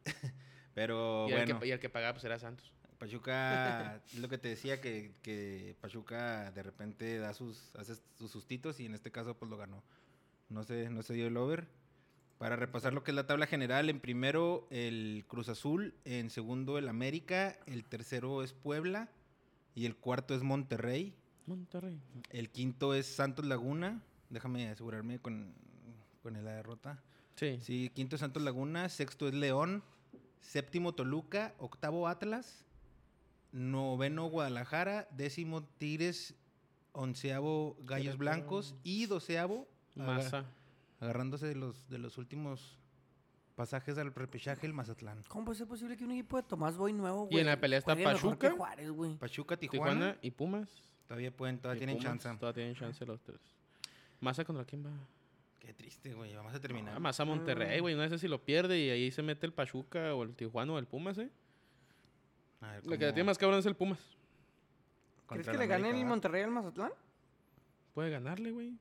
A: Pero
B: Y, el que-
A: bueno,
B: y el que pagaba, pues era Santos.
A: Pachuca, es lo que te decía, que, que Pachuca de repente da sus, hace sus sustitos y en este caso pues lo ganó. No se, no se dio el over. Para repasar lo que es la tabla general, en primero el Cruz Azul, en segundo el América, el tercero es Puebla y el cuarto es Monterrey,
B: Monterrey.
A: el quinto es Santos Laguna, Déjame asegurarme con, con la derrota.
B: Sí.
A: Sí, quinto Santos Laguna, sexto es León, séptimo Toluca, octavo Atlas, noveno Guadalajara, décimo Tigres, onceavo Gallos
C: Querétaro.
A: Blancos y doceavo aga-
B: Maza.
A: agarrándose de los, de los últimos pasajes al repechaje el Mazatlán.
C: ¿Cómo puede ser posible que un equipo de Tomás Boy nuevo,
B: Y
C: güey?
B: en la pelea está
C: juegue mejor que
B: Pachuca.
C: Juárez, güey.
A: Pachuca, Tijuana,
B: Tijuana y Pumas.
A: todavía pueden,
B: Y
A: todavía tienen
B: Pumas,
A: chance.
B: Todavía tienen chance los tres. Maza contra quién va?
A: Qué triste, güey, vamos a
B: Ah,
A: terminar.
B: Maza Monterrey, güey. No sé si lo pierde y ahí se mete el Pachuca o el Tijuana o el Pumas, ¿eh?
A: A ver
B: Lo que
A: cómo-
B: tiene más cabrón es el Pumas.
C: ¿Crees
A: contra
C: que
A: la
C: le gane
A: América
C: el
A: va.
C: Monterrey al Mazatlán?
B: Puede ganarle, güey.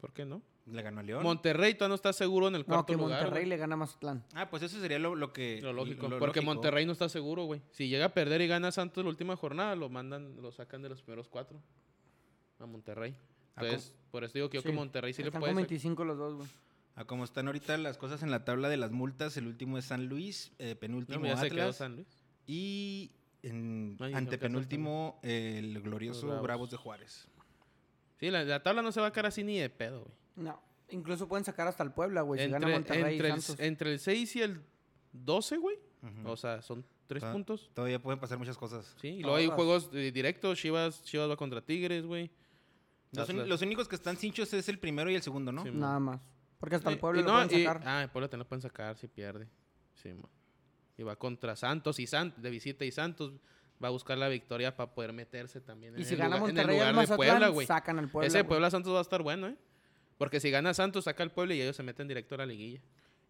B: ¿Por qué no?
A: Le ganó a León.
B: Monterrey todavía no está seguro en el
C: No,
B: cuarto
C: que
B: lugar.
C: Monterrey
B: güey.
C: le gana a Mazatlán.
A: ah, pues eso sería lo, lo que...
B: Lo lógico.
A: lo
B: porque
A: lógico.
B: Monterrey no está seguro, güey. Si llega a perder y gana Santos la última jornada, lo mandan, lo sacan de los primeros cuatro. A Monterrey.
A: Ah, ¿cómo?
B: Entonces, por eso digo que yo que Monterrey sí le
C: Están
B: puede.
C: con
B: sacar.
C: 25 los dos, güey.
A: A como están ahorita las cosas en la tabla de las multas, el último es San Luis, eh,
B: No,
A: penúltimo
B: ya se quedó
A: Atlas
B: San Luis.
A: y en
B: Ay,
A: antepenúltimo el glorioso
B: Los Bravos.
A: Bravos. de Juárez.
B: Sí, la, la tabla no se va a caer así ni de pedo, güey.
C: No. Incluso pueden sacar hasta el Puebla, güey. Pues Si gana
B: entre,
C: Monterrey
B: entre
C: y
B: el,
C: Santos.
B: entre el 6 y el 12, güey.
A: Ujú.
B: O sea, son tres
A: Ah.
B: puntos.
A: Todavía pueden pasar muchas cosas.
B: Sí, y luego hay
C: Todas.
B: juegos eh, directos. Chivas, Chivas va contra Tigres, güey.
A: Los,
B: Atlas.
A: un- los únicos que están cinchos es el primero y el segundo, ¿no?
B: Sí,
C: Nada más. Porque hasta
B: Eh,
C: el Puebla
B: y
C: lo
B: no,
C: pueden
B: y-
C: sacar.
B: ah, el Puebla también lo pueden sacar si pierde. Sí, mo. Y va contra Santos y Santos, de visita y Santos va a buscar la victoria para poder meterse también
C: Y
B: en,
C: si
B: el
C: gana
B: lugar, en el
C: Monterrey al
B: lugar de Puebla,
C: Mazatlán,
B: güey.
C: sacan al Puebla.
B: Ese de
C: güey.
B: Puebla Santos va a estar bueno, ¿eh? Porque si gana Santos, saca al Puebla y ellos se meten directo a la liguilla.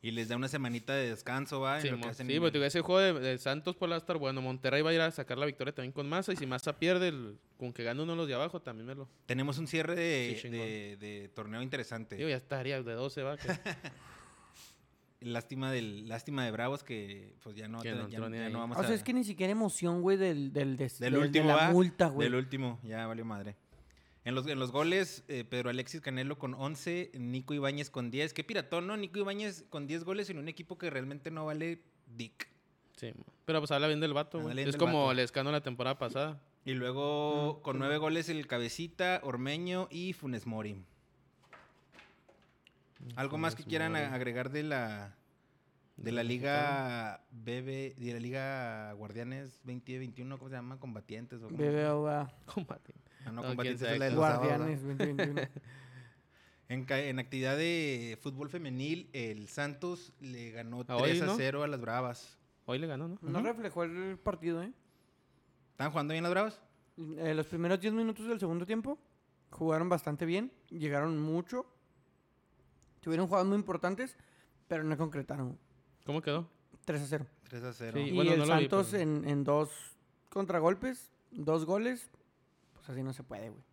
A: Y les da una semanita de descanso, va, en
B: Sí,
A: lo que
B: mo.
A: hacen
B: Sí,
A: el-
B: porque te digo, ese juego de, de Santos Puebla va a estar bueno. Monterrey va a ir a sacar la victoria también con Maza. Y si Maza pierde, el- con que gane uno de los de abajo, también me lo.
A: Tenemos un cierre
B: Sí,
A: de,
B: chingón.
A: de- de torneo interesante.
B: Digo, ya estaría de
A: [laughs]
B: 12, va. que-
A: Lástima del lástima de Bravos que pues ya no,
B: Que
A: te-
B: no
A: ya,
B: entró ni
A: ya
B: ahí.
A: no vamos
C: O
A: a
C: sea, es que ni siquiera emoción, güey, del, del, des-
A: Del
C: del-
A: último,
C: de la
A: va.
C: multa, güey.
A: Del último, ya valió madre. En los, en los goles, eh, Pedro Alexis Canelo con 11, Nico Ibáñez con 10. Qué piratón, ¿no? Nico Ibáñez con 10 goles en un equipo que realmente no vale dick.
B: Sí, mo. Pero pues habla bien del vato, güey.
A: Habla bien
B: Es
A: del
B: como
A: vato.
B: el escano la temporada pasada. [laughs]
A: Y luego
C: Mm,
A: con
C: sí.
A: 9 goles el Cabecita, Ormeño y Funes
C: Mm,
A: Mori. ¿Algo más que
B: Funes
A: quieran
B: Mori.
A: a- agregar de la de
B: ¿De
A: la
B: la
A: Liga BB, de la Liga Guardianes 2021, ¿cómo se llama? Combatientes o cómo se llama?
C: BBVA.
B: Combate.
A: Ah, no,
B: No, quién
A: combatientes
B: sabe
A: es la de
B: cómo
A: los sábados, ¿verdad?
C: Guardianes
B: [laughs]
C: 2021.
A: En, ca- en actividad de fútbol femenil, el Santos le ganó
B: Ah, hoy,
A: 3 a
B: ¿no?
A: 0 a las Bravas.
B: Hoy le ganó, ¿no?
C: No
A: Ujú.
C: reflejó el partido, ¿eh?
A: ¿Están jugando bien las Bravas?
C: Eh, Los primeros 10 minutos del segundo tiempo jugaron bastante bien, llegaron mucho, tuvieron jugadas muy importantes, pero no concretaron.
B: ¿Cómo quedó?
C: 3 a 0.
A: 3 a 0.
B: Sí,
C: Y,
B: bueno,
C: el
B: no lo vi,
C: Santos
B: pero-
C: en, en dos contragolpes, dos goles, pues así no se puede, güey.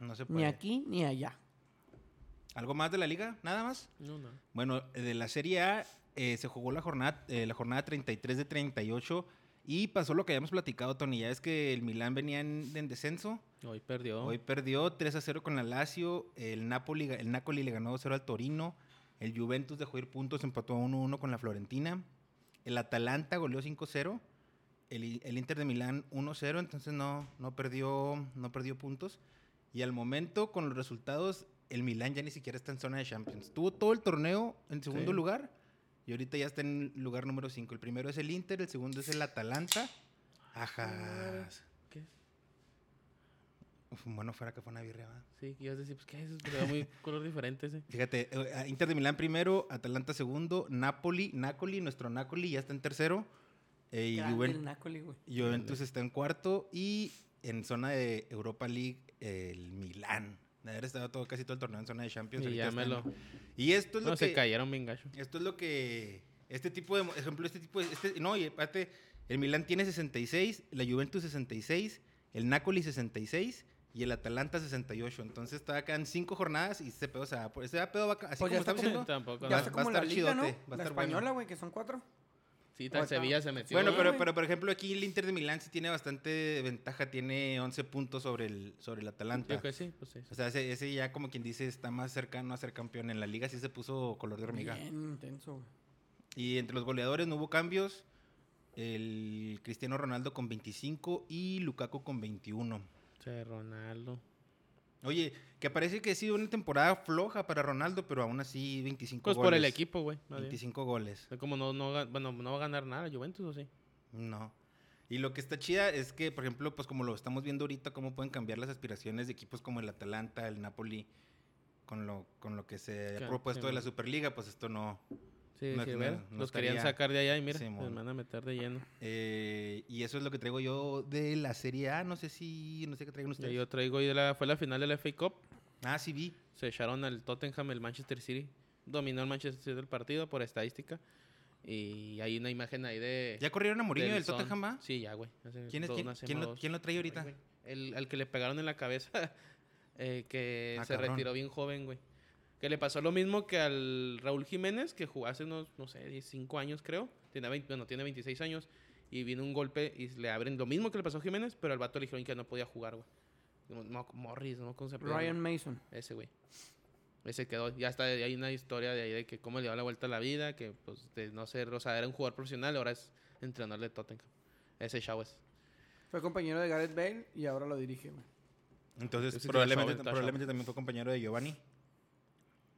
A: No se puede.
C: Ni aquí ni allá.
A: ¿Algo más de la liga? ¿Nada más?
B: No, no.
A: Bueno, de la Serie A eh, se jugó la jornada, eh, la jornada 33 de 38 y pasó lo que habíamos platicado, Tony. Ya es que el Milán venía en, en descenso.
B: Hoy perdió.
A: Hoy perdió 3 a 0 con la Lazio. El, Napoli, ga- el Napoli le ganó 0 al Torino. El Juventus dejó ir puntos, empató 1-1 con la Florentina. El Atalanta goleó 5-0. El, I- el Inter de Milán 1-0, entonces no, no, perdió, no perdió puntos. Y al momento, con los resultados, el Milán ya ni siquiera está en zona de Champions. Tuvo todo el torneo en segundo
B: Sí.
A: lugar y ahorita ya está en lugar número 5. El primero es el Inter, el segundo es el Atalanta. Ajá.
B: ¿Qué?
A: Uf, Bueno, fuera que fue una birria, ¿verdad?
B: Sí, que ibas a decir, pues, ¿qué es eso? Pero
A: [laughs]
B: era muy color diferente ese.
A: Fíjate, eh, a Inter de Milán primero, Atalanta segundo, Napoli, Napoli, nuestro Napoli ya está en tercero. eh, y
C: Grande
A: Juven-
C: el Nácoli, güey.
A: Juventus está en cuarto. Y en zona de Europa League, el Milán. De haber estado todo, casi todo el torneo en zona de Champions.
B: Y
A: ahorita
B: ya
A: está
B: me
A: en-
B: lo...
A: Y esto es Pues lo
B: No, se
A: que...
B: cayeron bien gacho.
A: Esto es lo que. Este tipo de. mo- Ejemplo, este tipo de. este- no, y aparte, el Milán tiene 66, la Juventus 66, el Napoli 66 y el Atalanta 68. Entonces, está acá en cinco jornadas y ese pedo se va. a po- Ese pedo va a ca- así
C: Pues ya
A: como
C: está
A: estamos
C: como-
A: viendo.
B: Tampoco.
C: Ya
A: va-
B: no.
C: está
A: va a
C: como la
A: estar
C: liga,
A: chidote,
C: ¿no?
A: va a
C: la
A: estar bueno.
C: española, güey, que son cuatro.
B: Sí, tan
C: Acá.
B: Sevilla se metió.
A: Bueno,
C: Sí,
A: pero,
C: güey.
A: pero por ejemplo, aquí el Inter de Milán sí tiene bastante ventaja. Tiene 11 puntos sobre el, sobre el Atalanta.
B: Yo que sí, pues sí.
A: O sea, ese, ese ya, como quien dice, está más cercano a ser campeón. En la liga sí se puso color de hormiga.
C: Bien intenso, güey.
A: Y entre los goleadores no hubo cambios. El Cristiano Ronaldo con 25 y Lukaku con 21.
B: Che, Ronaldo.
A: Oye, que parece que ha sido una temporada floja para Ronaldo, pero aún así 25
B: Pues
A: goles.
B: por el equipo, güey. más bien.
A: 25 goles.
B: O sea, Como no, no, ga- bueno, no va a ganar nada Juventus, ¿o sí?
A: No. Y lo que está chida es que, por ejemplo, pues como lo estamos viendo ahorita, cómo pueden cambiar las aspiraciones de equipos como el Atalanta, el Napoli, con lo, con lo que se
B: Claro,
A: ha propuesto de la
B: Simón.
A: Superliga, pues esto no.
B: Sí,
A: No,
B: sí,
A: no,
B: ¿verdad?
A: no
B: Los querían
A: estaría-
B: sacar de allá y mira,
A: Sí,
B: les
A: mon.
B: van a meter de lleno.
A: Eh, y eso es lo que traigo yo de la Serie A. No sé si, no sé qué traigan
B: Ya
A: ustedes.
B: yo traigo y de la, fue la final de la FA Cup.
A: Ah, sí vi.
B: Se echaron al Tottenham, el Manchester City. Dominó el Manchester City el partido por estadística. Y hay una imagen ahí de.
A: ¿Ya corrieron a Mourinho del
B: Son.
A: Tottenham? ah?
B: Sí, ya, güey. Hace
A: ¿Quién, es,
B: dos-
A: quién,
B: una
A: quién
B: semana,
A: lo,
B: dos.
A: quién lo trae ahorita?
B: Ay, güey. El, al que le pegaron en la cabeza, [laughs] eh, que
A: Ah,
B: se
A: cabrón.
B: retiró bien joven, güey. Que le pasó lo mismo que al Raúl Jiménez, que jugó hace unos, no sé, 10, 5 años creo. Tiene 20, bueno, tiene 26 años. Y viene un golpe y le abren lo mismo que le pasó a Jiménez, pero al vato le dijeron que no podía jugar, güey. Mo- Mo- Morris, no con
C: Ryan Mason.
B: ese güey. Ese quedó. Ya está, hay una historia de ahí de que cómo le dio la vuelta a la vida, que pues de no ser, o sea, era un jugador profesional, ahora es entrenador de Tottenham. Ese chavo es.
C: Fue compañero de Gareth Bale y ahora lo dirige, güey.
A: Entonces,
B: Ese sí está
A: probablemente,
B: joven, está
A: probablemente también fue compañero de Giovanni.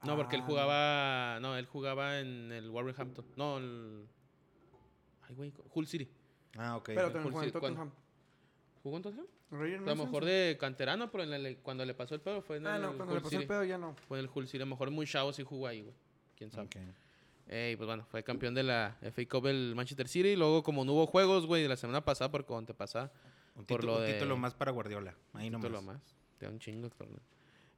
B: No, porque él
C: Ah.
B: jugaba. No, él jugaba en el Wolverhampton. No, el. Ay, güey. Hull City.
A: Ah, ok.
C: Pero también
B: Hull
C: jugó en
B: City, ¿cuándo?
C: Tottenham.
B: ¿Jugó en Tottenham?
C: Ryan
B: A lo
C: Mason.
B: mejor de canterano, pero en el- cuando le pasó el pedo fue en
C: Ah,
B: el.
C: no, cuando le
B: Hull
C: pasó el
B: City.
C: pedo ya no.
B: Fue en el Hull City. A lo mejor muy chavo sí jugó ahí, güey. Quién sabe.
A: Ok.
B: Eh, y pues bueno, fue campeón de la FA Cup el Manchester City. Y luego, como no hubo juegos, güey, de la semana pasada, por cuando te pasaba,
A: Un,
B: Por
A: título,
B: lo
A: un
B: de-
A: título más para Guardiola. Ahí
B: Tú lo
A: nomás.
B: más. Te da un chingo, cabrón.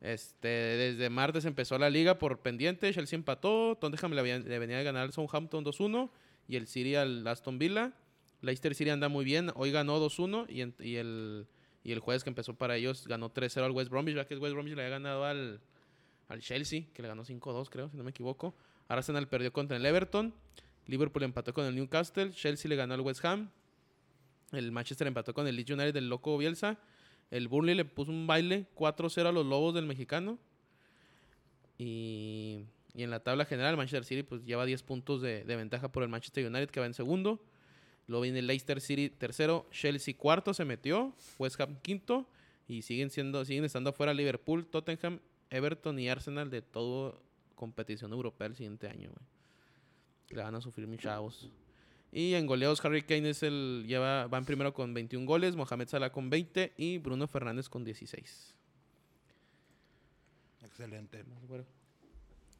B: Este, desde martes empezó la liga por pendiente. Chelsea empató. Tottenham le, había- le venía de ganar al Southampton 2-1. Y el City al Aston Villa. Leicester City anda muy bien. Hoy ganó 2-1. Y, en- y el, y el jueves que empezó para ellos ganó 3-0 al West Bromwich. Ya que el West Bromwich le había ganado al, al Chelsea, que le ganó 5-2, creo, si no me equivoco. Arsenal perdió contra el Everton. Liverpool empató con el Newcastle. Chelsea le ganó al West Ham. El Manchester empató con el Leeds United del loco Bielsa. El Burnley le puso un baile 4-0 a los Lobos del Mexicano. Y, y en la tabla general, el Manchester City pues lleva 10 puntos de, de ventaja por el Manchester United, que va en segundo. Luego viene el Leicester City tercero, Chelsea cuarto se metió, West Ham quinto. Y siguen, siendo, siguen estando afuera Liverpool, Tottenham, Everton y Arsenal de toda competición europea el siguiente año. güey. Le van a sufrir mis chavos. Y en goleos, Harry Kane es el, lleva, van primero con 21 goles, Mohamed Salah con 20 y Bruno Fernández con 16.
A: Excelente.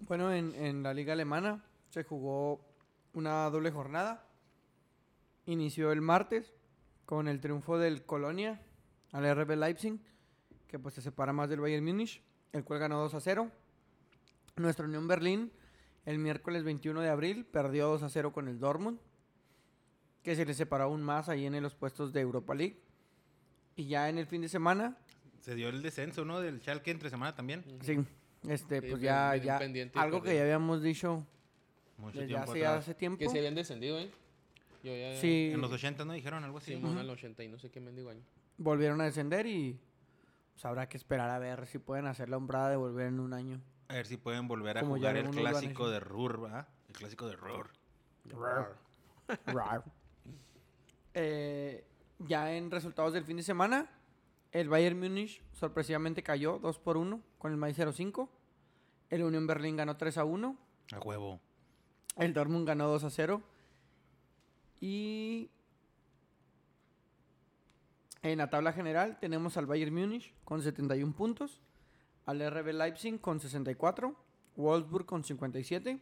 C: Bueno, en, en la liga alemana se jugó una doble jornada. Inició el martes con el triunfo del Colonia al RB Leipzig, que pues se separa más del Bayern Múnich, el cual ganó 2 a 0. Nuestra Unión Berlín el miércoles 21 de abril perdió 2 a 0 con el Dortmund, que se le separó aún más ahí en los puestos de Europa League. Y ya en el fin de semana,
A: Se dio el descenso, ¿no? Del Schalke entre semana también.
C: sí, este,
B: Sí,
C: pues
B: pero
C: ya,
B: bien
C: ya
B: pendiente y
C: algo que
B: perdido.
C: ya habíamos dicho
A: Mucho
C: desde
A: tiempo
C: hace,
A: atrás.
C: hace tiempo.
B: Que se habían descendido, ¿eh? Yo ya
C: Sí,
A: En los 80, ¿no? Dijeron algo así.
B: Simón al 80 y no sé qué mendigo año.
C: volvieron a descender y pues, habrá que esperar a ver si pueden hacer la hombrada de volver en un año.
A: A ver si pueden volver a
C: Como ya
A: jugar el
C: algunos lo han
A: clásico
C: hecho.
A: de Ruhr, ¿verdad? El clásico de Ruhr.
C: [laughs] Rar. Eh, ya en resultados del fin de semana, el Bayern Múnich sorpresivamente cayó 2 por 1 con el Mai 05. El Unión Berlín ganó 3 a 1.
A: A huevo.
C: El Dortmund ganó 2 a 0. Y en la tabla general tenemos al Bayern Múnich con 71 puntos, al RB Leipzig con 64, Wolfsburg con 57,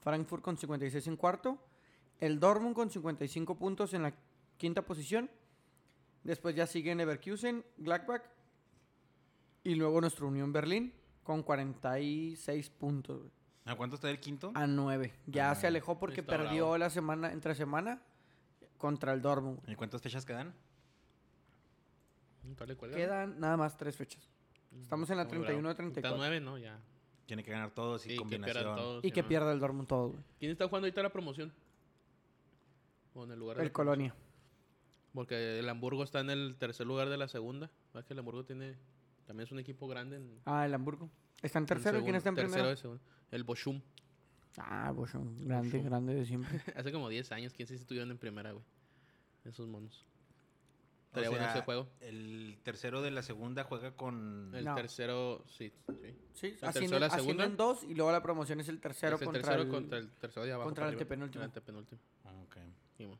C: Frankfurt con 56 en cuarto, el Dortmund con 55 puntos en la quinta posición. Después ya siguen Leverkusen, Gladbach y luego nuestro Unión Berlín con 46 puntos. güey.
A: ¿A cuánto está el quinto?
C: A 9. Ya se alejó porque
B: Está
C: perdió
B: Ah, bravo.
C: la semana, entre semana, contra el Dortmund. güey.
A: ¿Y cuántas fechas quedan?
B: ¿Cuál le cuelga?
C: Quedan nada más tres fechas. Estamos en la
B: Muy Mm, bravo.
C: 31-34.
B: Está 9, ¿no? Ya.
A: Tiene que ganar todos y
B: Sí, que
A: combinación.
B: pierdan todos.
C: Y que
B: Simón.
C: pierda el Dortmund todo, güey.
B: ¿Quién está jugando ahorita la promoción? O en el lugar de
C: El
B: la promoción.
C: Colonia.
B: Porque el Hamburgo está en el tercer lugar de la segunda. ¿Verdad que el Hamburgo tiene... También es un equipo grande en...
C: Ah, el Hamburgo. ¿Está en tercero? ¿Quién
B: segundo-
C: está en
B: tercero
C: primero?
B: de segundo. El Bochum.
C: Ah, Bochum. Grande,
B: Bochum. [laughs]
C: grande de siempre.
B: Hace como 10 años, 15 estuvieron en primera, güey. Esos monos. Estaría bueno ese juego.
A: El tercero de la segunda juega con.
B: El
C: No.
B: tercero, sí, sí.
C: Sí,
B: tercero,
C: haciendo,
B: la
C: haciendo
B: segunda.
C: en dos y luego la promoción es el tercero,
B: Es el
C: contra,
B: tercero
C: el,
B: contra el tercero de abajo.
C: contra
B: para
C: el
B: arriba.
C: antepenúltimo.
B: El antepenúltimo.
A: Ok.
B: Simón.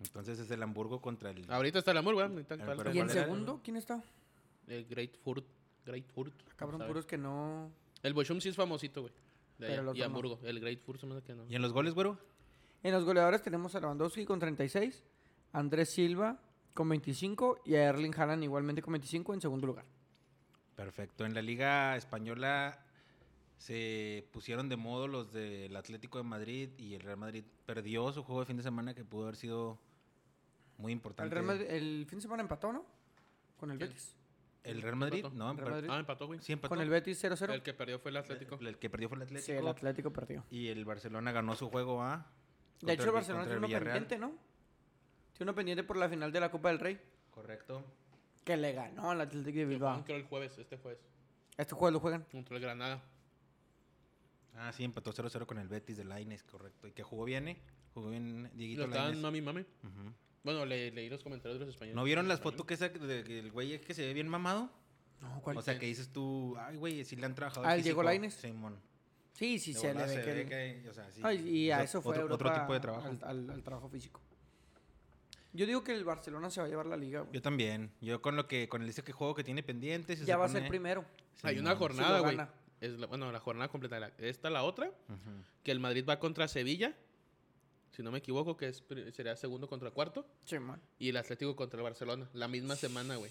A: Entonces es el Hamburgo contra el.
B: Ahorita está el amor, güey. ahorita
A: Pero
B: actual.
A: ¿cuál
C: ¿Y en
A: era el-
C: segundo quién está?
B: El Great Furt. Great Furt.
C: Ah, Cabrón,
B: ¿sabes?
C: puros que no...
B: El Bochum sí es famosito, güey. De
C: Pero
B: allá,
C: lo
B: y
C: tomó.
B: Hamburgo. El Great Furt se me hace que no.
A: ¿Y en los goles, güero?
C: En los goleadores tenemos a Lewandowski con 36, Andrés Silva con 25 y a Erling Haaland igualmente con 25 en segundo lugar.
A: Perfecto. En la Liga Española se pusieron de modo los del Atlético de Madrid y el Real Madrid perdió su juego de fin de semana que pudo haber sido muy
C: El,
A: importante.
C: Real Madrid- el fin de semana empató, ¿no? Con el
B: ¿Quién?
C: Betis.
A: ¿El Real Madrid?
B: Empató.
A: No,
C: Real
A: empa-
C: Madrid.
B: Ah, empató, güey.
A: Sí, empató.
C: Con el Betis 0-0.
B: El que perdió fue el Atlético.
A: El que perdió fue el Atlético.
C: Sí, el Atlético perdió.
A: Y el Barcelona ganó su juego a.
C: De hecho, el
A: contra
C: Barcelona tiene uno
A: Villarreal.
C: pendiente, ¿no? Tiene uno pendiente por la final de la Copa del Rey.
A: Correcto.
C: Que le ganó al Atlético de
B: Que juegan,
C: Bilbao.
B: creo el jueves, este jueves.
C: Este juego lo juegan.
B: Contra el Granada.
A: Ah, sí, empató 0-0 con el Betis de Laines, correcto. Y que jugó bien, ¿eh? Jugó bien
B: Y
A: Dieguito
B: lo estaban Eh,
A: Lainez.
B: mami, mami.
A: Ujú.
B: Bueno, le, leí los comentarios de los españoles.
A: ¿No vieron
B: Los
A: las
B: españoles.
A: fotos que saca de- que el güey es que se ve bien mamado?
C: No, ¿cuál?
A: O sea, que dices tú, ay, güey, sí le han trabajado.
C: Ah,
A: el
C: ¿el Diego
A: físico".
C: Lainez?
A: Simón.
C: sí, sí,
A: De
C: se le
A: volada
C: ve
A: se
C: que...
A: ve
C: el-
A: que, o sea, sí.
C: Ay, y
A: O
C: a
A: sea,
C: eso fue
A: otro,
C: Europa,
A: otro tipo de trabajo.
C: Al, al- al trabajo físico. Yo digo que el Barcelona se va a llevar la liga. güey.
A: Yo también. Yo con lo que, con el ese que juego que tiene pendientes.
C: Ya va a ser primero.
B: Hay una jornada,
C: lo
B: güey.
C: gana.
B: Es la- bueno, la jornada completa. la- esta, la otra. Que el Madrid va contra Sevilla. Si no me equivoco, que es pri- sería segundo contra cuarto.
C: Sí, man.
B: Y el Atlético contra el Barcelona. La misma semana, güey.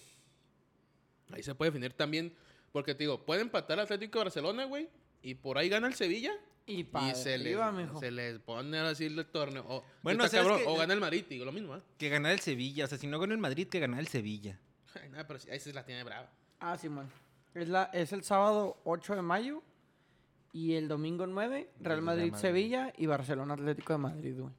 B: Ahí se puede definir también. Porque te digo, puede empatar el Atlético de Barcelona, güey. Y por ahí gana el Sevilla.
C: Y para
B: y se les,
C: arriba, mijo.
B: se les pone así el torneo. O,
A: Bueno,
B: bueno,
A: ¿sabes
B: cabrón,
A: qué?
B: o gana el Madrid, digo lo mismo, ¿ah?
A: Que ganar el Sevilla. O sea, si no gana el Madrid, que ganar el Sevilla.
B: [laughs] Ay, nada, pero sí, ahí se la tiene brava.
C: Ah, sí, man. Es, la, es el sábado 8 de mayo y el domingo 9, Real
A: Real Madrid.
C: Madrid-Sevilla y Barcelona-Atlético de Madrid, güey.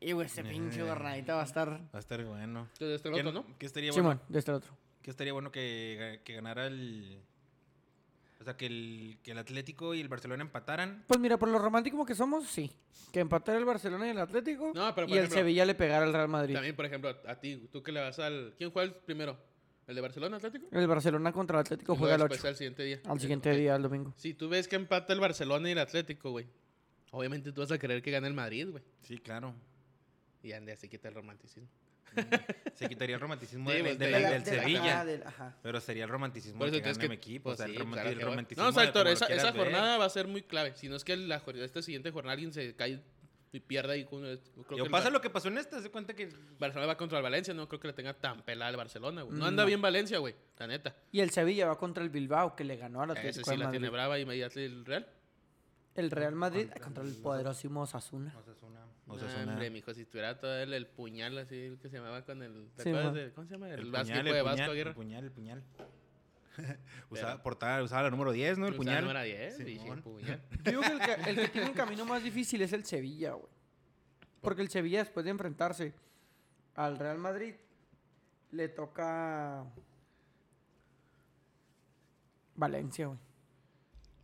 C: Y, güey, ese pinche
A: Eh.
C: jornadita va a estar...
A: Va a estar bueno.
B: Entonces, este
A: ¿Qué,
B: otro, ¿no?
A: qué estaría
C: Sí,
A: bueno?
C: man, desde el otro.
A: qué estaría bueno que, ga- que ganara el. O sea, que el, que el Atlético y el Barcelona empataran.
C: Pues mira, por lo romántico que somos, sí. Que empatara el Barcelona y el Atlético
B: No, pero,
C: y
B: por
C: el
B: ejemplo,
C: Sevilla le pegara al Real Madrid.
B: También, por ejemplo, a, a ti, tú que le vas al. ¿Quién juega el primero? ¿El de Barcelona Atlético?
C: El Barcelona contra el Atlético
B: Y
C: juega el
B: después
C: 8.
B: al siguiente día.
C: Al
B: Eh,
C: siguiente
B: ok.
C: día, el domingo.
B: Si tú ves que empata el Barcelona y el Atlético, güey. Obviamente tú vas a querer que gane el Madrid, güey.
A: Sí, claro.
B: Y ande así quita el romanticismo.
A: [laughs] Se quitaría el romanticismo
B: Sí,
A: del-
B: pues,
A: del-
B: de la-
A: del
B: de la-
A: Sevilla.
B: ajá,
A: Pero sería el romanticismo
B: Por
A: de
B: eso
A: que
B: tienes
A: gane
B: que.
A: mi equipo.
B: pues
A: o sea, el,
B: sí,
A: rom-
B: claro
A: el
B: que va.
A: romanticismo.
B: No, o sea,
A: de
B: Héctor,
A: como lo
B: esa,
A: quieras
B: esa
A: ver.
B: jornada va a ser muy clave. Si no es que la, jor- esta siguiente jornada alguien se cae y pierda y. con- Creo que
A: Yo
B: el
A: pasa
B: Bar-
A: lo que pasó en esta, se cuenta que.
B: Barcelona va contra el Valencia, no creo que le tenga tan pelada el Barcelona, güey. No
C: Mm,
B: anda
C: no.
B: bien Valencia, güey, la neta.
C: Y el Sevilla va contra el Bilbao, que le ganó al
B: Ese
C: Atlético
B: sí
C: de
B: la tiene
C: Madrid.
B: brava y media el Real.
C: El Real Madrid
A: Contra
C: contra
A: el
C: el
A: Barça.
C: poderosísimo Osasuna.
A: Osasuna.
B: No,
A: Osasuna.
B: hombre, mijo, si tuviera todo el, el puñal así el que se llamaba con el... ¿Te
C: Sí,
B: acuerdas
C: ma.
B: de- ¿Cómo se llama? El,
A: El
B: Vasco,
A: puñal,
B: hijo de
A: el
B: Vasco
A: puñal,
B: Aguirre.
A: el puñal, el
B: [laughs]
A: puñal. [laughs] usaba, portaba, usaba la número 10, ¿no? El
B: Usaba
A: puñal.
B: número 10,
A: Sí,
B: dije,
A: mon.
B: puñal.
C: Yo digo que el, que el que tiene un camino más difícil es el Sevilla, güey. Porque el Sevilla, después de enfrentarse al Real Madrid, le toca. Valencia, güey.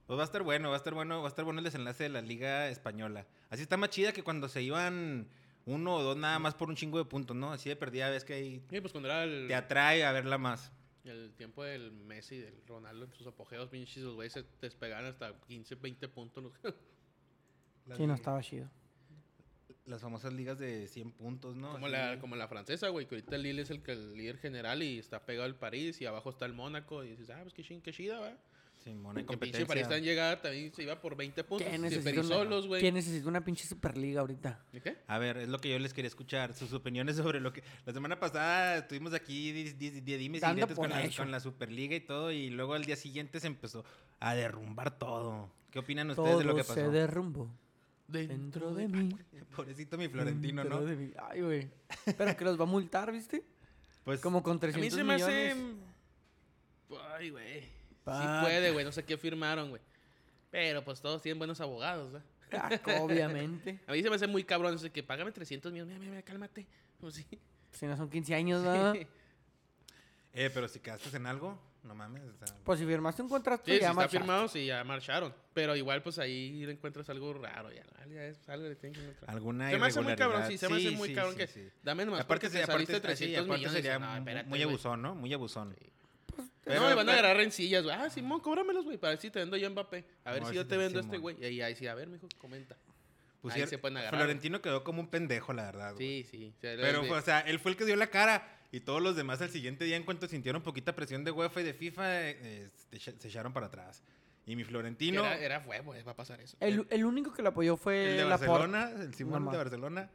A: Pues va a estar bueno, va a estar bueno, va a estar bueno el desenlace de la Liga Española. Así está más chida que cuando se iban uno o dos nada más por un chingo de puntos, ¿no? Así de perdida ves que ahí
B: Sí, pues cuando era
A: te
B: el,
A: atrae a verla más.
B: el tiempo del Messi y del Ronaldo en sus apogeos, pinches, los güeyes se despegaban hasta 15, 20 puntos. los-
A: Las,
C: Sí, no
A: de-
C: estaba chido.
A: las famosas ligas de 100 puntos, ¿no?
B: como,
A: Así.
B: la, como la francesa, güey, que ahorita el Lille es el, que- el líder general y está pegado al París y abajo está el Mónaco y dices, ah, pues qué ching, qué chida, va.
A: Simón, hay
B: Que pinche París
A: competencia.
B: tan llegada también se iba por 20 puntos.
C: ¿Quién
B: Se
C: necesita,
B: perisolos,
C: una,
B: güey.
C: ¿Quién necesita una pinche superliga ahorita?
B: ¿De qué?
A: A ver, es lo que yo les quería escuchar, sus opiniones sobre lo que... La semana pasada estuvimos aquí, di- di- di- dimes y
C: Dando
A: diretes con
C: por
A: la,
C: hecho.
A: con la Superliga y todo, y luego al día siguiente se empezó a derrumbar todo. ¿Qué opinan ustedes
C: Todo
A: de lo que
C: se
A: pasó?
C: derrumbó
B: Dentro
C: dentro de mí.
A: Pobrecito mi Florentino,
C: dentro
A: ¿no?
C: de mí. Ay, güey. Pero que los va a multar, ¿viste?
A: Pues
C: Como con
B: [laughs] A mí
C: 300
B: se me hace. [laughs]
C: millones.
B: Ay, güey. Sí
C: Papi.
B: puede, güey. No sé qué firmaron, güey. Pero pues todos tienen buenos abogados, ¿verdad?
C: Ah, obviamente.
B: A mí se me hace muy cabrón. Dice que págame 300 millones. Mira, mira, mira, cálmate. [laughs] Pues sí. [laughs]
A: Pues
C: Si no son 15 años, ¿verdad?
A: Eh, pero si quedaste en algo, No mames. o sea,
C: Pues si firmaste un contrato,
B: Sí, sí,
C: ya
B: está
C: marchaste.
B: firmado, sí, ya marcharon. Pero igual, pues ahí le encuentras algo raro. Ya, ya es algo que tienen que encontrar.
A: alguna
B: Se me hace muy cabrón,
A: irregularidad.
B: sí, se me hace muy
A: sí,
B: cabrón
A: sí,
B: que.
A: sí.
B: Dame nomás
A: Aparte,
B: aparte,
A: se-
B: porque te
A: aparte,
B: saliste
A: sí,
B: 300
A: aparte
B: millones.
A: sería
B: Sería no,
A: mu-
B: espérate,
A: muy
B: güey.
A: abusón, ¿no? Muy abusón.
B: no, me van a agarrar rencillas, güey. Ah, Simón, cóbrame los, güey. Para ver si te vendo yo Mbappé. A ver
A: No,
B: si
A: ese
B: yo te
A: es
B: vendo este
A: Simón.
B: güey. Y ahí, ahí sí, a ver, mijo, comenta.
A: Pusieron-
B: se pueden agarrar.
A: Florentino quedó como un pendejo, la verdad. güey.
B: Sí, sí. o sea,
A: Pero, pues,
B: de-
A: o sea, él fue el que dio la cara. Y todos los demás al siguiente día, en cuanto sintieron poquita presión de UEFA y de FIFA, eh, eh, se echa- se echaron para atrás. Y mi Florentino,
B: Era, era fue, güey, va a pasar eso.
C: El, el único que lo apoyó fue
A: el de
C: Laporte.
A: Barcelona, el Simón
C: Nomás.
A: de Barcelona,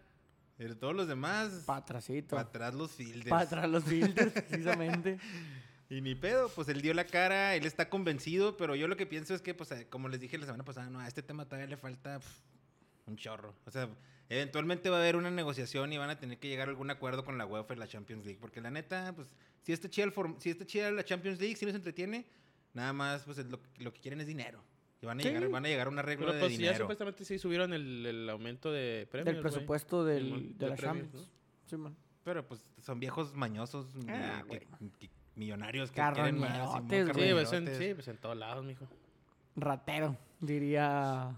A: pero todos los demás,
C: Pa' atrásito.
A: para atrás los fielders.
C: Para atrás los builders, precisamente.
A: Y ni pedo, pues él dio la cara, él está convencido, pero yo lo que pienso es que, pues, eh, como les dije la semana pasada, no, a este tema todavía le falta pf, un chorro. O sea, eventualmente va a haber una negociación y van a tener que llegar a algún acuerdo con la UEFA y la Champions League. Porque la neta, pues, si está chida, el form- si está chida la Champions League, si nos entretiene, nada más, pues, es lo, lo que quieren es dinero. Y van a,
C: Sí.
A: llegar, van a llegar a un arreglo
B: Pero
A: de
B: pues ya
A: dinero.
B: supuestamente sí subieron el, el aumento de premios.
C: del
B: güey.
C: presupuesto del,
B: Simón,
C: de
B: de
C: la
B: premios,
C: Champions. Sí, man.
A: Pero, pues, son viejos mañosos,
C: Ah,
A: eh, que- que- millonarios que quieren más. Simón,
C: Carroñerotes, güey.
B: Sí, pues en,
A: carroñerotes.
B: sí, pues en todos lados, mijo.
C: Ratero, diría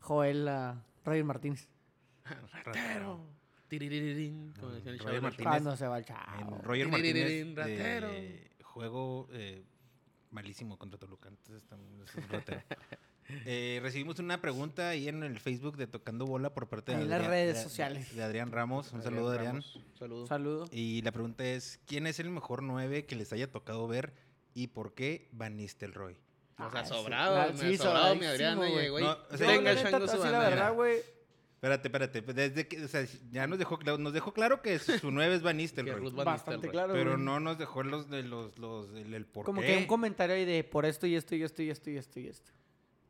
C: Joel ah, Roger Martínez.
A: Ratero.
B: Tiriririrín, como decía el
A: Roger
B: chavo.
A: Martínez.
C: Cuando se va el
A: En
C: chavo.
A: Roger Martínez
B: Tiriririrín, ratero.
A: de juego eh, malísimo contra Toluca. Entonces también es un ratero.
C: [laughs]
A: Eh, recibimos una pregunta ahí en el Facebook de Tocando Bola por parte de
C: Ahí en las
A: Adrián-
C: redes
A: de-
C: sociales.
A: De Adrián Ramos. Un saludo, Adrián.
B: Ramos, Saludo.
C: Saludo.
A: Y la pregunta es, ¿quién es el mejor 9 que les haya tocado ver y por qué Van Nistelrooy?
B: Nos ha
C: Ah, sí,
B: sobrado,
C: claro,
B: me
C: sí,
B: ha sobrado mi
C: sobradísimo,
B: Adrián,
C: güey.
B: güey.
A: No, o sea,
C: Yo,
B: Venga,
C: la neta,
B: chango su
C: así la
B: banda.
C: verdad, güey.
A: Espérate, espérate. pues, Desde que, o sea, ya nos dejó, cla- nos dejó claro que su 9
C: [laughs]
A: es Van
B: Que Ruth
A: Nistelrooy.
B: Van
C: Bastante
B: Nistelrooy.
C: claro.
A: Pero
C: güey.
A: no nos dejó los, de los, los, el, el por
C: Como
A: qué.
C: que un comentario ahí de por esto y esto y esto y esto y esto y esto.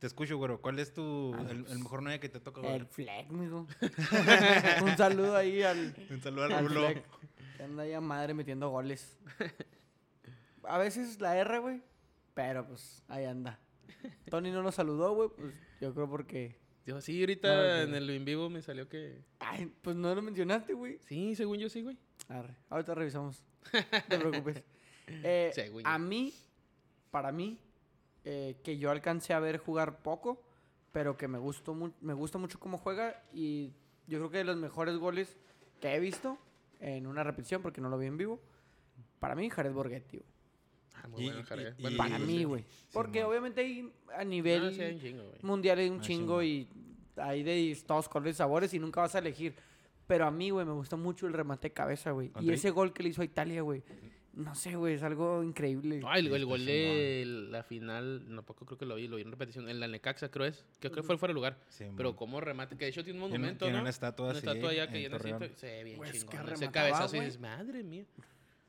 A: Te escucho, güero. ¿Cuál es tu,
C: Ah, no,
A: el, el
C: pues,
A: mejor 9 que te toca ver?
C: El Fleck, mijo. [laughs] un saludo ahí al,
A: [laughs] Un saludo al
C: al
A: Rulo.
C: Fleck, que anda ahí a madre metiendo goles. A veces la R, güey. Pero pues ahí anda. Tony no nos saludó, güey. Pues yo creo porque.
B: Yo sí,
C: No,
B: ahorita
C: güey.
B: en el en vivo me salió que...
C: Ay, pues no lo mencionaste, güey.
B: Sí, según yo sí, güey.
C: Arre, ahorita revisamos. No
B: [laughs]
C: te preocupes. Eh,
B: Sí, güey.
C: a mí, para mí, eh, que yo alcancé a ver jugar poco, pero que me, gustó mu- me gusta mucho cómo juega y yo creo que de los mejores goles que he visto en una repetición, porque no lo vi en vivo, para mí Jared Borghetti, güey.
B: Ah, muy
A: Y-
B: bueno, Jared.
A: y-
B: Bueno,
A: y-
C: Para
B: sí,
C: mí,
B: sí.
C: güey. Porque
A: Simón.
C: obviamente ahí a
B: No, sí, hay un
C: nivel
B: chingo, güey.
C: mundial hay un
A: Ah,
C: chingo y hay de todos colores y sabores y nunca vas a elegir. Pero a mí, güey, me gustó mucho el remate de cabeza, güey. Y
A: Contra-
C: ese gol que le hizo a Italia, güey. No sé, güey, es algo increíble.
B: No, el, el
A: está
B: gol de la final, tampoco creo que lo vi, lo vi en repetición. En la Necaxa, creo es. Creo que fue fuera de lugar.
A: Sí,
B: Pero
A: mon.
B: como remate, que de hecho tiene un
A: Tiene-
B: monumento,
A: tiene
B: ¿no?
A: una estatua
B: Una
A: así
B: estatua allá
A: en
B: que llena así,
A: Torreón.
B: Se ve bien
C: Pues,
B: chingón.
C: que
B: Ese
C: remataba,
B: cabezazo y
C: güey.
B: dices, madre mía.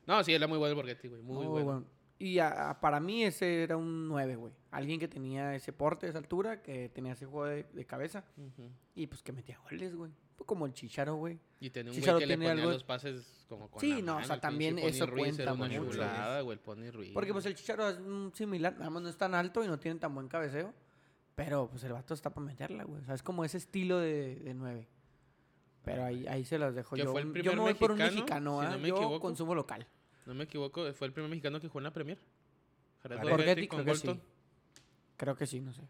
B: No, sí, él era muy bueno el Borghetti, güey. Muy
C: Muy
B: bueno.
C: bueno. Y a- a- para mí ese era un 9, güey. Alguien que tenía ese porte, esa altura, que tenía ese juego de, de cabeza.
B: Ujú.
C: Y pues que metía goles, güey. Pues como el Chicharo, güey.
B: Y tenía un
C: Chicharo
B: güey que le
C: tiene
B: ponía
C: algo-
B: los pases como con
C: Sí,
B: la
C: no, o
B: mano,
C: sea,
B: el pinche
C: también
B: Pony
C: eso
B: Ruiz era
C: cuenta,
B: una
C: güey, mucho,
B: chulada, güey, el Pony Ruiz.
C: Porque pues el Chicharo es mm, similar, nada más no es tan alto y no tiene tan buen cabeceo. Pero pues el vato está para meterla, güey. O sea, es como ese estilo de, de 9. Pero ahí, ahí se las dejo
B: Que
C: yo.
B: fue el
C: yo
B: primer
C: me voy por un
B: mexicano,
C: mexicano,
B: si
C: ¿ah?
B: no me
C: yo
B: equivoco.
C: consumo local.
B: No me equivoco, fue el primer mexicano que jugó en la Premier. Jared
A: Borghetti,
B: Borghetti
C: creo
B: con
C: que sí.
B: Bolton.
C: Creo que sí, no sé.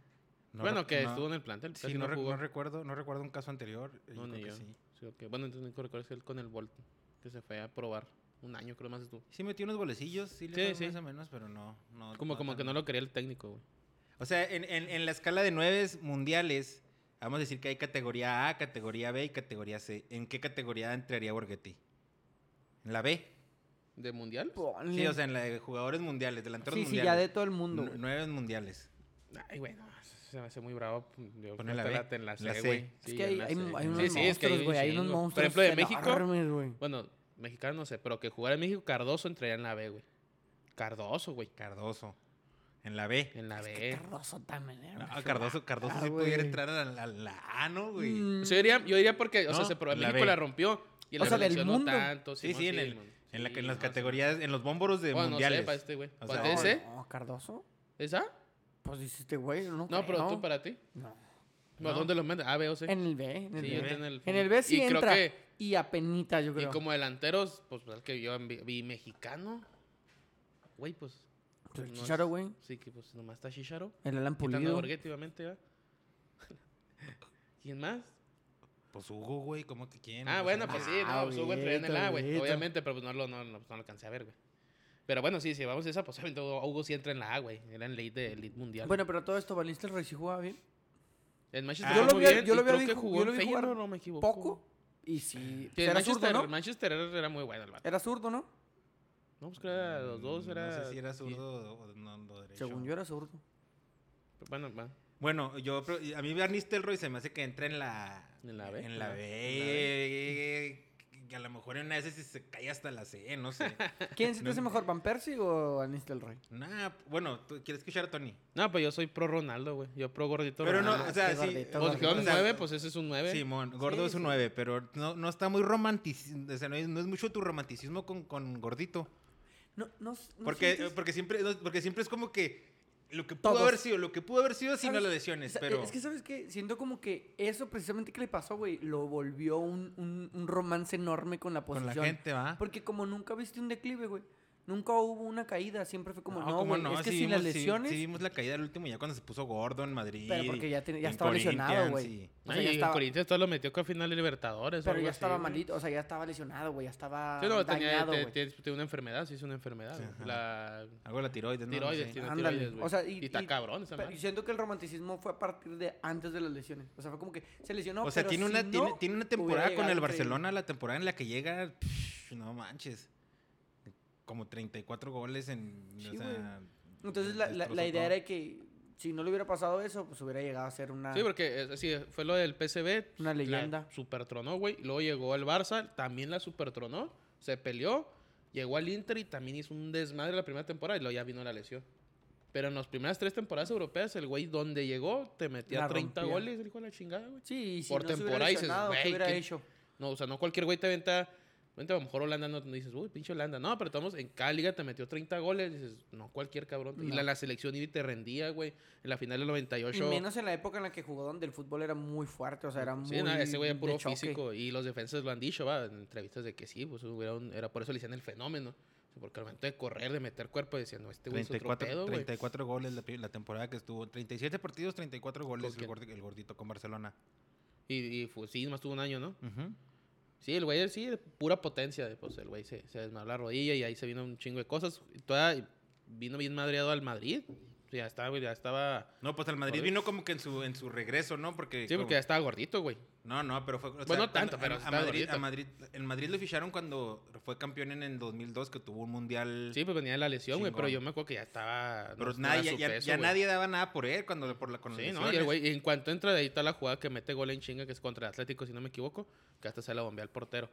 A: No
B: bueno,
A: rec-
B: que
A: no-
B: estuvo en el plantel.
A: Sí,
B: casi
A: no,
B: no
A: rec-
B: jugó.
A: no recuerdo, no recuerdo un caso anterior. Yo
B: No,
A: creo
B: ni
A: que
B: yo.
A: sí.
B: Sí, ok. Bueno, entonces no recuerdo si él con el Bolton, que se fue a probar. Un año creo más estuvo.
A: Sí metió unos golecillos, sí, le fue
B: Sí, sí.
A: más o menos, pero no. no
B: Como, como que
A: tan-
B: no lo quería el técnico, güey.
A: O sea, en, en- en la escala de nueves mundiales, vamos a decir que hay categoría A, categoría B y categoría C. ¿En qué categoría entraría Borghetti? ¿En la B?
B: ¿De mundial?
C: Pues,
A: Sí, o sea, en la de jugadores mundiales, delanteros
C: sí, sí,
A: mundiales.
C: ya de todo el mundo.
A: Nu-
C: güey.
A: Nueves mundiales.
B: Ay, güey, no, se me hace muy bravo. pues, Yo
A: Ponle la
B: hasta
A: B,
B: te la
A: la
B: sé,
A: C.
B: güey.
C: es
B: Sí,
C: que
B: en
C: hay,
B: la
C: hay,
B: C.
C: un- hay
B: Sí,
C: unos
B: sí, es que
C: monstruos, güey. hay unos
B: chingo.
C: monstruos.
B: Por ejemplo, de México.
C: enormes, güey.
B: Bueno, mexicano no sé, pero que jugara en México, Cardoso entraría en la B, güey. Cardoso, güey.
A: Cardoso. En la B.
B: En la
C: Qué
B: B.
C: Cardoso también. era
A: No,
B: Ah,
C: una
A: Cardoso, Cardoso sí
C: Ah, güey.
A: pudiera entrar a la, a la A, ¿no, güey?
C: Mm,
B: O sea, yo, diría, yo diría porque, o sea,
A: No,
B: se probó, en
A: la
B: México
A: B.
B: la rompió. Y en
C: O
B: la
C: sea, del
B: selección
C: mundo.
B: no tanto.
A: Sí, sí, en, el-
B: mon.
A: en, la, en
B: Sí,
A: las
B: no,
A: categorías, en los bómboros de
B: sí. Bueno, no
A: mundiales.
B: sé, para este güey.
A: O
B: ¿Para
A: sea,
B: ese?
C: No, Cardoso.
B: ¿Esa?
C: Pues dices, este güey, no
B: No, pero
C: creo.
B: tú para ti.
C: No.
B: ¿A ¿Dónde los mandas? A, B o C.
C: En el B. En el
B: Sí,
C: B.
B: entra en el-
C: En el B sí
B: Y creo
C: entra.
B: que-
C: Y a penita, yo
B: Y
C: creo.
B: como delanteros, pues al que yo vi, vi mexicano. Güey, pues.
C: Pues el
B: No
C: Chicharo,
B: es-
C: güey.
B: Sí, que pues nomás está Chicharo.
C: El Alan
B: Quitando a
C: Pulido.
B: Borghetti, obviamente, ¿verdad? [laughs] ¿Quién más?
A: Pues Hugo, güey, ¿cómo que quién?
B: Ah,
A: O sea,
B: bueno, pues sí,
C: Ah,
B: no, pues Hugo entró en el
C: Huguito,
B: A, güey.
C: Huguito.
B: Obviamente, pero pues no lo, no, no, pues, no lo alcancé a ver, güey. Pero bueno, sí, si vamos a esa, pues obviamente Hugo Hugo sí entra en la A, güey. Era en lead de lead mundial.
C: Bueno, pero todo esto, Balista el Rey sí jugaba bien.
B: el
A: Ah,
B: Manchester
A: yo
B: jugó
A: lo
C: vi-
B: bien,
C: yo lo
B: y
C: vi-
B: creo que
C: ju-
B: jugó
C: yo lo
B: en
C: vi jugar
B: Feyenoord, no me equivoco.
C: Poco. Y sí. pues
B: Sí, el
C: era
B: Manchester,
C: zurdo,
B: el
C: ¿no?
B: Manchester era, era muy bueno el vato.
C: Era zurdo, ¿no?
B: No, pues que era los dos, era...
A: Mm, No sé si era zurdo o no, no derecho.
C: Según yo
B: [laughs]
C: era zurdo.
B: y- Bueno, va.
A: Bueno, yo, pro- a mí Barney Stelroy se me hace que entra en la...
B: ¿En la B?
A: En la
B: Ah,
A: B. [laughs] Que a lo mejor en una de esas se cae hasta la C, no
B: [laughs]
A: sé.
C: ¿Quién se te
A: No
C: hace
A: ent-
C: mejor, Van Persie o Anistel Rey?
A: nah, bueno, ¿tú ¿quieres escuchar a Tony?
B: No, pues yo soy pro Ronaldo, güey. Yo pro gordito
A: Pero no,
B: Ronaldo.
A: o sea,
C: qué
A: sí.
C: gordito,
A: o
B: Pues
C: gordito.
B: yo
A: sea,
B: un 9, pues ese es un 9.
A: Simón, gordo
C: Sí,
A: es un
C: sí.
A: 9, pero no, no está muy romanticismo, o sea, no es, no es mucho tu romanticismo con, con gordito.
C: No, no, s- no
A: Porque,
B: eh,
C: sientes-
A: porque, siempre, no, porque siempre es como que lo que pudo
C: Todos.
A: haber sido, lo que pudo haber sido sin
C: ¿Sabes?
A: las lesiones,
C: Sa-
A: pero...
C: Es que, ¿sabes qué? Siento como que eso precisamente que le pasó, güey, lo volvió un, un- un romance enorme con la
A: con
C: posición.
A: la gente, ¿va?
C: Porque como nunca viste un declive, güey, nunca hubo una caída, siempre fue como, no,
A: ¿cómo
C: güey, es que sin las
A: vimos- sí-
C: lesiones...
A: Sí, vimos la caída del último ya cuando se puso gordo en Madrid.
C: pero porque ya, ten- ya
A: en
C: estaba
A: Corinthians,
C: lesionado, güey.
A: y-
C: O sea,
B: Ay,
C: ya
B: y
C: estaba-
B: Corinthians todo lo metió que a final de Libertadores. o
C: Pero
B: algo
C: ya
B: así,
C: estaba
B: güey.
C: malito, o sea, ya estaba lesionado, güey, ya estaba
B: Sí, no, tenía,
C: dañado,
B: te-
C: güey.
B: te- tiene una enfermedad, sí es una enfermedad.
A: Sí,
B: güey.
A: ajá.
B: La
A: Algo de la tiroides, ¿no? No
B: tiroides,
A: sé.
B: tiene
C: Ándale,
B: tiroides, güey.
C: o sea, y-
B: y está
C: y-
B: cabrón esa
C: Pero
B: madre.
C: siento que el romanticismo fue a partir de antes de las lesiones. O sea, fue como que se lesionó.
A: O sea,
C: pero
A: tiene,
C: si
A: una,
C: no,
A: tiene, tiene una
C: hubiera
A: temporada con
C: llegado
A: el
C: increíble.
A: Barcelona, la temporada en la que llega, pff, no manches, como 34 goles en...
C: Sí,
A: o sea,
C: Entonces, la, la- la
A: destrozó
C: idea
A: todo.
C: era que si no le hubiera pasado eso, pues hubiera llegado a ser una.
B: Sí, porque eh, sí, fue lo del PSV.
C: Una leyenda.
B: La supertronó, güey. Luego llegó al Barça, también la supertronó. Se peleó. Llegó al Inter y también hizo un desmadre la primera temporada y luego ya vino la lesión. Pero en las primeras tres temporadas europeas, el güey donde llegó te metía
C: La
B: 30
C: rompía.
B: goles, el hijo de la chingada, güey.
C: Sí, y si
B: por
C: no se hubiera
B: temporada dices,
C: lesionado, ¿qué
B: "Güey,
C: hubiera
B: ¿qué-
C: hecho?
B: No, o sea, no cualquier güey te aventa. vente, a lo mejor Holanda no, no dices, uy, pinche Holanda. No, pero estamos en cada liga te metió 30 goles. Dices, no, cualquier cabrón. Y la,
C: No.
B: la selección y te rendía, güey. En la final del
C: Y
B: 98.
C: menos en la época en la que jugó, donde el fútbol era muy fuerte, o sea, era muy.
B: Sí, nada, ese güey
C: de
B: era puro
C: choque.
B: físico. Y los defensas lo han dicho, va, en entrevistas de que sí, pues era, un- era por eso le decían el fenómeno. Porque al momento de correr, de meter cuerpo, decían, no, este güey es otro
A: 34,
B: pedo, güey.
A: 34 goles la, pi- la temporada que estuvo. 37 partidos, 34 goles el,
B: quién?
A: gordi- el gordito con Barcelona.
B: Y, y fue- sí, más tuvo un año, ¿no?
A: Ujú.
B: Sí, el güey, sí, de pura potencia. de, Pues el güey se, se desmadró la rodilla y ahí se vino un chingo de cosas. Y toda, y vino bien madreado al Madrid. O sea, Ya estaba, ya estaba...
A: No, pues el Madrid
B: Joder.
A: vino como que en su, en su regreso, ¿no? Porque,
B: Sí, porque ya
A: como-
B: estaba gordito, güey.
A: No, no, pero fue... o
B: Bueno, no tanto,
A: cuando-
B: pero
A: a- a,
B: estaba
A: Madrid,
B: gordito.
A: a Madrid, En Madrid lo ficharon cuando fue campeón en el 2002, que tuvo un mundial...
B: Sí, pues venía de la lesión, güey. Pero
A: Chingón.
B: yo me acuerdo que ya estaba...
A: Pero
B: no- no era
A: nadie,
B: su
A: ya,
B: peso,
A: ya
B: güey.
A: nadie daba nada por él cuando, por la, con las
B: Sí, no, y el
A: lesiones.
B: güey, en cuanto entra de ahí está la jugada que mete gol en chinga, que es contra el Atlético, si no me equivoco, que hasta se la bombea al portero.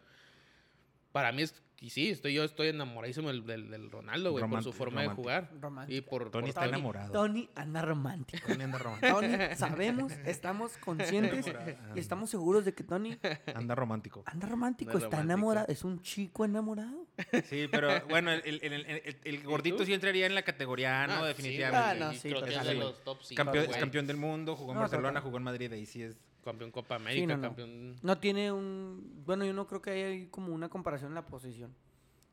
B: Para mí es, y sí, estoy, yo estoy enamoradísimo del, del- del Ronaldo, güey, por su
A: Romántico,
B: forma
A: romántico.
B: de jugar.
C: Romántico.
B: Y por,
A: Tony
B: por
A: está
B: todo.
A: enamorado.
C: Tony anda romántico.
A: Tony anda romántico.
C: Tony, sabemos, estamos conscientes
A: Enamorado.
C: y estamos seguros de que Tony
A: Anda
B: [laughs]
A: romántico.
C: anda romántico,
B: Anda
C: está
B: romántico.
C: enamorado, es un chico enamorado.
A: Sí, pero bueno, el, el- el- el- el gordito
B: tú?
A: sí entraría en la categoría no,
B: Ah,
A: definitivamente.
B: sí,
C: Ah,
B: güey,
C: no,
B: y
C: sí,
B: creo que es de
A: totalmente.
B: los top 5,
A: campeón, es
B: güey.
A: campeón del mundo, jugó en
C: No,
A: Barcelona,
C: total.
A: jugó en Madrid, ahí sí es.
B: Campeón Copa América,
C: no, no.
B: campeón...
C: No tiene un. Bueno, yo no creo que haya como una comparación en la posición.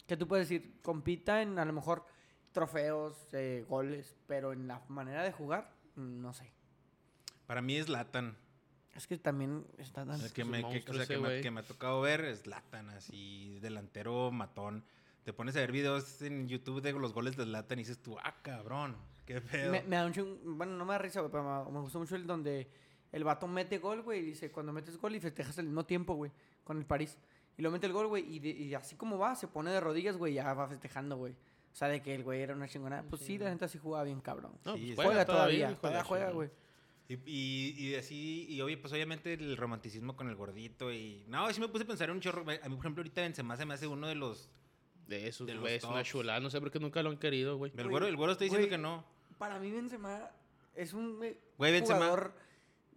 C: Que tú puedes decir, compita en a lo mejor trofeos, eh, goles, pero en la manera de jugar, mm, no sé.
A: Para mí es Latan.
C: Es que también está tan.
A: El que,
B: un
A: me, que-
B: monstruo
A: o sea,
B: ese
A: que, me,
B: güey.
A: que me ha tocado ver es Latan, así, delantero matón. Te pones a ver videos en YouTube de los goles de Latan y dices tú, ah, cabrón, qué pedo.
C: Me, me da un ching- Bueno, no me da risa, güey, pero me, me gustó mucho el donde el vato mete gol, güey, y dice, cuando metes gol y festejas al mismo tiempo, güey, con el París. Y lo mete el gol, güey, y, de- y así como va, se pone de rodillas, güey, ya va festejando, güey. O sea, de que el güey era una chingonada. Pues sí, la gente así jugaba bien, cabrón.
B: No,
A: Sí, sí.
B: pues
C: Juega,
B: hijo
C: todavía,
B: de
C: todavía
B: su-
C: juega, güey.
A: Y, y, y así, y obvio, pues obviamente el romanticismo con el gordito y... No, sí me puse a pensar en un chorro. me- A mí, por ejemplo, ahorita Benzema se me hace uno de los...
B: De esos,
A: De los
B: güey, es una
A: tops.
B: chulada. No sé por qué nunca lo han querido, güey.
A: El
C: Güey,
A: güero, el güero está diciendo
C: güey.
A: que no.
C: Para mí Benzema es un güey,
A: Güey, Benzema-
C: jugador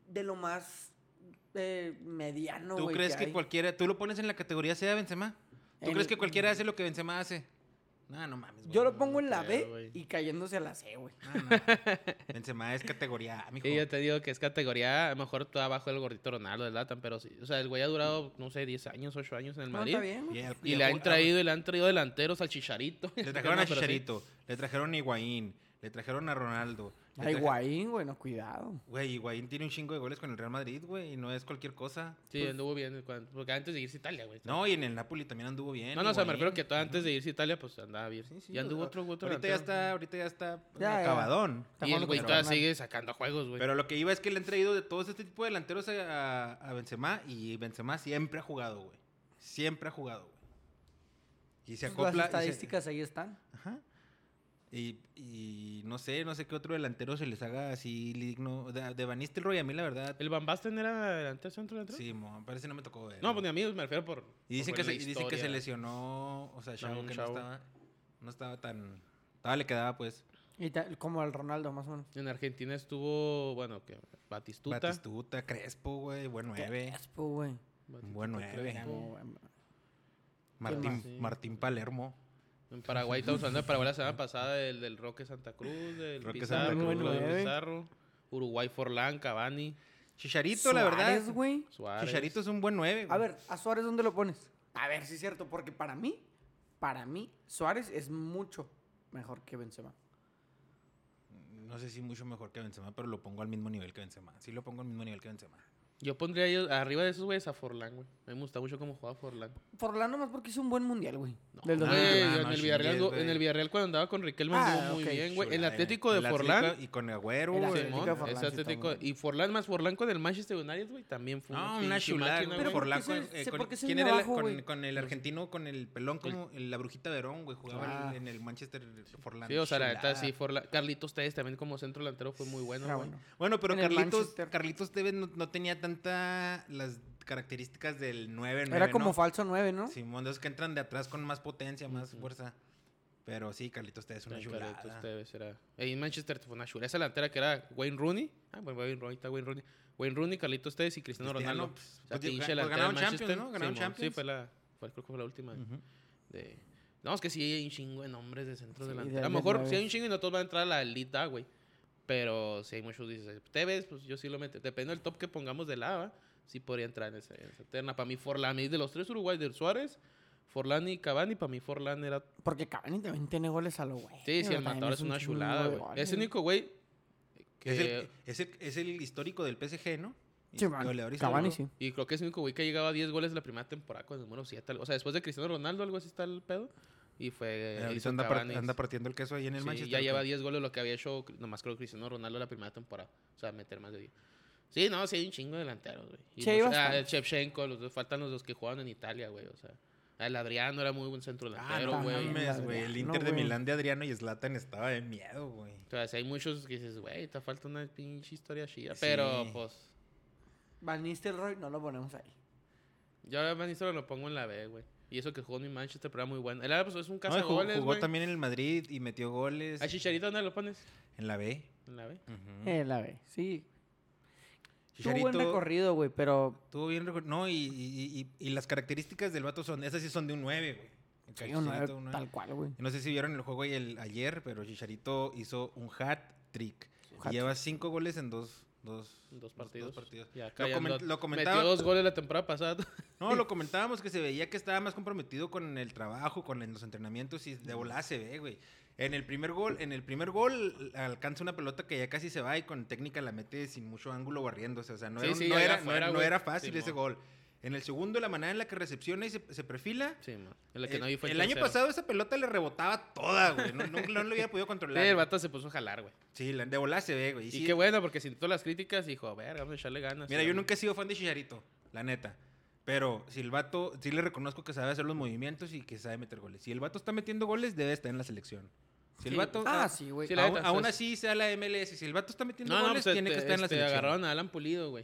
C: de lo más eh, mediano,
A: ¿Tú
C: güey,
A: crees que,
C: hay.
A: cualquiera... ¿Tú lo pones en la categoría sea Benzema? ¿Tú
C: En-
A: crees que cualquiera hace lo que Benzema hace? No, no mames, güey.
C: Yo lo pongo en la
B: creo,
C: B
B: güey.
C: y cayéndose a la C, güey.
A: No, no, no. Benzema es categoría A, mijo.
B: Y yo te digo que es categoría, a lo mejor está abajo del gordito Ronaldo del Latan, pero sí. O sea, el güey ha durado, no sé, 10 años, 8 años en el
C: No,
B: Madrid.
C: está bien, güey.
A: al-
B: Y
A: al-
B: le han
A: al-
B: traído y le han traído delanteros al Chicharito. [laughs]
A: Le trajeron a
B: No, pero sí.
A: Chicharito, le trajeron a Higuaín, le trajeron a Ronaldo. le
C: Ay,
A: traje-
C: Higuaín, güey, no, cuidado.
A: Güey, Higuaín tiene un chingo de goles con el Real Madrid, güey, y no es cualquier cosa.
B: Sí, anduvo bien. cuando- Porque antes de irse a Italia, güey.
A: No, y en el Napoli también anduvo bien.
B: No, no, o sea, me
A: Higuaín.
B: refiero que todavía antes de irse a Italia, pues andaba bien.
A: Sí, sí,
B: y anduvo
A: o-
B: otro, otro
A: Ahorita ya
B: delantero.
A: está, ahorita ya está
C: Ya, ya.
A: acabadón.
C: Está
B: Y el
C: jugando
B: güey
C: con
B: todavía
C: Arsenal.
B: sigue sacando juegos, güey.
A: Pero lo que iba es que le han traído de todos este tipo de delanteros a, a- a Benzema y Benzema siempre ha jugado, güey. Siempre ha jugado, güey. Y se
C: Pues
A: acopla.
C: Las
A: y se-
C: estadísticas ahí están.
A: Ajá. Y, y no sé, no sé qué otro delantero se les haga así digno. De, de Van Nistelrooy, a mí la verdad.
B: ¿El Van Basten era delantero, centro delantero?
A: Sí, mo, parece no me tocó ver.
B: No, pues ni amigos, me refiero por.
A: Y dicen
B: por
A: que,
B: la
A: se, y dicen que se
B: historia.
A: lesionó, o sea, Chavo,
B: un
A: que
B: Chavo.
A: no estaba, no estaba tan... Todavía le quedaba, pues,
C: Y ta- como el Ronaldo, más o menos.
B: En Argentina estuvo, bueno, que Batistuta.
A: Batistuta, Crespo, güey, buen nueve,
C: Crespo, güey.
B: Batistuta,
A: buen nueve,
B: Crespo.
C: Como, em,
A: Martín,
B: más?
A: Martín Palermo,
B: En Paraguay estamos hablando de Paraguay la semana pasada del, del Roque Santa Cruz, del
A: Roque
B: Pizarro,
A: Santa
B: del
C: Cruz. Bueno, eh.
B: Pizarro, Uruguay Forlán, Cavani,
A: Chicharito, la verdad,
C: Suárez, güey.
B: Suárez.
A: Chicharito es un buen nueve,
C: A
A: güey.
C: ver, ¿a Suárez dónde lo pones? A ver, sí es cierto, porque para mí, para mí, Suárez es mucho mejor que Benzema.
A: No sé si mucho mejor que Benzema, pero lo pongo al mismo nivel que Benzema, sí lo pongo al mismo nivel que Benzema.
B: Yo pondría ellos, arriba de esos güeyes a Forlán, güey. A mí me gusta mucho cómo jugaba Forlán.
C: Forlán nomás porque hizo un buen mundial, güey.
B: No,
C: Del
A: no,
B: güey,
C: dos-
A: Ah, no,
B: en,
A: no,
B: el Villarreal,
A: chingues,
B: en el
A: güey.
B: Villarreal cuando andaba con Riquelme
C: Ah,
B: anduvo muy
C: ok,
B: bien, güey. El
A: Chulada,
B: Atlético de
A: el
B: Forlán.
A: Atlético Y con Agüero,
C: El
A: güey.
C: Atlético
B: Simón,
C: de
B: ese
C: Forlán sí está
B: Atlético-
C: muy bien.
B: y Forlán más Forlán con el Manchester United, güey, también fue
A: No, Ah, una
B: pinche
A: chulada,
B: máquina,
A: güey.
C: Pero
B: güey. Pues
C: ¿por qué
A: Forlán
C: se-
A: con, eh,
C: se-
A: con-
C: por qué se
A: ¿quién
C: vino
A: era el-
C: abajo,
A: con-
C: güey?
A: con el argentino, con el pelón, como el- la brujita Verón, güey, jugaba
C: Ah.
A: en el Manchester Forlán.
B: Sí, o sea, la neta,
A: Chulada.
B: sí, Forlán. Carlitos Tevez también como centro delantero fue muy bueno,
C: Era
B: güey.
C: Ah, bueno.
A: Bueno, pero
C: En el
A: Carlitos,
C: Manchester.
A: Carlitos Tevez no, no tenía tanta las características del 9
C: Era como
A: ¿no?
C: falso 9, ¿no?
A: Simón, de esos que entran de atrás con más potencia, más
B: Ujú.
A: fuerza. Pero sí, Carlitos Tevez es una
B: Ay,
A: chulada.
B: Carlitos Tevez era. Ey, en Manchester fue una chulada. Esa delantera que era Wayne Rooney. Ah, bueno, Wayne Rooney, está Wayne Rooney. Wayne Rooney, Carlitos Tevez y Cristiano,
A: Cristiano,
B: Ronaldo.
A: pues,
B: O sea,
A: pues, digo,
B: pinche
A: pues,
B: delantera
A: ganaron
B: de
A: Champions,
B: Manchester.
A: ¿no? Ganaron
B: Simón, Sí,
A: Champions.
B: fue la. fue- creo que fue la última.
C: Mm.
A: Ujú.
B: de- No, es que sí hay un chingo de nombres de centro
C: Sí,
B: delantero.
C: de-
B: A lo
C: de
B: mejor
C: nueves.
B: sí hay un chingo y no todos van a entrar a la Elite A, güey. Pero si hay muchos, dices, Tevez, pues yo sí lo meto. Depende del top que pongamos de lava, sí podría entrar en esa, en esa terna. Para mí, Forlán, y de los tres uruguayos, del Suárez, Forlán y Cavani, para mí Forlán era
C: Porque Cavani también tiene goles a lo güey.
B: Sí, sí,
C: pero
B: el
C: también
B: matador es
C: un
B: una
C: chingo
B: chulada,
C: de ¿eh?
B: güey.
C: goles.
B: Es el único güey que...
A: Es, el, es, el, es el histórico del PSG, ¿no?
C: Sí, man,
A: Goleador
C: Cavani
A: histórico.
C: sí.
B: Y creo que es el único güey que llegaba a 10 goles la primera temporada con el número 7. O sea, después de Cristiano Ronaldo, algo así está el pedo. Y fue...
A: Eh, ahorita
B: Edison
A: anda, par-
B: Cavani.
A: anda partiendo el queso ahí en el
B: Sí,
A: Manchester.
B: ya lleva
A: güey.
B: 10 goles lo que había hecho, nomás creo, Cristiano Ronaldo la primera temporada. O sea, meter más de 10. Sí, no, sí hay un chingo de delanteros, güey. Y
C: Sí, hay
B: muchos- ah,
C: bastantes.
B: el Shevchenko, los dos, faltan los dos que jugaban en Italia, güey. O sea, Ah, el Adriano era muy buen centro
A: Ah,
B: delantero,
A: no
B: güey.
C: mames.
A: mames, güey. El
C: Adriano,
A: Inter de
C: güey.
A: Milán de Adriano y Zlatan estaba de miedo, güey.
B: o sea, sí hay muchos que dices, güey, te falta una pinche historia chida. Pero,
A: Sí.
B: pues...
C: Van Nistelrooy no lo ponemos ahí.
B: Yo a Van Nistelrooy lo pongo en la B, güey. Y eso que jugó en mi Manchester, pero era muy bueno. Él era, pues, es un
A: No, y jugó,
B: cazagoles,
A: jugó
B: güey. Ah,
A: también en el Madrid y metió goles
B: ¿A Chicharito dónde lo pones?
A: en la B.
B: En la B.
A: Ujú.
C: Eh, la B, sí. Tuvo buen
A: Chicharito-
C: recorrido, güey, pero
A: Estuvo bien recor- No, y, y- y- y las características del vato son, esas sí son de un 9, güey. El
C: sí, un
A: Chicharito,
C: nueve,
A: un nueve.
C: tal cual, güey.
A: No sé si vieron el juego y el- ayer, pero Chicharito hizo un hat trick.
C: hat-trick.
A: Lleva cinco goles en dos, dos,
B: En Dos partidos. Y acá
A: Lo,
B: ya
A: comen-
B: ando-
A: lo
B: Metió
A: comentaba-
B: dos goles la temporada pasada. [laughs]
A: no, lo comentábamos que se veía que estaba más comprometido con el trabajo, con en los entrenamientos y de volada se ve, güey. En el primer gol, en el primer gol alcanza una pelota que ya casi se va y con técnica la mete sin mucho ángulo barriéndose. O sea, no,
B: Sí,
A: era, un-
B: sí,
A: no,
B: allá
A: era,
B: afuera,
A: no era- no
B: güey.
A: era fácil
B: Simón.
A: ese gol. En el segundo, la manera en la que recepciona y se, se perfila.
B: sí, man. En la que
A: eh,
B: no vi fue
A: el año
B: tercero.
A: pasado esa pelota le rebotaba toda, güey. No, no, no lo había podido
B: Sí, el
A: controlar.
B: vato se puso a jalar, güey.
A: Sí, la- de volada se ve, güey.
B: Y
A: sí,
B: qué bueno, porque sintió las críticas y dijo, a ver, vamos a echarle ganas.
A: Mira,
B: Y
A: yo
B: vamos.
A: nunca he sido fan de Chicharito, la neta. Pero si el vato, sí le reconozco que sabe hacer los movimientos y que sabe meter goles. Si el vato está metiendo goles, debe estar en la selección. Si el
B: Sí,
A: vato.
C: Ah,
A: a-
C: sí, güey.
B: Sí, la
A: aún,
B: neta,
A: aún
B: o sea,
A: así sea la MLS. Si el vato está metiendo
B: No, no,
A: goles,
B: pues,
A: tiene que
B: este-
A: estar en la
B: este,
A: selección.
B: agarraron a Alan Pulido, güey.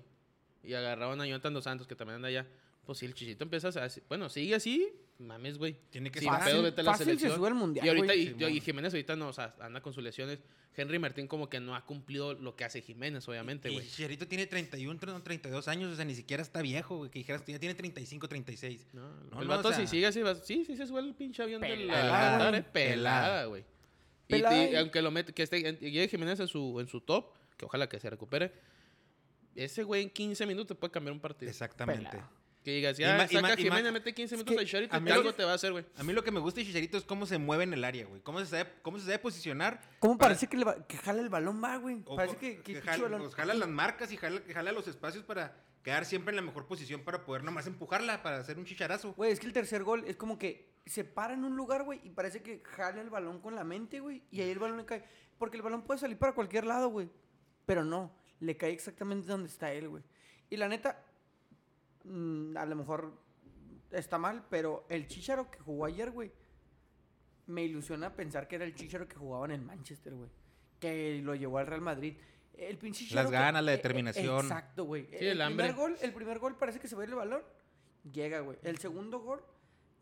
B: Y agarraron a Jonathan Dos Santos, que también anda allá. Pues si el Chichito empieza a... Bueno, sigue así, mames, güey.
A: Tiene que
B: Sin
A: estar.
B: pedo,
C: fácil,
B: vete a la
C: fácil
B: selección.
C: se sube al mundial,
B: Y ahorita,
C: güey.
B: y, yo- y
A: Simón.
B: Jiménez ahorita no, o sea, anda con sus lesiones. Henry Martín como que no ha cumplido lo que hace Jiménez, obviamente,
A: Y
B: güey.
A: Chicharito tiene 31, 32 años, o sea, ni siquiera está viejo, güey. Que dijeras, tú ya tiene 35, 36.
B: No,
A: No,
B: el
A: no, o
B: vato
A: sea-
B: si sigue así, va- sí, sí se sube el pinche avión del
C: Pelada,
B: Qatar,
C: güey.
B: es pelada, güey. Y-
C: Pelada
B: Y,
C: y-
B: aunque lo mete, que esté en- llegue Jiménez en su, en su top, que ojalá que se recupere. Ese güey en 15 minutos puede cambiar un partido.
A: Exactamente.
C: Pelado.
B: Que digas,
A: Y
B: ya,
A: ma- y ma-
B: saca
A: y
B: a
A: ma-
B: Jiménez, mete 15
A: es
B: minutos
A: que
B: a Chicharito
A: a
B: y
A: mí
B: que
A: lo-
B: algo te va a hacer, güey.
A: A mí lo que me gusta de Chicharito es cómo se mueve en el área, güey. Cómo se sabe, cómo se sabe posicionar.
B: "Ah,
C: ¿Cómo parece que, le va- que jala el balón más, güey?
A: O
C: Parece
A: co-
C: que, que pinche
A: jala,
C: balón-
A: pues, jala las marcas y jala, jala los espacios para quedar siempre en la mejor posición para poder nomás empujarla, para hacer un chicharazo.
C: Güey, es que el tercer gol es como que se para en un lugar, güey, y parece que jala el balón con la mente, güey, y ahí el balón le cae. Porque el balón puede salir para cualquier lado, güey. Pero no, le cae exactamente donde está él, güey. Y la neta, mm, a lo mejor está mal, pero el chicharo que jugó ayer, güey, me ilusiona pensar que era el chicharo que jugaba en el Manchester, güey. Que lo llevó al Real Madrid. El pinche Chicharo que-
A: ganas, la
C: eh, eh,
A: determinación.
C: Exacto, güey.
B: Sí, el hambre.
C: Primer gol, el primer gol parece que se va a ir el balón. Llega, güey. El segundo gol,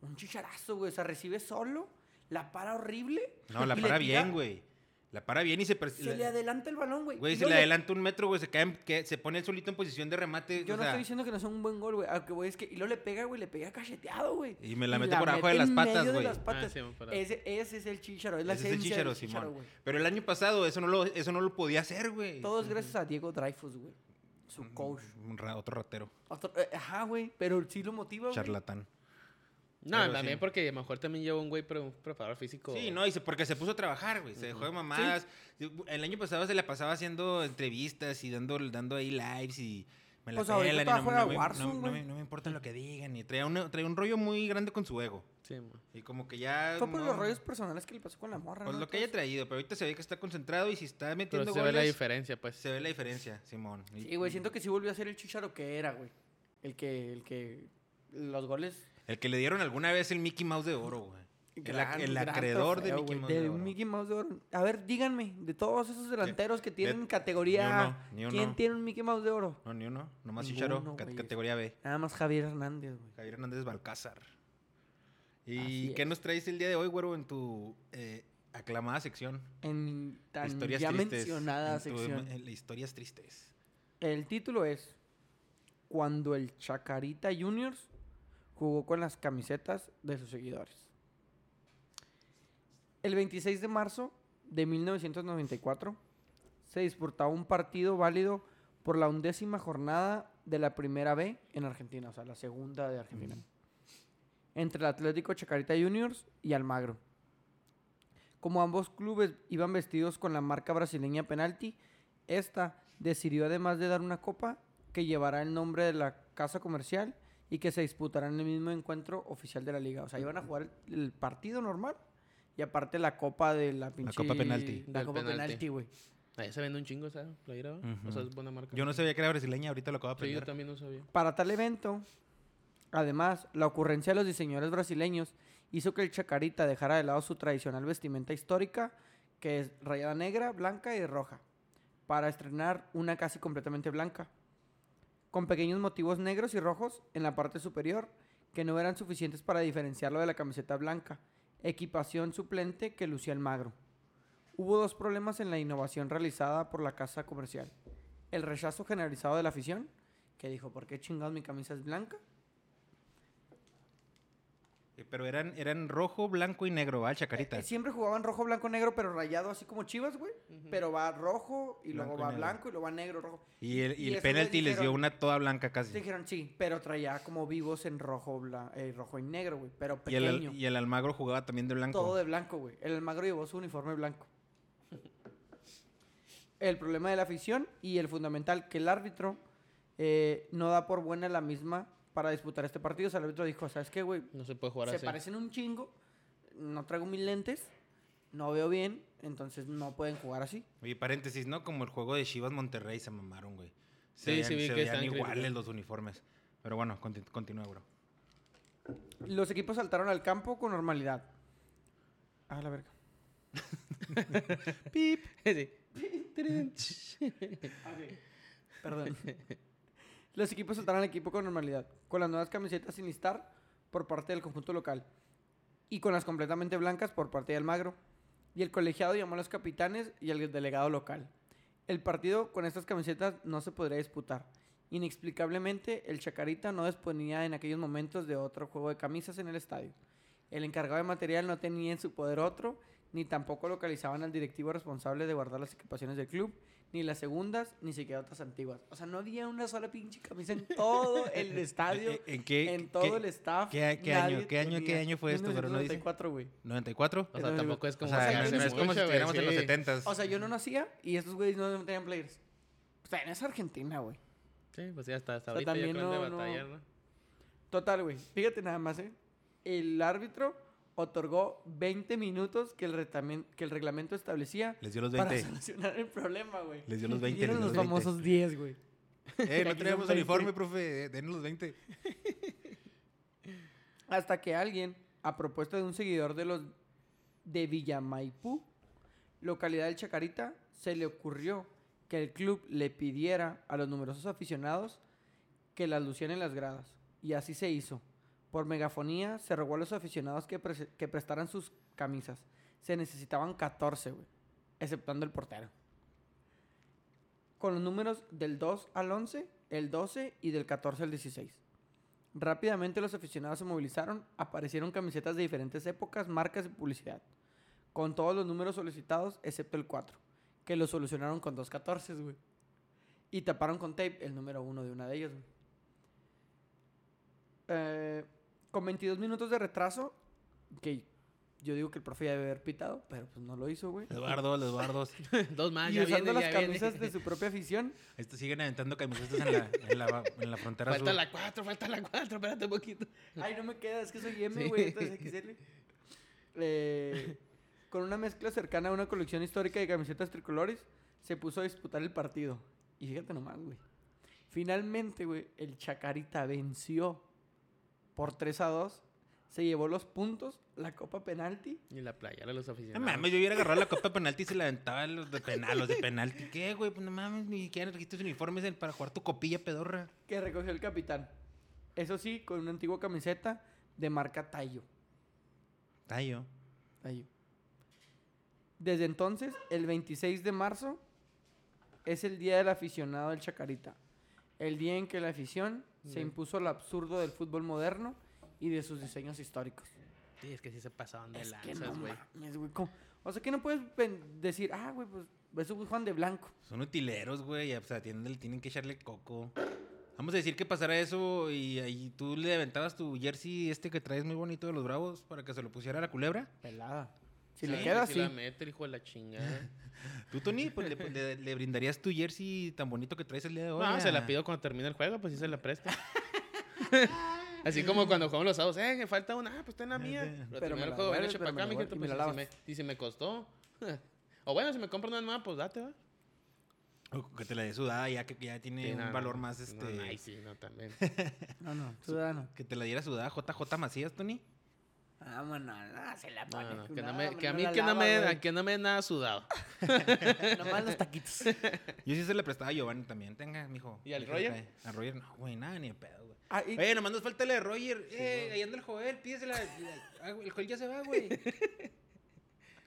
C: un chicharazo, güey. O sea, recibe solo, la para horrible.
A: No, la
C: y le
A: para
C: tira-
A: bien, güey. La para bien y se... per-
C: Se le
A: la-
C: adelanta el balón, güey.
A: Güey,
C: Y
A: se le
C: luego-
A: adelanta un metro, güey. Se, cae en- que- se pone él solito en posición de remate.
C: Yo
A: o
C: no
A: sea,
C: estoy diciendo que no sea un buen gol, güey. Aunque, güey, es que. Y luego le pega, güey, le pega cacheteado, güey.
A: Y me la mete por abajo de
C: mete
A: las
C: en
A: patas,
C: medio de
A: güey.
C: las
A: Ah,
C: patas.
B: sí, me paraba.
C: ese, ese es el chicharo, es la
A: ese es el
C: esencia del
A: chicharo,
C: chicharo,
A: Simón.
C: güey.
A: Pero el año pasado eso no lo, eso no lo podía hacer, güey.
C: Todo es gracias a Diego Dreyfus, güey. Su coach.
A: Un ra- otro ratero,
C: Otro- eh, ajá, güey. Pero sí lo motiva, güey.
A: charlatán.
B: No,
A: Pero
B: también
A: sí.
B: porque a lo mejor también lleva un güey pre- un preparador físico.
A: Sí, no, y se- porque se puso a trabajar, güey. Se dejó de mamadas. El año pasado se la pasaba haciendo entrevistas y dando, dando ahí lives y me la
C: Pues ahorita
A: pelan. y
C: todavía
A: no,
C: juega
A: no me- no-
C: Warzone,
A: no
C: güey.
A: me, no me importa lo que digan. Y traía, una- traía un rollo muy grande con su ego.
B: Sí, mo.
A: Y como que ya...
C: Fue por
A: no-
C: los rollos personales que le pasó con la morra,
A: Pues
C: ¿no?
A: lo que haya
C: Entonces-
A: traído. Pero ahorita se ve que está concentrado y si está
B: Pero
A: metiendo
B: se ve la
A: goles,
B: diferencia, pues.
A: se ve la diferencia, Simón. Y-
C: Sí, güey, siento que sí volvió a ser el chicharo que era, güey. El que, el que, los goles...
A: El que le dieron alguna vez el Mickey Mouse de oro, güey. El, ac-
C: gran-
A: el
C: gran
A: acreedor de
C: trofeo,
A: Mickey
C: güey,
A: Mouse de,
C: de
A: oro.
C: Mickey Mouse de oro. A ver, díganme, de todos esos delanteros que tienen
A: de-
C: categoría... A,
A: ni uno, ni uno.
C: ¿Quién tiene un Mickey Mouse de oro?
A: No, ni uno. Nomás
C: Ninguno,
A: Chicharo,
C: güey.
A: categoría B.
C: Nada más Javier Hernández, güey.
A: Javier Hernández Balcázar.
C: Así
A: ¿Y
C: es.
A: qué nos traes el día de hoy, güero, en tu eh, aclamada sección?
C: En mi tan
A: historias
C: ya
A: tristes.
C: mencionada
A: en tu- em, eh.
C: sección.
A: en la historias tristes.
C: El título es Cuando el Chacarita Juniors jugó con las camisetas de sus seguidores. El 26 de marzo de 1994 se disputaba un partido válido por la undécima jornada de la Primera B en Argentina, o sea, la segunda de Argentina,
A: Mm.
C: entre el Atlético Chacarita Juniors y Almagro. Como ambos clubes iban vestidos con la marca brasileña penalti, esta decidió además de dar una copa que llevará el nombre de la casa comercial y que se disputará en el mismo encuentro oficial de la liga. O sea, iban a jugar el, el partido normal y aparte la copa de la pinche...
A: copa penalti.
C: La
B: Del
C: copa
B: penalti.
C: penalti, güey.
B: Ahí se vende un chingo esa playera, ¿va? O sea, es buena marca.
A: Yo no sabía que era brasileña, ahorita lo acabo de
B: Sí, yo
A: aprender.
B: también no sabía.
C: Para tal evento, además, la ocurrencia de los diseñadores brasileños hizo que el Chacarita dejara de lado su tradicional vestimenta histórica, que es rayada negra, blanca y roja, para estrenar una casi completamente blanca, con pequeños motivos negros y rojos en la parte superior, que no eran suficientes para diferenciarlo de la camiseta blanca, equipación suplente que lucía el magro. Hubo dos problemas en la innovación realizada por la casa comercial. El rechazo generalizado de la afición, que dijo, ¿por qué chingados mi camisa es blanca?
A: Eh, Pero eran, eran rojo, blanco y negro, ¿va? El Chacarita.
C: Eh, Siempre jugaban rojo, blanco, negro, pero rayado así como chivas, güey. Pero va rojo
A: Blanco y
C: y luego va
A: negro.
C: blanco y luego va negro, rojo.
A: y el, y
C: y
A: el
C: esos güeyes
A: penalti les dio
C: dijeron-
A: una toda blanca
C: Entonces
A: casi.
C: Dijeron, sí, pero traía como vivos en rojo, bla- eh, rojo y negro, güey. Pero
A: Y el,
C: pequeño.
A: al- y el Almagro jugaba también de blanco.
C: Todo de blanco, güey. El Almagro llevó su uniforme blanco. El problema de la afición y el fundamental que el árbitro eh, no da por buena la misma para disputar este partido. O sea, el árbitro dijo, ¿sabes qué, güey?
B: No se puede jugar
C: se
B: así.
C: parecen un chingo. No traigo mis lentes. No veo bien. Entonces no pueden jugar así.
A: Oye, paréntesis, ¿no? Como el juego de Chivas Monterrey se mamaron, güey. Se
B: Sí,
A: veían,
B: sí vi
A: se
B: que
A: veían
B: estaban
A: iguales
B: criticando.
A: los uniformes. Pero bueno, conti- continúa, bro.
C: Los equipos saltaron al campo con normalidad. A la verga.
B: Pip. [laughs] Sí.
C: Perdón. Los equipos saltaron al equipo con normalidad, con las nuevas camisetas sin listar, por parte del conjunto local y con las completamente blancas por parte de Almagro. Y el colegiado llamó a los capitanes y al delegado local. El partido con estas camisetas no se podría disputar. Inexplicablemente, el Chacarita no disponía en aquellos momentos de otro juego de camisas en el estadio. El encargado de material no tenía en su poder otro, ni tampoco localizaban al directivo responsable de guardar las equipaciones del club, ni las segundas, ni siquiera otras antiguas. O sea, no había una sola pinche camisa en todo el estadio,
A: ¿En- Eh, en qué-
C: en todo
A: qué-
C: el staff.
A: qué- qué
C: nadie
A: año- qué año- qué
C: tenía.
A: año fue esto? Pero no dice.
C: 1994, güey.
A: ¿94?
B: O sea, tampoco es
A: O
B: como
A: sea,
B: que
A: no es-
B: hace
A: no es como si
B: mucho, güey,
A: estuviéramos en los
B: sí.
A: 70
C: O sea, yo no nacía y estos güeyes no tenían players. O sea, en esa Argentina, güey.
B: Sí, pues ya está. Hasta
C: O sea,
B: ahorita
C: también
B: yo creo
C: no-
B: de
C: no-
B: batallar, ¿no? [laughs]
C: Total, güey. Fíjate nada más, ¿eh? El árbitro otorgó 20 minutos que el, retamen- que el reglamento establecía
A: Les dio los
C: para
A: 20.
C: solucionar el problema, güey.
A: Les dio los 20.
C: Dieron
A: les dio
C: los
A: 20.
C: famosos 10, güey.
A: Eh, no
C: Aquí
A: tenemos
C: son
A: uniforme, profe. Denos los 20.
C: Hasta que alguien, a propuesta de un seguidor de los de Villamaipú, localidad del Chacarita, se le ocurrió que el club le pidiera a los numerosos aficionados que las lucieran en las gradas. Y así se hizo. Por megafonía se rogó a los aficionados que, prese- que prestaran sus camisas. Se necesitaban 14, güey, exceptuando el portero. Con los números del 2 al 11, el 12 y del 14 al 16. Rápidamente los aficionados se movilizaron, aparecieron camisetas de diferentes épocas, marcas y publicidad, con todos los números solicitados excepto el 4, que lo solucionaron con dos 14, güey. Y taparon con tape el número 1 de una de ellas, güey. Eh, con 22 minutos de retraso, que yo digo que el profe ya debe haber pitado, pero pues no lo hizo, güey.
A: Eduardo, los bardos.
B: Dos más,
C: Y
B: Ah, ya
C: usando
B: viene,
C: las
B: ya viene.
C: camisas de su propia afición,
A: Estos siguen aventando camisetas en la, en la, en la frontera
B: [laughs] Falta
A: sur.
B: la cuatro, falta la cuatro, espérate un poquito.
C: Ay, no me queda, es que soy
B: Sí.
C: M, güey, entonces XL. Eh, con una mezcla cercana a una colección histórica de camisetas tricolores, se puso a disputar el partido. Y fíjate nomás, güey. Finalmente, güey, el Chacarita venció por 3 a 2. Se llevó los puntos, la copa penalti.
B: Y la playa de los
A: No
B: aficionados.
A: mames, yo hubiera agarrado la copa de penalti y se la aventaba a los de penal, los de penalti. ¿Qué, güey? Pues no mames, ni siquiera trajiste uniformes en- para jugar tu copilla pedorra.
C: que recogió el capitán. Eso sí, con una antigua camiseta de marca Tallo.
A: Tallo.
C: Ahí. Desde entonces, el 26 de marzo es el día del aficionado del Chacarita. El día en que la afición se
B: Bien.
C: impuso al absurdo del fútbol moderno y de sus diseños históricos.
B: Sí, es que sí se pasaban de
C: Es que no
B: lanzas, güey.
C: mames, güey, ¿cómo? O sea, que no puedes pen- decir, ah, güey, pues es un Juan de Blanco.
A: Son utileros, güey. O sea, tienen, le tienen que echarle coco. Vamos a decir que pasara eso y ahí tú le aventabas tu jersey este que traes muy bonito de los bravos para que se lo pusiera a la culebra.
C: Pelada. Si
B: Sí,
C: le queda
B: si
C: así.
B: la mete el hijo de la chingada.
C: [laughs]
A: Tú, Tony, pues le, le- le brindarías tu jersey tan bonito que traes el día de hoy.
B: No, se la
A: a-
B: pido cuando termine el juego, pues sí se
A: [laughs]
B: la presto. Así como cuando jugamos los sábados, eh, me falta una, ah, pues ten la mía. Pero,
C: Pero me
B: terminé el
C: la
B: juego,
C: devuelves,
B: ven, echa
C: pero
B: para
C: me
B: acá,
C: la
B: mijito,
C: devuelves y
B: pues
C: me
B: y
C: la
B: si me, y si me costó. [laughs] o bueno, si me compran una nueva, pues date, va.
A: o que te la dé sudada ya que que ya tiene
B: Sí,
A: un
B: no, no,
A: valor más
B: no,
A: este.
B: no, ay, sí,
A: [laughs]
B: no, también.
C: No, no, ciudadano.
A: Que te la diera sudada JJ Macías, Tony.
C: Ah, bueno, no, se la
B: No,
C: pone.
B: no, que,
C: culada,
B: no me,
C: hombre,
B: que a
C: no
B: mí
C: la
B: que, no
C: lava,
B: me,
C: güey.
B: a que no me dé nada sudado.
C: [laughs] Nomás los taquitos.
A: Yo sí se la prestaba a Giovanni también. Tenga, mijo.
B: ¿Y al
A: déjale
B: Roger?
A: caer. Al Roger, no, güey, nada, ni de pedo, güey.
C: Ah, y-
A: Oye, nomás nos falta la de Roger. Eh, ahí anda el Joel, pídesela. Ah, güey, El Joel ya se va, güey.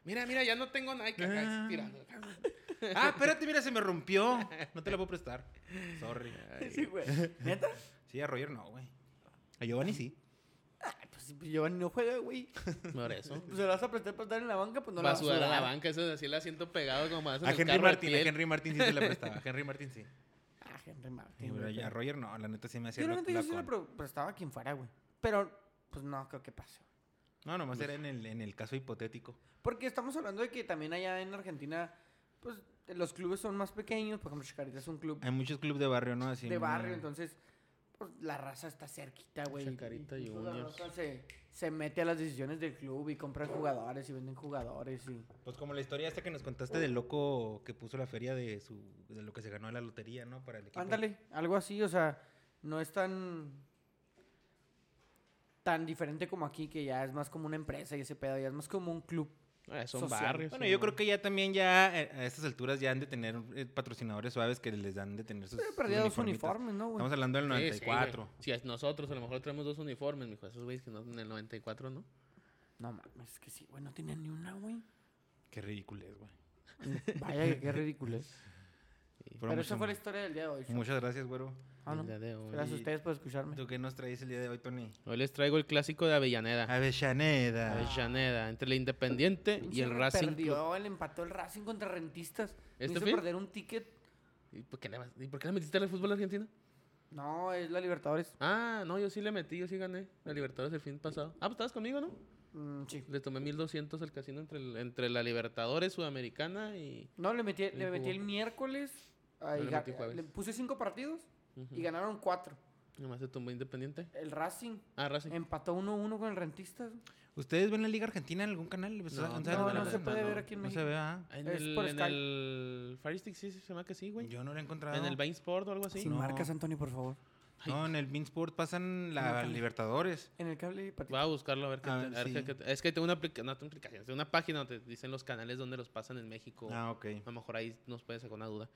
B: Mira, mira, ya no tengo Nike acá
A: Ah.
B: tirando.
A: [laughs] Ah, espérate, mira, se me rompió. No te la puedo prestar. Sorry.
C: [laughs] Sí, güey. ¿Neta?
A: Sí, a Roger no, güey. A Giovanni sí.
C: Pues Giovanni no juega, güey.
B: Por eso.
C: Pues se lo vas a prestar para estar en la banca, pues no
B: va
C: la
B: a
C: vas
B: sudar a la banca, eso es así, el asiento pegado como hacen
A: A
B: el
A: Henry
B: carro de
A: Martin, a
B: piel.
A: Henry Martin sí se la prestaba. A Henry Martin sí.
C: Ah, Henry Martin.
A: Y
C: güey,
A: a
C: pero-
A: Roger no, la neta sí me hacía
C: Yo la
A: lo-
C: neta yo sí la
A: lacón.
C: pro- prestaba a quien fuera, güey. Pero, pues no creo que pase.
A: No, nomás era en el, en el caso hipotético.
C: Porque estamos hablando de que también allá en Argentina, pues los clubes son más pequeños. Por ejemplo, Chacarita es un club
A: Hay muchos clubes de barrio, ¿no? Así
C: de
A: no-
C: barrio, entonces pues, la raza está cerquita, güey.
B: Chacarita
C: y, y, pues, la
B: Juniors.
C: raza se, se mete a las decisiones del club y compran jugadores y venden jugadores y...
A: Pues como la historia esta que nos contaste del loco que puso la feria de su de lo que se ganó de la lotería, ¿no? Para el equipo.
C: Ándale, algo así, o sea, no es tan tan diferente como aquí, que ya es más como una empresa y ese pedo, ya es más como un club.
B: Ah, son
C: Social.
B: barrios.
A: Bueno, yo creo que ya también ya eh, a estas alturas ya han de tener eh, patrocinadores suaves que les dan de tener sus,
C: Pero
A: sus
C: perdía dos
A: uniformitas.
C: uniformes, ¿no, güey?
A: Estamos hablando del 94.
B: Si nosotros a lo mejor traemos dos uniformes, mijo. Esos güeyes que no, en el 94, ¿no?
C: No mames, es que sí, güey, no tenían ni una, güey.
A: Qué ridículo es, güey.
C: Vaya, que qué ridículo. ¿eh?
A: Pero
C: Pero esa
A: mucho-
C: fue la historia del día de hoy. Fer.
A: Muchas gracias, güero.
C: Ah,
B: El
C: ¿no?
B: día de hoy.
C: Gracias a
A: Y-
C: ustedes por escucharme.
A: ¿Tú qué nos traes el día de hoy, Tony?
B: Hoy les traigo el clásico de
A: Ah.
B: Avellaneda.
A: Avellaneda.
B: Avellaneda, entre el Independiente y el
C: Pinche
B: Racing
C: Perdió,
B: Club.
C: el empató el Racing contra Rentistas. Me
B: ¿Este
C: hizo
B: fin?
C: perder un ticket.
B: ¿Y por, qué le, vas- y por qué le metiste al fútbol argentino?
C: No, es la Libertadores.
B: Ah, no, yo sí le metí, yo sí gané. La Libertadores el fin pasado. Ah, pues estabas conmigo, ¿no?
C: Mm, sí.
B: Le tomé 1200 al casino entre, el- entre la Libertadores Sudamericana y...
C: No, le metí,
B: Ahí
C: le metí
B: jugó.
C: el miércoles. ahí
B: le
C: ga-
B: metí jueves.
C: le puse cinco partidos
B: Ujú.
C: y ganaron cuatro.
B: Nomás se tumbó Independiente.
C: El Racing
B: Ah, Racing.
C: empató 1-1 con el Rentistas.
A: ¿Ustedes ven la Liga Argentina en algún canal? Pues,
B: No,
A: ¿saben
B: no,
A: algo
C: No,
A: de la
C: no
B: no,
C: se
A: Argentina?
C: puede
B: no.
C: ver aquí en
A: No
C: México.
A: se ve, ah.
B: En
C: Es
B: el,
C: por
B: en
C: Sky.
B: el Fire Stick sí, sí, se llama que sí, güey.
A: Yo no lo he encontrado.
B: En el Bain Sport o algo así.
C: Sin
A: No.
C: marcas, Antonio, por favor.
A: No, en el Beansport pasan
C: No,
A: la
C: no.
A: Libertadores.
C: En el cable, patito.
B: Voy a buscarlo a ver qué.
A: A
B: te-
A: ver,
B: a ver qué-
A: sí.
B: qué te- es que tengo una, aplica- no, tengo aplicación, tengo una página donde te dicen los canales donde los pasan en México.
A: Ah, ok.
B: A lo mejor ahí nos puede sacar una duda.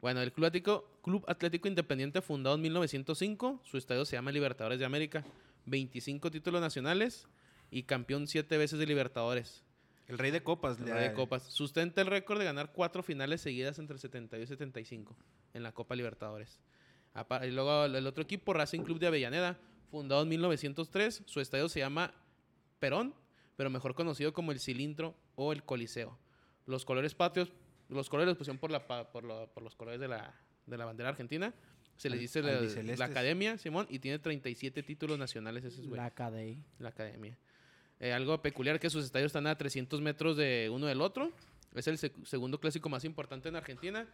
B: Bueno, el Club Atlético, Club Atlético Independiente, fundado en 1905, su estadio se llama Libertadores de América. 25 títulos nacionales y campeón 7 veces de Libertadores.
A: El Rey de Copas.
B: La
A: la-
B: de Copas. Sustenta el récord de ganar cuatro finales seguidas entre el 72 y 75 en la Copa Libertadores. Apa- Y luego el el otro equipo, Racing Club de Avellaneda, fundado en 1903. Su estadio se llama Perón, pero mejor conocido como el Cilindro o el Coliseo. Los colores patrios, los colores los pusieron por, la, pa- por, lo- por los colores de la, de la bandera argentina. Se les
A: Al-
B: dice la,
A: albicelestes.
B: la academia, Simón, y tiene 37 títulos nacionales esos güey
C: La KDI.
B: la academia. Eh, algo peculiar que sus estadios están a 300 metros de uno del otro. Es el sec- segundo clásico más importante en Argentina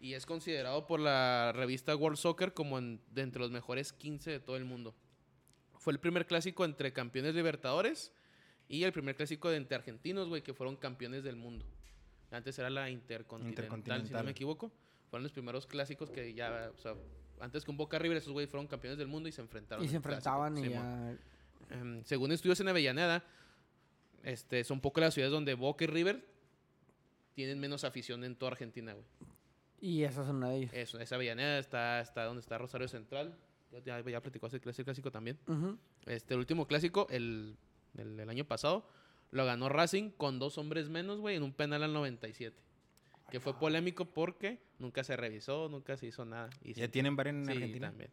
B: y es considerado por la revista World Soccer como en- de entre los mejores 15 de todo el mundo. Fue el primer clásico entre campeones libertadores y el primer clásico de entre argentinos, güey, que fueron campeones del mundo. Antes era la Intercontinental, si no
A: Intercontinental.
B: me equivoco. Fueron los primeros clásicos que ya, o sea, antes que un Boca River, esos güey fueron campeones del mundo y se enfrentaron.
C: Y se
B: en clásico.
C: enfrentaban y
B: Simón.
C: ya.
B: Em, según estudios en Avellaneda, este, son pocas las ciudades donde Boca y River tienen menos afición en toda Argentina, güey.
C: Y esa es una de ellas.
B: Eso, es Avellaneda, está, está donde está Rosario Central. Ya, ya, ya platicó ese clásico, clásico también.
C: Ujú.
B: Este, el último clásico, el, el, el año pasado, lo ganó Racing con dos hombres menos, güey, en un penal al 97. Que fue polémico porque nunca se revisó, nunca se hizo nada. Y
A: Ya tienen bar en
B: sí,
A: Argentina.
B: también.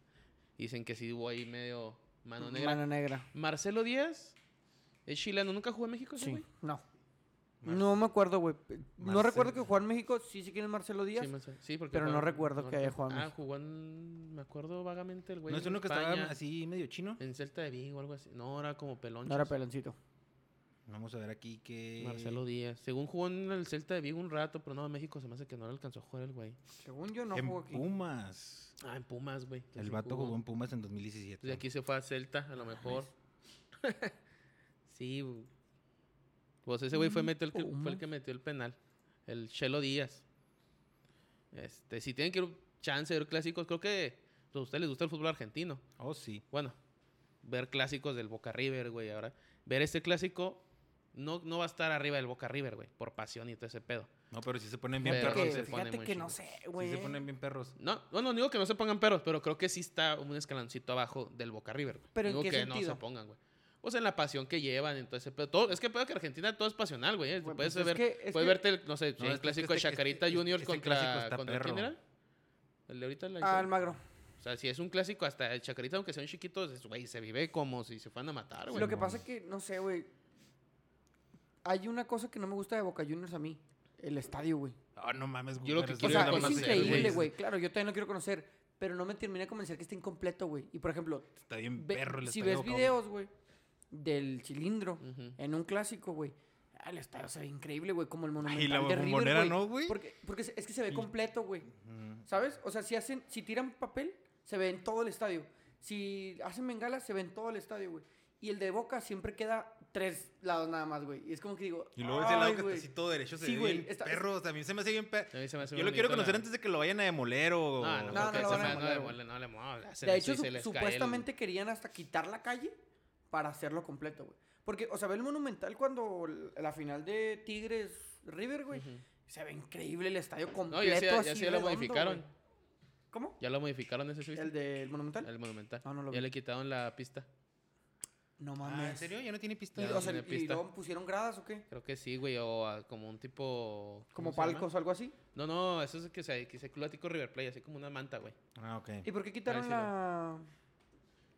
B: Dicen que sí hubo ahí medio mano negra.
C: Mano negra.
B: Marcelo Díaz es chileno, nunca jugó en México, ese
C: Sí,
B: güey?
C: no.
A: Mar-
C: No me acuerdo, güey. No
A: Marcel-
C: recuerdo que jugó en México. Sí, sí, quién es Marcelo Díaz.
B: Sí, Marcelo- sí, porque
C: Pero no
B: jugaba-
C: recuerdo que haya jugado en
B: Ah,
C: México.
B: jugó en. Me acuerdo vagamente el güey.
A: ¿No es
B: en
A: uno que
B: España, Eh.
A: estaba así medio chino?
B: En Celta de Vigo o algo así. No, era como pelón.
C: no era peloncito.
A: Vamos a ver aquí que...
B: Marcelo Díaz. Según jugó en el Celta de Vigo un rato, pero no, en México se me hace que no le alcanzó a jugar el güey.
C: Según yo, no
A: en
C: jugó aquí.
A: Pumas.
B: Ah, en Pumas, güey. que
A: El
B: sí
A: vato jugó en Pumas en 2017.
B: De aquí se fue a Celta, a lo mejor. [laughs] sí, bu- pues ese güey fue, metió el que- fue el
C: Pumas.
B: que metió el penal. El Chelo Díaz. Este, si tienen que ir chance de ver clásicos, creo que pues, a ustedes les gusta el fútbol argentino.
A: Oh, sí.
B: Bueno, ver clásicos del Boca River, güey, ahora. Ver este clásico no, no va a estar arriba del Boca River, güey, por pasión y todo ese pedo.
A: No, pero sí se ponen bien
C: Fíjate
B: Pero
A: perros.
C: que,
B: se
A: eh.
B: pone
C: fíjate
B: muy
C: que
B: chido.
C: no sé,
A: Sí
C: güey.
A: se ponen bien perros.
B: No, bueno, no digo que no se pongan peros, pero creo que sí está un escaloncito abajo del Boca River. güey.
C: ¿Pero en
B: Digo
C: qué
B: que no
C: sentido?
B: se pongan, güey. O sea, en la pasión que llevan, entonces, pero todo, es que pedo que Argentina todo es pasional, güey. ¿eh?
C: Güey,
B: puedes
C: pues es
B: ver,
C: que- es
B: puedes verte,
C: que-
B: el, no sé,
A: No,
B: el
A: es que
B: clásico de
A: este-
B: Chacarita
A: este-
B: Junior
A: este clásico
B: contra,
A: está
B: contra quién
A: perro.
B: era? El de ahorita la
C: Ah,
B: hizo-
C: Almagro.
B: O sea, si es un clásico hasta el Chacarita, aunque sean chiquitos, es, güey, se vive como si se fueran a matar, güey.
C: Lo que pasa es que, no sé, güey. Hay una cosa que no me gusta de Boca Juniors a mí. El estadio, güey.
A: Ah, no mames, güey.
B: Yo lo que
A: pero sí
C: O
B: quiero
A: se
C: sea,
B: ir a
A: ponen
C: es
A: bien
B: conocer,
A: perros,
C: increíble, güey. Claro, yo todavía no quiero conocer. Pero no me termina de convencer que esté incompleto, güey. Y, por ejemplo,
A: Está bien
C: Ve-
A: perro el
C: si
A: estadio
C: ves
A: Boca
C: videos, güey, del cilindro
B: Ujú.
C: en un clásico, güey. ah, El estadio se ve increíble, güey, como el monumental
A: y la
C: de River,
A: bombonera
C: güey.
A: no, güey.
C: Porque, porque es es que se ve
A: Sí.
C: completo, güey.
A: Boca. Ujú.
C: ¿Sabes? O sea, si hacen, si tiran papel, se ve en todo el estadio. Si hacen bengala, se ve en todo el estadio, güey. Y el de Boca siempre queda tres lados nada más, güey. Y es como que digo,
A: Y luego ese lado
C: "Ay,
A: que está
C: güey".
A: así todo derecho se
C: Sí,
A: ve
C: güey,
A: bien
C: está-
A: perro. También se me hace bien perro.
B: A mí se me hace
A: Yo lo
B: bonito
A: quiero conocer
B: la-
A: antes de que lo vayan a demoler o...
B: No, no,
C: No,
B: creo
C: no
B: que
C: lo van a
B: esa madre
C: demoler,
B: no
C: güey.
B: le- no le mueve, se-
C: De hecho,
B: sí se
C: su-
B: les cae el-
C: supuestamente querían hasta quitar la calle para hacerlo completo, güey. Porque, o sea, ve el Monumental cuando l- la final de Tigres River, güey.
B: Ujú.
C: Se ve increíble el estadio completo.
B: No, ya, sí- ya,
C: así
B: sí lo
C: redondo,
B: modificaron.
C: güey. ¿Cómo?
B: Ya lo modificaron ese suizo.
C: ¿El del Monumental?
B: El monumental.
C: No, no lo
B: ya
C: vi.
B: le quitaron la pista.
C: No
A: Ah,
C: mames.
A: ¿en serio? ¿Ya no tiene pista?
C: Y,
B: Ya
C: o sea,
B: tiene
C: ¿y
B: pista.
C: luego pusieron gradas o qué?
B: Creo que sí, güey. O ah, como un tipo.
C: ¿Como
B: ¿cómo se llama?
C: palcos o algo así?
B: No, no, eso es que se, que se cuela tipo River Play, así como una manta, güey.
A: Ah, ok.
C: ¿Y por qué quitaron
B: sí lo-
C: la...?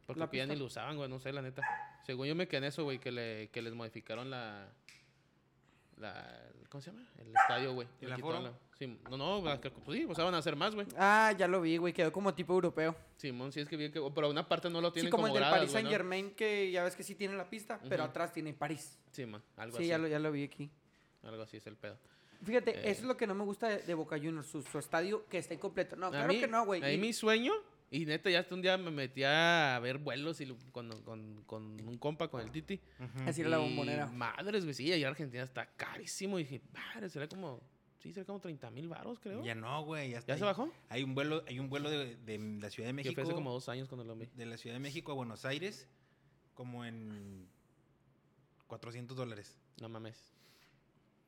B: Porque
C: La
B: pues, ya ni
C: pista.
B: lo usaban, güey, no sé, la neta. Según yo me quedé en eso, güey, que, le, que les modificaron la. la ¿Cómo se llama? El estadio, güey.
A: ¿El
B: Le quitaron
A: aforo?
B: la- sí, no, no, la- que- pues sí, o sea, van a hacer más, güey.
C: Ah, ya lo vi, güey. Quedó como tipo europeo.
B: Simón, sí es que bien que. Pero una parte no lo
C: Sí,
B: tienen
C: como,
B: como,
C: el del
B: gradas,
C: Paris
B: güey,
C: Saint
B: ¿no?
C: Germain, que ya ves que sí tiene la pista, pero
B: Ujú.
C: atrás tiene París.
B: Simón, algo
C: Sí,
B: así.
C: ya lo, ya lo vi aquí.
B: Algo así es el pedo.
C: Fíjate,
B: Eh.
C: eso es lo que no me gusta de, de Boca Juniors, su, su estadio que está incompleto. No,
B: A
C: claro
B: mí-
C: que no, güey.
B: A mí
C: Y-
B: mi sueño, y neta, ya hasta un día me metí a ver vuelos y lo- con, con- con un compa, con el Titi.
A: Ujú.
C: Así era
B: y
C: la bombonera.
B: Madres, güey, sí, allá en Argentina está carísimo. Y dije, madre, será como, sí, será como 30 mil baros, creo.
A: Ya
B: Ya,
A: no, güey. Ya, está
B: se
A: ahí.
B: bajó?
A: Hay un vuelo, hay un vuelo de, de la Ciudad de
B: Que
A: México.
B: fue hace como dos años cuando lo vi.
A: De la Ciudad de México a Buenos Aires, como en 400 dólares.
B: No mames.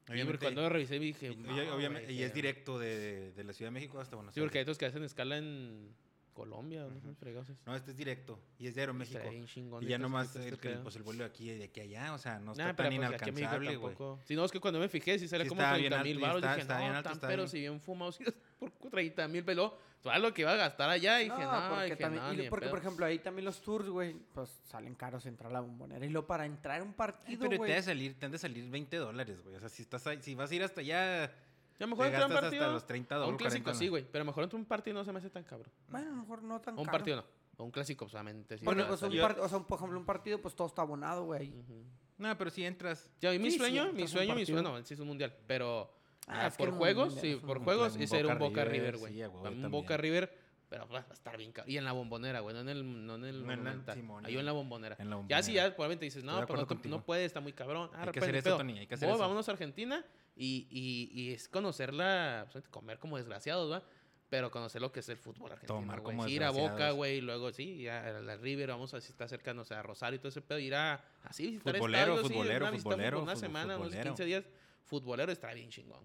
B: Y
A: Obviamente-
B: porque cuando lo revisé dije,
A: y-
B: "No,
A: y- obviamente-
B: güey,
A: y es
B: que-
A: directo de, de la Ciudad de México hasta Buenos
B: Sí, porque hay
A: Aires.
B: otros que hacen escala en Colombia, o no sé, fregados.
A: No, este es directo. Y es de Aeroméxico.
B: Está bien chingón,
A: Y ya
B: entonces,
A: nomás
B: este
A: el,
B: pedo.
A: pues, el vuelo de aquí, de aquí a allá. O sea, no
B: Nah,
A: está
B: pero
A: tan
B: pues aquí en México
A: inalcanzable, güey.
B: tampoco. Si no, es que cuando me fijé, sí sale
A: Sí,
B: como
A: estaba
B: 30
A: bien alto,
B: mil baros.
A: está-
B: Dije,
A: está
B: no,
A: bien alto,
B: tan
A: está
B: pero
A: bien.
B: [laughs] si bien fumados, por 30 mil pelos. Todo lo que iba a gastar allá. Dije,
C: No,
B: no,
C: porque,
B: dije,
C: también,
B: no,
C: y lo-
B: ni de
C: porque,
B: pedo".
C: por ejemplo, ahí también los tours, güey, pues salen caros entrar a la bombonera. Y lo para entrar a un
A: Ay,
C: partido,
A: Pero te
C: güey.
A: han de salir, te han de salir 20 dólares, güey. O sea, si, estás ahí- si vas a ir hasta allá,
B: Ya
A: te
B: mejor entrar a
A: gastas
B: un
A: hasta
B: partido.
A: los 30
B: A
A: dólares.
B: un clásico
A: 40,
B: sí,
A: ¿no?
B: güey. Pero mejor entrar a un partido no se me hace tan cabrón.
C: Bueno, a lo mejor no
B: A
C: tan
B: un
C: caro.
B: partido no. A un clásico solamente. Sí,
C: Bueno,
B: no,
C: o sea, un
B: está bien.
C: par- o sea, un- por ejemplo, un partido, pues todo está abonado, güey. ahí.
B: Ujú.
A: No, pero si entras.
B: Ya, y mi
C: Sí, sí,
B: sueño,
C: entras a
B: mi
C: un
B: sueño, mi
C: partido.
B: sueño, no, sí es un mundial, pero
C: Ah,
B: ah,
C: es que
B: por
C: el
B: juegos,
C: mundial
B: sí,
C: es un
B: por
A: mundial,
B: juegos,
A: un
B: es ser un
A: Boca
B: Boca
A: River,
B: River, güey.
A: sí, a huevo,
B: Para mí un
A: también.
B: Boca River, pero va a estar bien caro. Y en la bombonera, güey, no en el, no en el
A: No en la-
B: Monumental.
A: Simón,
B: Ahí
A: ya.
B: en la bombonera.
A: En la
B: Ya si
A: Bombonera.
B: ya probablemente dices,
A: Estoy de
B: no, pero
A: acuerdo
B: no, te- no
A: contigo.
B: puede, está muy cabrón. Ah,
A: Hay que
B: pues,
A: hacer
B: ni
A: eso,
B: pedo.
A: Tony, hay que hacer
B: Voy,
A: eso.
B: vámonos a Argentina y, y, y es conocerla, pues, comer como desgraciados, ¿va? Pero conocer lo que es el fútbol argentino.
A: Tomar
B: güey.
A: como
B: Sí, ir a Boca,
A: desgraciados.
B: güey, y luego sí, ir a la River, vamos a si está cerca, no sé, a Rosario y todo ese pedo, ir a así visitar
A: Futbolero,
B: estadios, sí,
A: futbolero,
B: una visita
A: futbolero,
B: fútbol, una
A: fut-
B: semana, unos
A: futbolero.
B: 15 días, futbolero está bien chingón.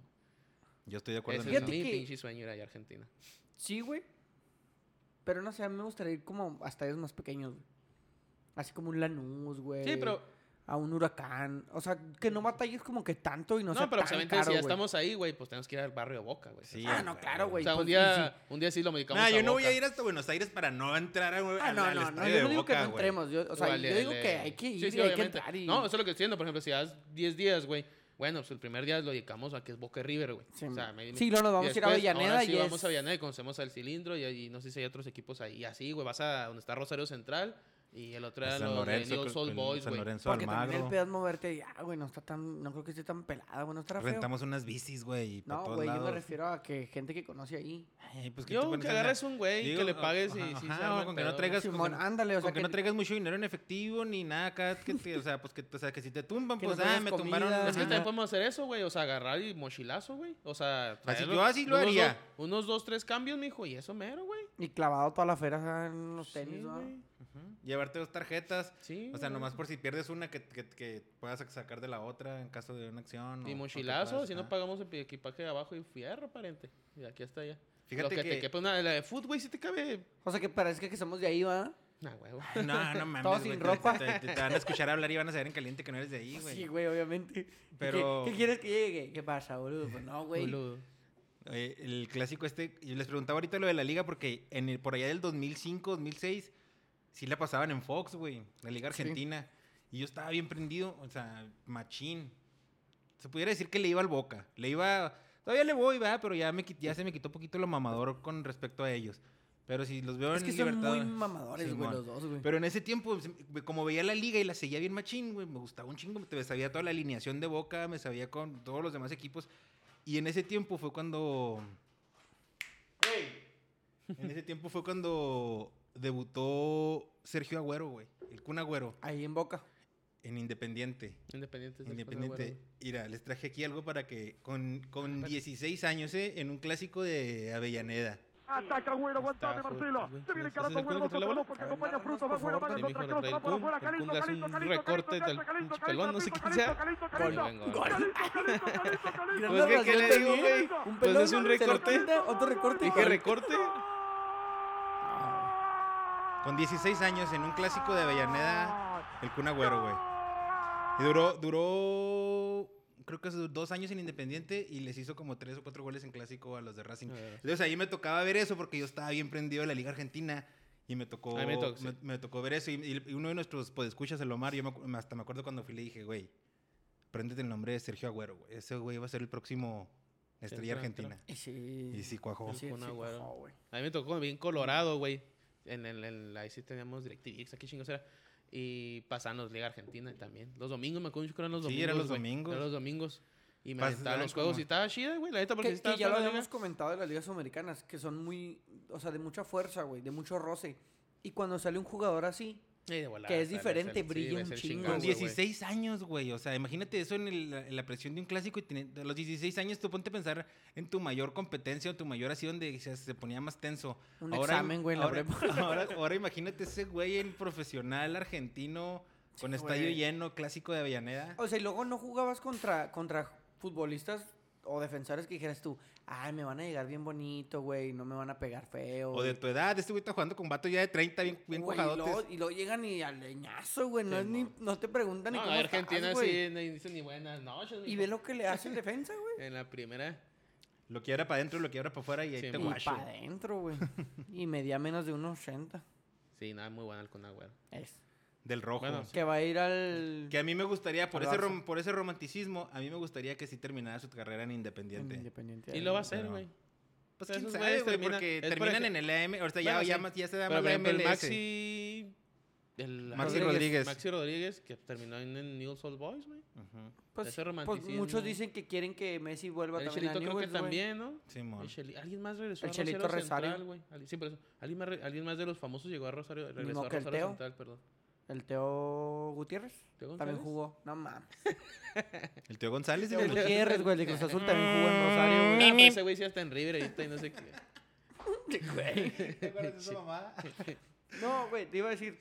A: Yo estoy de acuerdo
B: Ese
A: en
B: es
A: eso.
C: Fíjate
B: mi
C: que-
B: pinche sueño ir allá a Argentina.
C: Sí, güey. Pero no sé, a mí me gustaría ir como a estadios más pequeños, güey. Así como un Lanús, güey.
B: Sí, pero
C: A un huracán. O sea, que no batalles como que tanto y no,
B: no,
C: sea
B: pero pues,
C: tan
B: obviamente
C: caro,
B: si ya
C: güey.
B: estamos ahí, güey, pues tenemos que ir al barrio de Boca, güey.
A: Sí,
C: Ah,
A: a
C: no,
A: huevo.
C: claro,
B: o
C: güey.
B: sea,
C: pues,
B: un
C: y
B: día, un día sí lo medicamos.
A: No, yo no voy a ir hasta Buenos Aires para no entrar a,
C: Ah,
A: al-
C: no,
A: al
C: no, no.
A: estadio
C: Yo
A: de
C: no digo que
A: Boca,
C: no
A: güey.
C: entremos. Yo, o sea,
B: Igual
C: yo
B: el-
C: digo que
B: el-
C: hay que
B: Sí,
C: ir
B: sí,
C: y hay que
B: obviamente.
C: entrar. Y...
B: No, eso es lo que estoy diciendo. Por ejemplo, si das 10 días, güey. Bueno, pues el primer día lo dedicamos a que es Boca y River, güey.
C: Sí,
B: o sea,
C: man.
B: me-
C: Sí, no, nos
B: y
C: vamos a ir a
B: después, ahora
C: Avellaneda
B: sí
C: y
B: vamos
C: es-
B: a Avellaneda y conocemos al cilindro y, ahí no sé si hay otros equipos ahí. Y así, güey, vas a donde está Rosario Central y el otro era
A: San
B: los de
A: Lorenzo,
B: New Soul
A: con-
B: Boys,
A: San
B: güey.
A: Lorenzo
C: Porque también el
A: Almagro.
C: pedo es moverte y, ah, güey, no está tan, no creo que esté tan pelada, güey, no estará feo.
A: Rentamos unas bicis, güey, y pa'
C: No,
A: todos
C: güey, yo
A: lados.
C: me refiero a que gente que conoce ahí.
A: Ay, pues, ¿qué te
B: Yo,
A: pones
B: que
A: a andar?
B: agarres un güey,
A: Digo,
B: que le
A: o-
B: pagues y
A: ajá, ajá,
B: sí, se arma
A: o
B: el
A: con que no
B: pedo, güey.
A: traigas, con
C: Simón,
A: que-
C: ándale, o sea,
A: con que, no traigas mucho dinero en efectivo ni nada acá, que te- o sea, pues que, o sea, que si te tumban,
C: [laughs] Que
A: pues
C: no traigas
A: ah, me
C: comida.
A: tumbaron.
C: Es
B: Es
A: ajá.
B: que también podemos hacer eso, güey. O sea, agarrar y mochilazo, güey. O sea,
A: Así
B: traer
A: yo así lo
B: unos dos-
A: haría.
B: Unos dos, tres cambios, mijo. Y eso mero, güey.
C: Y clavado toda la fera en los tenis,
B: Sí,
C: ¿no?
B: güey.
A: Ujú. Llevarte dos tarjetas.
B: Sí.
A: O sea,
B: güey.
A: nomás por si pierdes una que, que, que puedas sac- sacar de la otra en caso de una acción.
B: Y
A: o- o que
B: mochilazo,
A: puedas-
B: si no
A: ajá.
B: pagamos el pi- equipaje de abajo y fierro, parente. Y de aquí hasta allá. Fíjate Lo
A: Fíjate
B: que, te
A: que...
B: quepa una la de foot, güey, si te cabe.
C: O sea, que parezca que somos de ahí, ¿va?
B: Nah, güey.
A: No,
C: [laughs]
A: no mames,
C: Todo
A: güey,
C: sin
A: te-
C: ropa.
A: Te, te- te van a escuchar hablar y van a saber en caliente que no eres de ahí, güey.
C: Sí, güey, obviamente. ¿Qué-
A: Pero-
C: ¿Qué, quieres que llegue? ¿Qué pasa, boludo? Pues no, güey.
A: Oye, eh, el clásico este, yo les preguntaba ahorita lo de la liga porque en el, por allá del 2005, 2006, sí la pasaban en Fox, güey, la liga
C: Sí.
A: argentina. Y yo estaba bien prendido, o sea, machín. Se pudiera decir que le iba al Boca, le iba, todavía le voy, ¿verdad? Pero ya, me, qui- ya se me quitó poquito lo mamador con respecto a ellos. Pero si los veo
C: Es
A: en
C: que
A: el
C: son muy
A: Libertadores-
C: mamadores, güey,
A: Simón.
C: los dos, güey.
A: Pero en ese tiempo, se- me- como veía la liga y la seguía bien machín, güey, me gustaba un chingo. Me sabía toda la alineación de Boca, me sabía con todos los demás equipos. Y en ese tiempo fue cuando... En ese tiempo fue cuando debutó Sergio Agüero, güey. El Kun Agüero,
C: Ahí en Boca.
A: en Independiente.
B: Independiente.
A: Independiente. Mira, les traje aquí algo para que con, con 16 años, eh, en un clásico de Avellaneda.
D: Ataca Güero, aguantame
B: Está pues, fuerte,
D: Marcelo.
B: güey.
D: Se
B: ¿Ese
D: viene
B: es el
D: Carazo,
B: Kun
D: Güero,
B: que trae la
D: dos
B: bola?
D: porque
B: A ver,
D: acompaña a Frutos, va
B: por
D: Güero,
B: favor,
D: va
B: dime,
D: contra
B: hijo,
D: Cross,
B: trae
D: va
B: el
D: para
B: Kun.
D: afuera,
B: El
D: Calixto,
B: Kun le hace un
D: Calixto,
B: recorte
D: Calixto,
B: del
D: Calixto,
B: pelón, no sé
D: Calixto,
B: qué sea.
D: Calixto,
B: Gol,
D: Calixto,
B: buen gol.
D: Calixto, Calixto, Calixto, Calixto,
B: Pues, ¿qué- qué le digo, güey? Pues
D: Un
C: pelón,
B: es un
C: se lo
B: recorte.
C: quita, otro recorte.
B: Dije recorte.
A: Con 16 años en un clásico de Avellaneda, el Kun Agüero, güey. Y duró, duró, creo que hace dos años en Independiente y les hizo como tres o cuatro goles en clásico a los de Racing.
B: A ver.
A: Entonces ahí me tocaba ver eso porque yo estaba bien prendido de la Liga Argentina y me tocó,
B: A mí
A: me,
B: me tocó, sí.
A: me tocó ver eso. Y, y uno de nuestros podescuchas, el Omar, yo me acu- hasta me acuerdo cuando fui y le dije, güey, préndete el nombre de Sergio Agüero, güey. Ese güey va a ser el próximo estrella
B: Central, claro.
A: argentina.
C: Y sí.
A: Y sí, cuajó.
C: Sí,
B: Kun
C: sí,
B: Agüero.
C: cuajó, güey.
B: A mí me tocó bien colorado, güey. En el, en- ahí sí teníamos DirecTV, aquí chingos era. Y pasamos Liga Argentina también. Los domingos, me acuerdo mucho que eran los
A: Sí,
B: domingos.
A: eran los
B: güey.
A: domingos.
B: Eran los domingos. Y me
A: Pas-
B: aventaba
A: eran
B: los juegos
A: como-
B: y estaba chida, güey. La neta, porque sí
C: Que, que
B: estaba
C: ya lo
B: suave la
C: habíamos
B: liga.
C: comentado de las ligas americanas, que son muy, o sea, de mucha fuerza, güey, de mucho roce. Y cuando sale un jugador así,
B: Ey, de volada,
C: que es
B: sale,
C: diferente,
B: sale, sí,
C: brilla
B: güey,
C: un
B: es el
C: chingo,
B: chingazo,
A: Con
C: güey.
A: 16 años, güey. O sea, imagínate eso en, el- en la presión de un clásico. Y tiene- a los 16 años tú ponte a pensar en tu mayor competencia o tu mayor así donde se, se ponía más tenso.
C: Un examen, güey, en la
A: ahora,
C: prepa.
A: [laughs] ahora- ahora imagínate ese güey en profesional argentino con
C: Sí,
A: estadio
C: güey.
A: lleno, clásico de Avellaneda.
C: O sea, y luego no jugabas contra, contra futbolistas o defensores que dijeras tú, ay, me van a llegar bien bonito, güey, no me van a pegar feo.
A: O de tu edad. Este güey está jugando con vato ya de 30, bien, bien
C: Güey, y,
A: cojadotes.
C: luego, y luego llegan y al leñazo, güey,
B: Sí,
C: no, es ni-
B: no.
C: no te preguntan ni
B: No,
C: cómo estás,
B: Argentina
C: güey.
B: sí, ni dicen ni buenas noches.
C: Y
B: mijo.
C: ve lo que le hace el defensa, güey.
B: En la primera.
A: Lo quiebra para adentro, lo quiebra para afuera y ahí
B: Sí,
A: te
B: mo.
C: Y
A: guacho.
C: para adentro,
A: [laughs]
C: güey. Y medía menos de 1,80.
B: Sí, nada, muy buena el Kun Agüero.
C: Es.
A: Del rojo.
B: Bueno,
C: Que va a ir al.
A: Que a mí me gustaría, por
C: Al
A: ese,
C: Barça.
A: rom- por ese romanticismo, a mí me gustaría que sí terminara su carrera en Independiente.
C: Independiente.
B: Y lo va a hacer,
A: Pero-
B: güey.
A: Pues
B: O sea,
A: quién
B: esos
A: sabe,
B: güeyes
A: güey,
B: terminan-
A: porque
B: es por
A: terminan
B: ej-
A: en el AM, ahorita ya,
B: Bueno,
A: ya,
B: sí.
A: más- ya se da
B: Pero,
A: más
B: por
A: la
B: ejemplo, el
A: MLS.
B: Maxi. El,
A: Maxi
B: Rodríguez-
A: Rodríguez.
B: Maxi Rodríguez, que terminó en el Newell's Old Boys, güey.
A: Ujú.
C: Pues,
B: Ese
C: pues,
B: romanticismo.
C: muchos dicen que quieren que Messi vuelva
B: El
C: también a
B: Chelito creo que
C: Newell's, güey.
B: también, ¿no?
A: Simón.
B: El Cheli- Alguien más regresó
C: El
B: a
C: Chelito
B: Rosario Central,
C: Rosario.
B: güey. Ali- Sí, por eso. Alguien más, re- alguien más de los famosos llegó a Rosario, regresó
C: Mismo
B: a
C: que el
B: Rosario
C: Teo.
B: Central, perdón.
C: El Teo Gutiérrez
B: ¿Teo
C: también
B: González?
C: jugó. No mames.
B: [laughs]
A: El tío González.
C: Teo
A: güey.
C: Gutiérrez, güey, el de Cruz Azul también jugó en Rosario,
B: Ah,
C: güey. [laughs]
B: pero ese güey sí está en River ahorita y no sé qué.
A: ¿Te acuerdas de esa mamada?
C: No, güey, te iba a decir.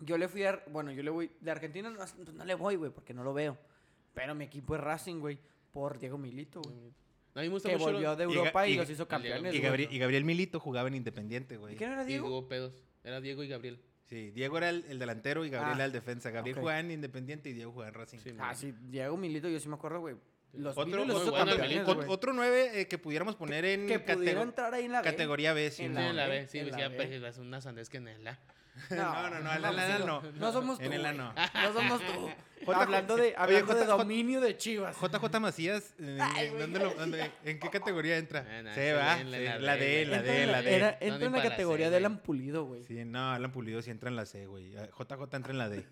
C: Yo le fui a. Bueno, yo le voy. De Argentina no, pues no le voy, güey, porque no lo veo. Pero mi equipo es Racing, güey. Por Diego Milito, güey.
B: A mí me gusta
C: Que
B: mucho los-
C: volvió de
A: Y Ga-
C: Europa y,
A: y-
C: los hizo
B: y
C: campeones,
A: Y
C: güey.
A: Gabriel, y Gabriel Milito jugaba en Independiente,
C: ¿Y
A: güey.
C: ¿Quién era
B: Y
C: Diego?
B: hubo pedos. Era Diego y Gabriel.
A: Sí, Diego era el, el delantero y Gabriel
C: Ah,
A: era el defensa. Gabriel
C: ok.
A: jugaba en Independiente y Diego jugaba en Racing.
B: Sí,
C: Ah,
B: man.
C: sí, Diego Milito, yo sí me acuerdo, güey. Los
A: Otro-
C: vino y los
B: muy
C: hizo
B: bueno el
C: campeones,
B: Milito.
A: Ot-
C: güey.
A: Otro 9 que pudiéramos poner en
C: que
A: catego-
C: pudiera entrar ahí en la B. [laughs]
A: categoría B. sí,
C: En
B: Sí,
A: no.
B: en la B,
C: B,
B: sí,
C: en la
B: decía,
C: B.
B: pues es una sandez que en el A.
A: No, no, no, en la- en la-
C: sí,
A: no.
C: No somos tú.
A: En el
C: güey.
A: ano.
C: No somos tú.
A: [laughs] J-
C: hablando de,
A: Oye,
C: hablando de
A: J-
C: dominio de Chivas.
A: JJ Macías, eh,
C: Ay, güey,
A: ¿dónde lo- dónde- ¿en qué categoría entra?
B: Ah, no,
A: Se
B: sí,
A: va.
B: en la-
A: sí,
B: la
A: La
B: D,
A: D, la
C: Entra
A: D,
C: en la-
A: la D.
C: era- Entra en
B: Ni
C: la
B: para
C: categoría
B: hacer,
C: de
B: güey.
C: Alan Pulido, güey.
A: eh, Sí, no, Alan Pulido sí entra en la C, güey. JJ entra en la D.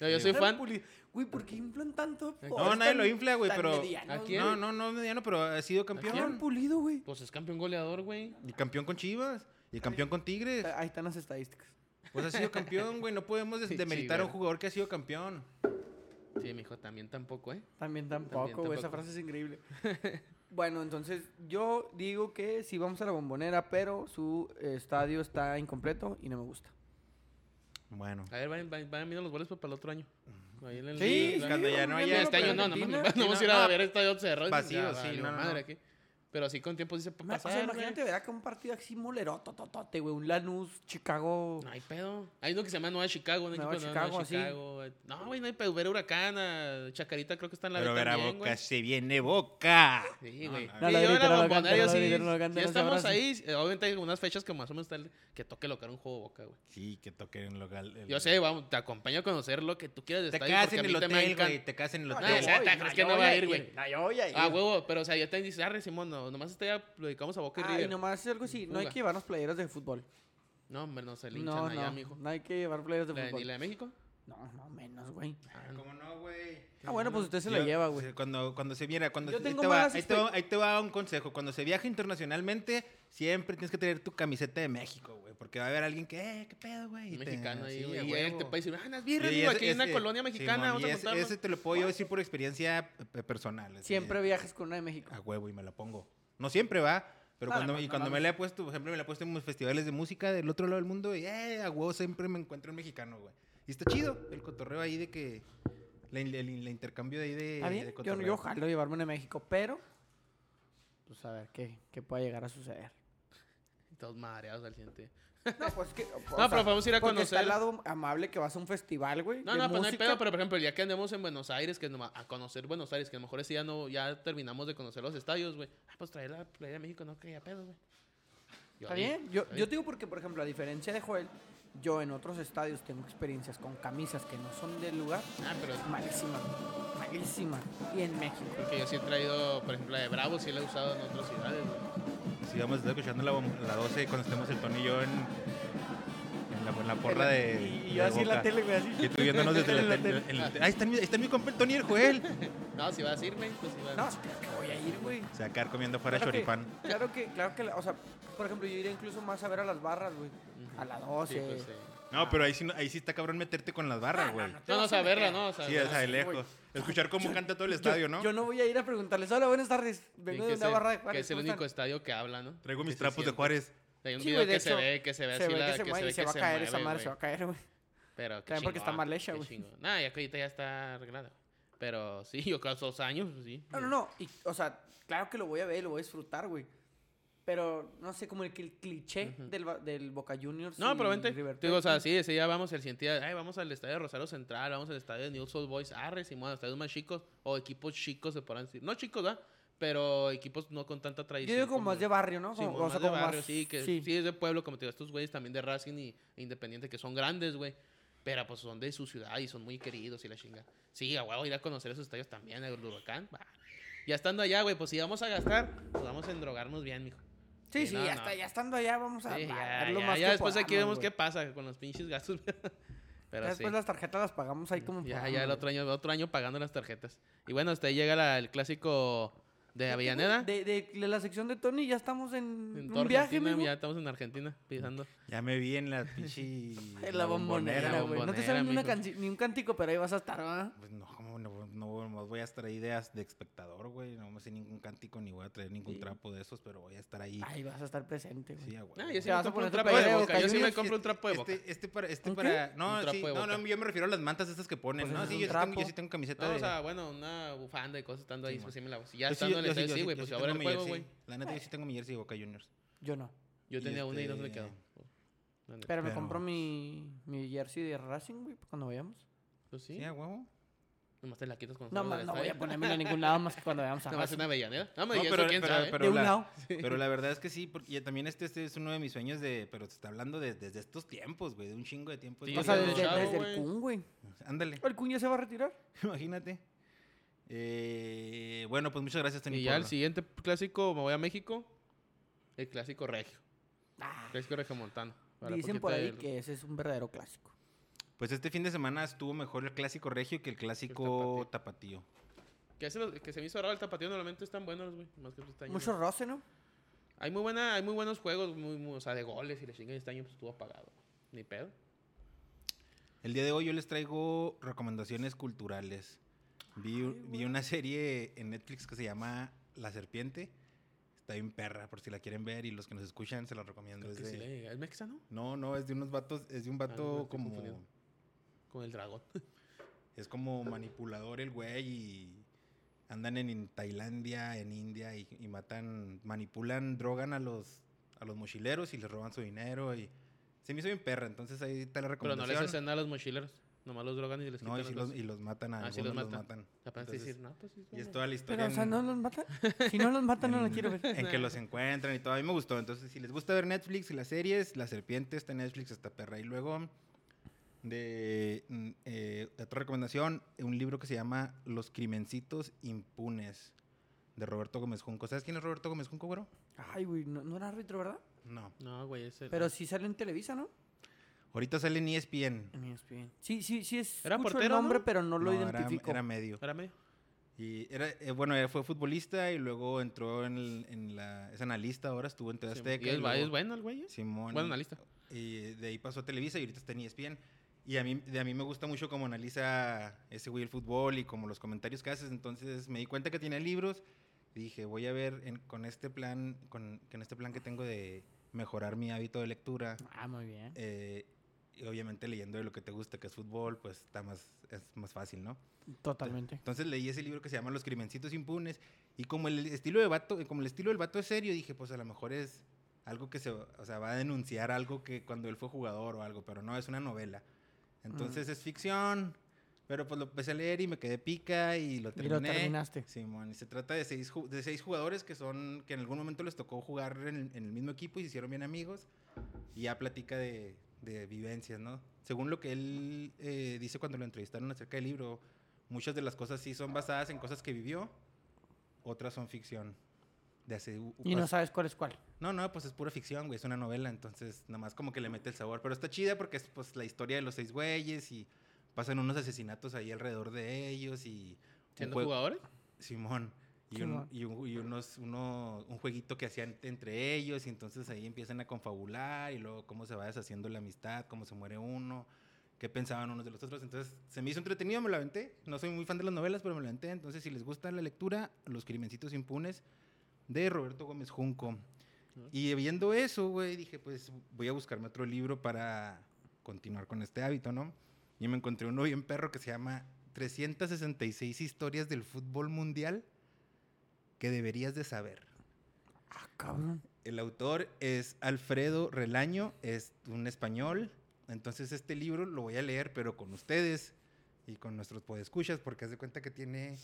B: No, yo
A: Sí.
B: soy
C: Alan
B: fan.
C: Pulido. Güey, ¿por qué inflan tanto?
A: No, nadie lo infla, güey, pero.
B: ¿A quién?
A: No, no, no, mediano, pero ha sido
C: Alan
A: campeón.
C: Pulido, güey.
B: Pues es campeón goleador, güey.
A: Y campeón con Chivas. Y campeón con Tigres.
C: Ahí están las estadísticas.
A: Pues ha sido campeón, güey. No podemos des-
B: Sí,
A: demeritar a un
B: güey.
A: jugador que ha sido campeón.
B: Sí, mijo, también tampoco, ¿eh?
C: También tampoco, güey. Esa
B: tampoco.
C: frase es [laughs] increíble. bueno, entonces yo digo que sí vamos a la bombonera, pero su eh, estadio está incompleto y no me gusta.
A: Bueno.
B: A ver, vayan, vayan, vayan viendo los goles pues, para el otro año. Ahí en el-
A: Sí,
B: la-
A: cuando ya no haya-
B: Este año no, no,
C: Argentina.
B: [laughs] no, vamos a ir
A: no,
B: a
A: no,
B: ver estadio cerrado.
A: vacío, sí, no, no,
B: madre
A: no. pues,
B: aquí. Pero así con tiempo dice,
C: Ma-
B: para
C: o sea,
B: pasar, güey.
C: imagínate, ¿verdad? Que un partido así moleroto, totote, güey. Un Lanús, Chicago.
B: No hay pedo. Hay uno que se llama Nueva Chicago, un
C: Nueva
B: equipo de Nueva
C: Chicago, sí.
B: Chicago. eh. No, güey, no hay pedo. Ver Huracán, a Chacarita creo que está en la
A: Pero
B: B
A: verá
B: también,
A: Boca,
B: güey.
A: se viene Boca.
B: Sí,
A: No,
B: güey.
A: no,
B: Sí,
A: no.
C: No, la
B: yo
C: grita,
B: era
C: no la
B: bombonera,
C: canta, no
B: yo
C: la
B: sí-
C: grita, no la canta,
B: ya
C: no se
B: estamos
C: abracen.
B: ahí. eh, Obviamente hay unas fechas que más o menos está el- que toque locar un juego boca, güey.
A: Sí, que toque en local. el-
B: Yo sé, vamos, te acompaño a conocer lo que tú quieras de
A: Te
B: estadio.
A: quedas
B: porque
A: en
B: a
A: el
B: mí te me
A: hotel,
B: encanta.
A: güey. Te quedas en el
C: No,
B: Ah,
C: yo
A: hotel.
B: neta,
C: voy,
B: ¿crees
C: no,
B: que
C: yo
B: no
C: voy
B: va a
C: a
B: ir,
C: ir.
B: güey?
C: No, yo voy a
B: Ah,
C: ir.
B: huevo, pero o sea, ya te dices, arre, Simón, no, nomás este ya lo dedicamos a Boca y
C: Ay,
B: River.
C: nomás algo así. No hay
B: Fuga.
C: que llevarnos playeras de fútbol.
B: No, hombre, no se linchan
C: No,
B: allá,
C: no.
B: mijo.
C: No hay que llevar playeras de
B: La de- ¿Ni
C: fútbol.
B: la de México?
C: No, no, menos, güey.
B: Ah, no.
A: ¿Cómo no, güey?
C: Ah, bueno, pues usted se la
A: Yo-
C: lleva, güey.
A: sí, Cuando, cuando se viera, cuando
C: Yo
A: ahí
C: tengo
A: te va-
C: malas
A: ahí, te va,
C: exper-
A: ahí te va un consejo. Cuando se viaja internacionalmente, siempre tienes que tener tu camiseta de México, güey. Porque va a haber alguien que, eh, qué pedo, güey.
B: Un
A: y te-
B: mexicano ahí,
A: sí,
B: güey.
A: a
B: y él
A: huevo.
B: te puede decir, ah, las birras,
A: Y
B: digo,
A: ese-
B: aquí hay una
A: ese-
B: colonia mexicana,
A: Simón,
B: vamos
A: y
B: a
A: ese-
B: juntarnos.
A: Ese te lo puedo yo decir por experiencia eh, personal. así de-
C: Siempre viajas con una de México.
A: A huevo y me la pongo. No siempre va, Pero
C: Ah,
A: cuando,
C: pues,
A: y
C: no
A: cuando me
C: mames.
A: la he puesto, por ejemplo, me la he puesto en festivales de música del otro lado del mundo, y eh, a huevo siempre me encuentro un mexicano, güey. Y está chido el cotorreo ahí de que. la in- El, el intercambio de ahí de,
C: Está bien,
A: de
C: yo,
A: cotorreo.
C: yo jalo llevarme a México, pero pues a ver qué, qué pueda llegar a suceder.
B: Todos mareados al siguiente.
C: No, pues que. No,
B: pero podemos ir a
C: Está
B: conocer.
C: el lado amable que vas a un festival, güey.
B: No,
C: de
B: no, pues no hay
C: música.
B: pedo, pero por ejemplo, el día que andemos en Buenos Aires, que nomás- a conocer Buenos Aires, que a lo mejor ese ya no, ya terminamos de conocer los estadios, güey. Ah, pues traer la playa de México, no que haya pedo, güey. Yo
C: Está
B: ahí-
C: bien. Yo,
B: está
C: yo
B: bien.
C: te digo porque, por ejemplo, a diferencia de Joel, yo en otros estadios tengo experiencias con camisas que no son del lugar.
B: Ah, pero es
C: Malísimas, malísimas. Y en México.
B: porque yo sí he traído, por ejemplo, la de Bravo, sí la he usado en otras ciudades, güey.
A: Sí, vamos a estar escuchando la, bom- la 12 cuando estemos el Tony y yo en, en la, en la porra de.
C: Y, y
A: de
C: yo así en la
A: Boca.
C: tele, güey, así.
A: Y tú viéndonos
C: [laughs]
A: desde la,
C: En la
A: tele. en la tele. Ahí están, mi- ahí están mi compa el Tony y el Joel.
B: No, si vas a ir, güey, pues sí vas.
C: No, claro que voy a ir, güey.
A: Se va a quedar comiendo fuera
C: Claro que-
A: choripán.
C: Claro que, claro que, la- o sea, por ejemplo, yo iría incluso más a ver a las barras, güey. A la 12.
B: Sí, pues, sí.
A: No, pero ahí sí, no- ahí sí está cabrón meterte con las barras, güey.
B: No, no,
C: vas a
B: saberla,
C: meter.
B: no, saberla.
A: Sí, o sea, de
C: güey.
A: lejos. Escuchar cómo canta todo el estadio, ¿no?
C: Yo no voy a ir a preguntarles, hola, buenas tardes.
B: Bien
C: Vengo
B: que
C: de
B: es
C: una
B: el-
C: barra de
B: Que
C: Juárez.
B: es el
C: ¿cómo
B: único
C: están?"
B: estadio que habla, ¿no?
A: Traigo
B: Que
A: mis
B: se
A: trapos de
B: siente.
A: Juárez.
B: Hay un
C: Sí,
B: video
C: güey, de
B: que se
C: hecho,
B: ve, que se ve
C: Se
B: así
C: ve
B: la
C: que se
B: que
C: mueve y
B: ve
C: se
B: que
C: va a caer esa
B: mueve,
C: madre,
B: güey.
C: se va a caer, güey.
B: Pero qué
C: También porque está
B: chingón,
C: mal hecha,
B: qué
C: güey.
B: chingón. Nah, ya que ahorita ya está arreglada. Pero sí, yo creo que dos años, pues, sí.
C: No, no, no. Y, o sea, claro que lo voy a ver, lo voy a disfrutar, güey. Pero no sé, como el, que el cliché del, ba- del Boca Juniors.
B: No, pero
C: y
B: vente.
C: River
B: Te digo, o sea,
C: Plate.
B: sí, ese día vamos el siguiente día. Ay, vamos al estadio de Rosario Central, vamos al estadio de News Old Boys, arre, si bueno, estadios más chicos o equipos chicos se podrán decir. No chicos, ¿verdad? Pero equipos no con tanta
C: Yo
B: tradición.
C: digo como más de barrio, ¿no?
B: Sí,
C: Como-
B: como
C: o sea,
B: más de
C: como
B: barrio,
C: más-
B: sí, que sí. es de pueblo, como te digo, estos güeyes también de Racing y e Independiente, que son grandes, güey. Pero pues son de su ciudad y son muy queridos y la chinga. Sí, a huevo ir a conocer esos estadios también, el huracán. va. Ya estando allá, güey, pues si vamos a gastar, pues vamos a endrogarnos bien, mijo.
C: Sí,
B: Sí,
C: sí,
B: no,
C: ya,
B: no.
C: está- ya estando allá vamos a
B: Sí, ya,
C: pagar lo
B: ya,
C: más
B: ya
C: que
B: después aquí
C: podamos,
B: vemos
C: güey.
B: qué pasa con los pinches gastos. [laughs]
C: Ya
B: Pero sí.
C: después las tarjetas las pagamos ahí como
B: Ya,
C: podamos,
B: ya el
C: güey.
B: otro año, otro año pagando las tarjetas. Y bueno, hasta ahí llega la- el clásico de Avellaneda.
C: De, de- de la sección de Tony ya estamos en,
B: en toda
C: un viaje,
B: Argentina,
C: mijo.
B: ya estamos en Argentina pisando.
A: Ya me vi en la
B: [laughs]
A: pinche.
C: En la
B: bombonera,
C: bombonera, güey. No te
B: bombonera,
C: saben ni, una
B: mijo.
C: canci- ni un cántico, pero ahí vas a estar, ¿verdad?
A: Pues no, ¿cómo no, no, no voy a estar ahí de, as- de espectador, güey. No me sé ningún cántico ni voy a traer ningún trapo de esos, pero voy a estar ahí.
C: Ahí vas a estar presente, güey.
A: Sí, a huevo.
B: No, yo sí
C: Te
B: me
C: vas a
B: compro
C: poner
B: un
C: tu
B: trapo de
C: playera de
B: boca.
C: Boca
B: Yo sí me
C: Juniors,
B: compro un trapo de boca.
A: Este, este para, este
C: ¿Un qué?
A: para, no,
B: Un trapo
A: sí,
B: de
A: no, no,
B: boca.
A: yo me refiero a las mantas estas que ponen,
C: Pues
A: ¿no?
C: es
A: Sí,
C: un
A: yo sí, tengo,
C: trapo.
A: yo sí tengo camiseta
B: No,
A: de...
B: o sea, bueno, una bufanda y cosas estando ahí,
A: Sí,
B: pues
A: man.
B: sí me la si
A: yo
B: Ya
A: sí-
B: estando en el
A: yo sí-
B: estadio,
A: yo
B: sí,
A: sí-
B: güey,
A: yo
B: pues
A: sí
B: ahora
A: tengo
B: el
A: mi
B: juego,
A: jersey.
B: güey.
A: La neta, yo sí tengo mi jersey de Boca Juniors.
C: Yo no.
B: Yo
A: Y
B: tenía una y no se me
A: este-
B: quedó. La neta.
C: Pero, me
A: Pero-
C: compro mi, mi jersey de Racing, güey, cuando vayamos.
B: Pues sí,
A: Sí, a huevo.
B: nomás te la quitas cuando
C: No,
B: salgas
C: más,
B: del
C: no voy a
B: estadio.
C: ponerme en ningún lado más que
B: [laughs]
C: cuando vayamos a
B: Nomás
C: Racing.
B: una Avellaneda. No, me
A: No,
B: digas
A: pero-
B: quién
A: pero-
B: sabe.
A: pero
C: De un
A: la-
C: lado.
A: Pero
B: [laughs]
A: la verdad es que sí, porque y también este, este es uno de mis sueños de, pero se está hablando de- desde estos tiempos, güey, de un chingo de tiempo. Este,
B: Sí,
C: O sea,
B: yo
C: desde,
B: chavo,
C: desde el
B: güey.
C: Kun, güey. [laughs]
A: Ándale,
C: ¿El Kun ya se va a retirar?
A: imagínate. Eh, bueno, pues muchas gracias, Tony.
B: Y ya
A: por-
B: el siguiente clásico, me voy a México. El clásico regio.
C: Ah,
B: Clásico regiomontano. Para
C: dicen
B: poquita
C: por ahí
B: del-
C: que ese es un verdadero clásico.
A: Pues este fin de semana estuvo mejor el clásico regio que el clásico tapatío.
B: Que, se los- que se me hizo raro el tapatío, normalmente están buenos, güey. Más que pues, este año,
C: Mucho roce, ¿no?
B: güey. Hay muy, buena, hay muy buenos juegos, muy, muy- o sea, de goles y la chinga. y Este año pues, estuvo apagado. Ni pedo.
A: El día de hoy yo les traigo recomendaciones culturales. Vi, u- vi una serie en Netflix que se llama La Serpiente. Está bien perra, por si la quieren ver y los que nos escuchan se la recomiendo.
B: Creo
A: Es
B: que
A: de-
B: sí le llega. ¿Es mexicano?
A: No, no, es de unos vatos, es de un
B: no, me
A: vato
B: estoy
A: como...
B: confundiendo. Con
A: [laughs]
B: el dragón.
A: Es como manipulador el güey y andan en, in- Tailandia, en India y, y matan, manipulan, drogan a los, a los mochileros y les roban su dinero y se me hizo bien perra, entonces ahí está la
B: Pero no
A: recomendación.
B: les hacen nada a los mochileros. Nomás los drogan y les quitan
A: No, y,
B: las
A: sí los,
B: cosas.
A: y los matan a
B: Ah, sí los
A: algunos los
B: matan.
A: matan.
B: Apenas te
A: Entonces,
B: decir, no, pues sí.
A: y es
B: no,
A: toda la
C: Pero,
A: historia.
C: o sea,
A: en-
C: ¿no los matan? Si no los matan, no
B: [laughs]
C: la
A: en-
C: quiero ver.
A: En que los encuentran y todo. A mí me gustó. Entonces, si les gusta ver Netflix y las series, La Serpiente está en Netflix, está perra. Y luego, de mm, eh, otra recomendación, un libro que se llama Los Crimencitos Impunes, de Roberto Gómez Junco. ¿Sabes quién es Roberto Gómez Junco, güero?
C: Ay, güey, no, no era árbitro, ¿verdad?
A: No.
B: No, güey, es el-
C: Pero sí sale en Televisa, ¿no?
A: Ahorita sale en E ESPN.
B: E
C: En ESPN. Sí, sí, sí es.
B: Era
C: escucho el
B: portero,
C: nombre,
B: ¿no?
C: pero no lo
A: No, era-
C: identifico.
A: Era medio.
B: ¿Era medio?
A: Y era, eh, bueno, eh, fue futbolista y luego entró en, el- en la... Es analista ahora, estuvo en TV
B: Sí,
A: Azteca.
B: y
A: y
B: es, va-
A: luego-
B: es bueno el güey. ¿eh?
A: Simón.
B: Buen analista.
A: Y de ahí pasó a Televisa y ahorita está en E ESPN. Y a mí, de a mí me gusta mucho cómo analiza ese güey el fútbol y como los comentarios que haces. Entonces me di cuenta que tiene libros. dije, voy a ver en- con este plan, con, con este plan que tengo de mejorar mi hábito de lectura,
C: Ah, muy bien.
A: eh, y obviamente leyendo de lo que te gusta, que es fútbol, pues está más, es más fácil, ¿no?
C: Totalmente.
A: Entonces leí ese libro que se llama Los Crimencitos Impunes y como el estilo de vato, como el estilo del vato es serio, dije, pues a lo mejor es algo que se, o sea, va a denunciar algo que cuando él fue jugador o algo, pero no, es una novela. Entonces es ficción, pero pues lo empecé a leer y me quedé pica y lo
C: Y
A: terminé.
C: lo terminaste.
A: Simón, y se trata de seis, ju- de seis jugadores que son que en algún momento les tocó jugar en, en el mismo equipo y se hicieron bien amigos. Y ya platica de, de vivencias, ¿no? Según lo que él eh, dice cuando lo entrevistaron acerca del libro, muchas de las cosas sí son basadas en cosas que vivió, otras son ficción. De hace, u-
C: Y no
A: pas-
C: sabes cuál es cuál.
A: no, no, pues es pura ficción, güey. Es una novela, entonces nada más como que le mete el sabor. Pero está chida porque es pues la historia de los seis güeyes y pasan unos asesinatos ahí alrededor de ellos y... un
B: ¿Siendo
A: jue-
B: jugadores?
A: Simón. Y, un,
C: Simón.
A: y, un, y unos, uno, un jueguito que hacían entre ellos y entonces ahí empiezan a confabular y luego cómo se va deshaciendo la amistad, cómo se muere uno, qué pensaban unos de los otros. Entonces se me hizo entretenido, me lo aventé. No soy muy fan de las novelas, pero me lo aventé. Entonces si les gusta la lectura, Los Crimencitos Impunes de Roberto Gómez Junco. Y viendo eso, güey, dije, pues voy a buscarme otro libro para continuar con este hábito, ¿no? Y me encontré uno bien perro que se llama 366 historias del fútbol mundial que deberías de saber.
C: Ah, cabrón.
A: El autor es Alfredo Relaño, es un español. Entonces este libro lo voy a leer, pero con ustedes y con nuestros podescuchas, porque haz de cuenta que tiene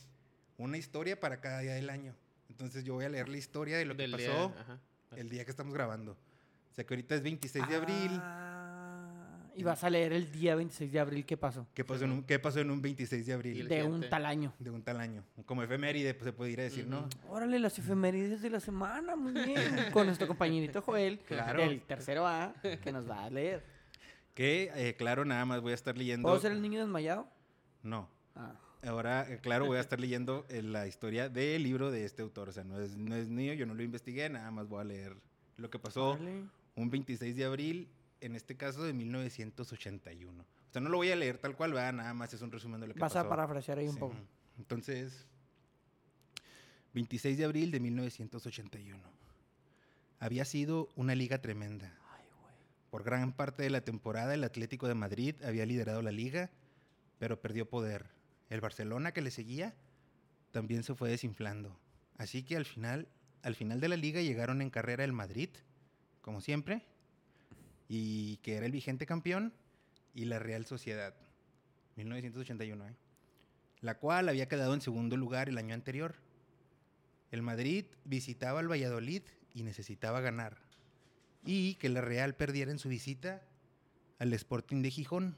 A: una historia para cada día del año. Entonces yo voy a leer la historia de lo
B: Del
A: que
B: día-
A: pasó
B: ajá.
A: el día que estamos grabando. O sea que ahorita es 26 de abril.
C: Ah, Y vas a leer el día 26 de abril qué pasó.
A: ¿Qué pasó, en un, ¿Qué pasó en un 26 de abril?
B: Y el
C: De un
B: siguiente.
C: tal año.
A: De un tal año. Como efeméride, pues se podría decir, ¿no?
B: Ujú.
C: Órale, las efemérides de la
A: [laughs]
C: semana, muy bien. Con nuestro compañerito Joel,
A: Claro.
C: del tercero A, que nos va a leer.
A: Que, eh, claro, nada más voy a estar leyendo.
C: ¿Puedo ser el niño desmayado?
A: No.
C: Ah,
A: Ahora, eh, claro, voy a estar leyendo eh, la historia del libro de este autor. O sea, no es, no es mío, yo no lo investigué, nada más voy a leer lo que pasó
C: órale.
A: un 26 de abril, en este caso de 1981. O sea, no lo voy a leer tal cual, ¿verdad? Nada más es un resumen de lo que
C: Vas
A: pasó.
C: a parafrasear ahí un
A: Sí,
C: poco.
A: ujú. Entonces, 26 de abril de 1981. Había sido una liga tremenda.
C: Ay, güey.
A: Por gran parte de la temporada, el Atlético de Madrid había liderado la liga, pero perdió poder. El Barcelona que le seguía también se fue desinflando. Así que al final, al final de la liga llegaron en carrera el Madrid, como siempre, y que era el vigente campeón, y la Real Sociedad, 1981, ¿eh? la cual había quedado en segundo lugar el año anterior. El Madrid visitaba al Valladolid y necesitaba ganar y que la Real perdiera en su visita al Sporting de Gijón.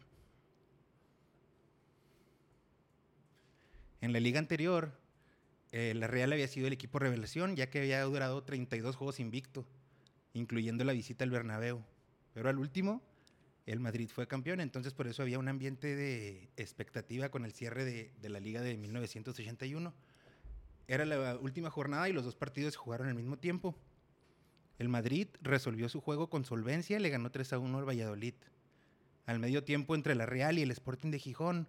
A: En la liga anterior, eh, la Real había sido el equipo revelación, ya que había durado 32 juegos invicto, incluyendo la visita al Bernabéu. Pero al último, el Madrid fue campeón, entonces por eso había un ambiente de expectativa con el cierre de, de la liga de 1981. Era la última jornada y los dos partidos se jugaron al mismo tiempo. El Madrid resolvió su juego con solvencia y le ganó 3 a 1 al Valladolid. Al medio tiempo entre la Real y el Sporting de Gijón,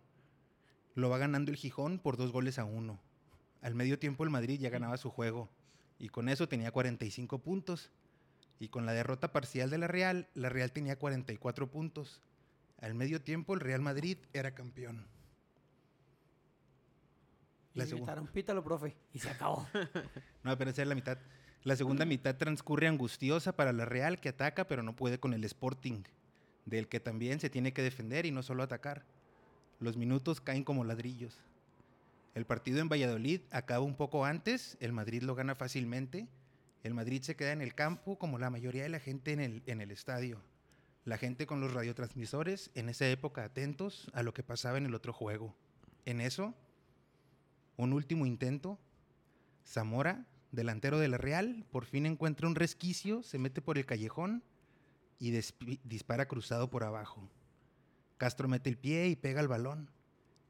A: lo va ganando el Gijón por dos goles a uno. Al medio tiempo el Madrid ya ganaba su juego y con eso tenía 45 puntos. Y con la derrota parcial de la Real, la Real tenía 44 puntos. Al medio tiempo el Real Madrid era campeón.
C: Le
A: La segunda.
C: gritaron, pítalo, profe. Y
A: [laughs]
C: se acabó.
A: No, apenas es la mitad. La segunda mitad transcurre angustiosa para la Real, que ataca, pero no puede con el Sporting, del que también se tiene que defender y no solo atacar. Los minutos caen como ladrillos. El partido en Valladolid acaba un poco antes, el Madrid lo gana fácilmente, el Madrid se queda en el campo como la mayoría de la gente en el, en el estadio. La gente con los radiotransmisores en esa época atentos a lo que pasaba en el otro juego. En eso, un último intento, Zamora, delantero de la Real, por fin encuentra un resquicio, se mete por el callejón y despi- dispara cruzado por abajo. Castro mete el pie y pega el balón,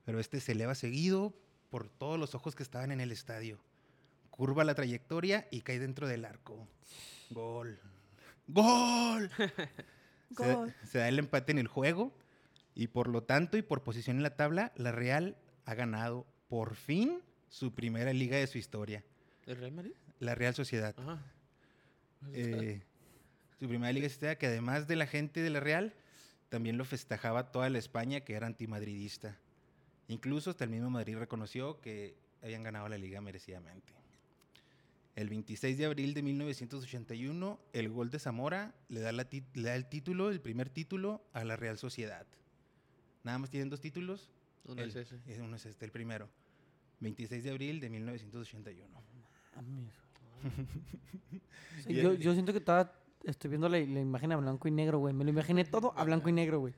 A: pero este se eleva seguido por todos los ojos que estaban en el estadio. Curva la trayectoria y cae dentro del arco. Gol. ¡Gol! Se da-
C: Gol.
A: se da el empate en el juego y por lo tanto y por posición en la tabla, la Real ha ganado por fin su primera liga de su historia.
B: ¿El Real Madrid?
A: la Real Sociedad.
B: Ajá. Ah,
A: Eh, su primera liga citada, que además de la gente de la Real, también lo festajaba toda la España, que era antimadridista. Incluso hasta el mismo Madrid reconoció que habían ganado la liga merecidamente. El 26 de abril de 1981, el gol de Zamora le da, la ti- le da el título, el primer título, a la Real Sociedad. Nada más tienen dos títulos.
B: Uno
A: el,
B: es ese.
A: eh, uno es este, el primero. 26 de abril de 1981.
C: Mames, güey. O sea,
A: Y
C: yo,
A: el-
C: yo siento que estaba, estoy viendo la, la imagen a blanco y negro, güey. Me lo imaginé todo a blanco y negro, güey.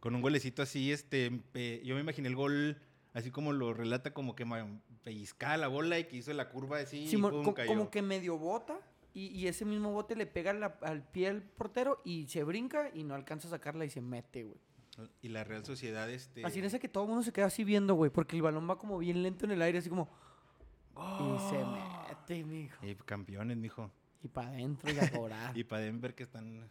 A: Con un golecito así, este, pe- yo me imaginé el gol así como lo relata, como que ma- pellizcaba la bola y que hizo la curva así
C: Simón,
A: y pum,
C: co-
A: cayó.
C: como que medio bota y, y ese mismo bote le pega la- al pie al portero y se brinca y no alcanza a sacarla y se mete, güey.
A: Y la Real Sociedad, este...
C: Así en ese que todo el mundo se queda así viendo, güey, porque el balón va como bien lento en el aire, así como... Y se mete, mijo.
A: ¡Oh! Y campeones, mijo.
C: Y para adentro y a
A: [laughs]
C: cobrar.
A: Y para Denver que están...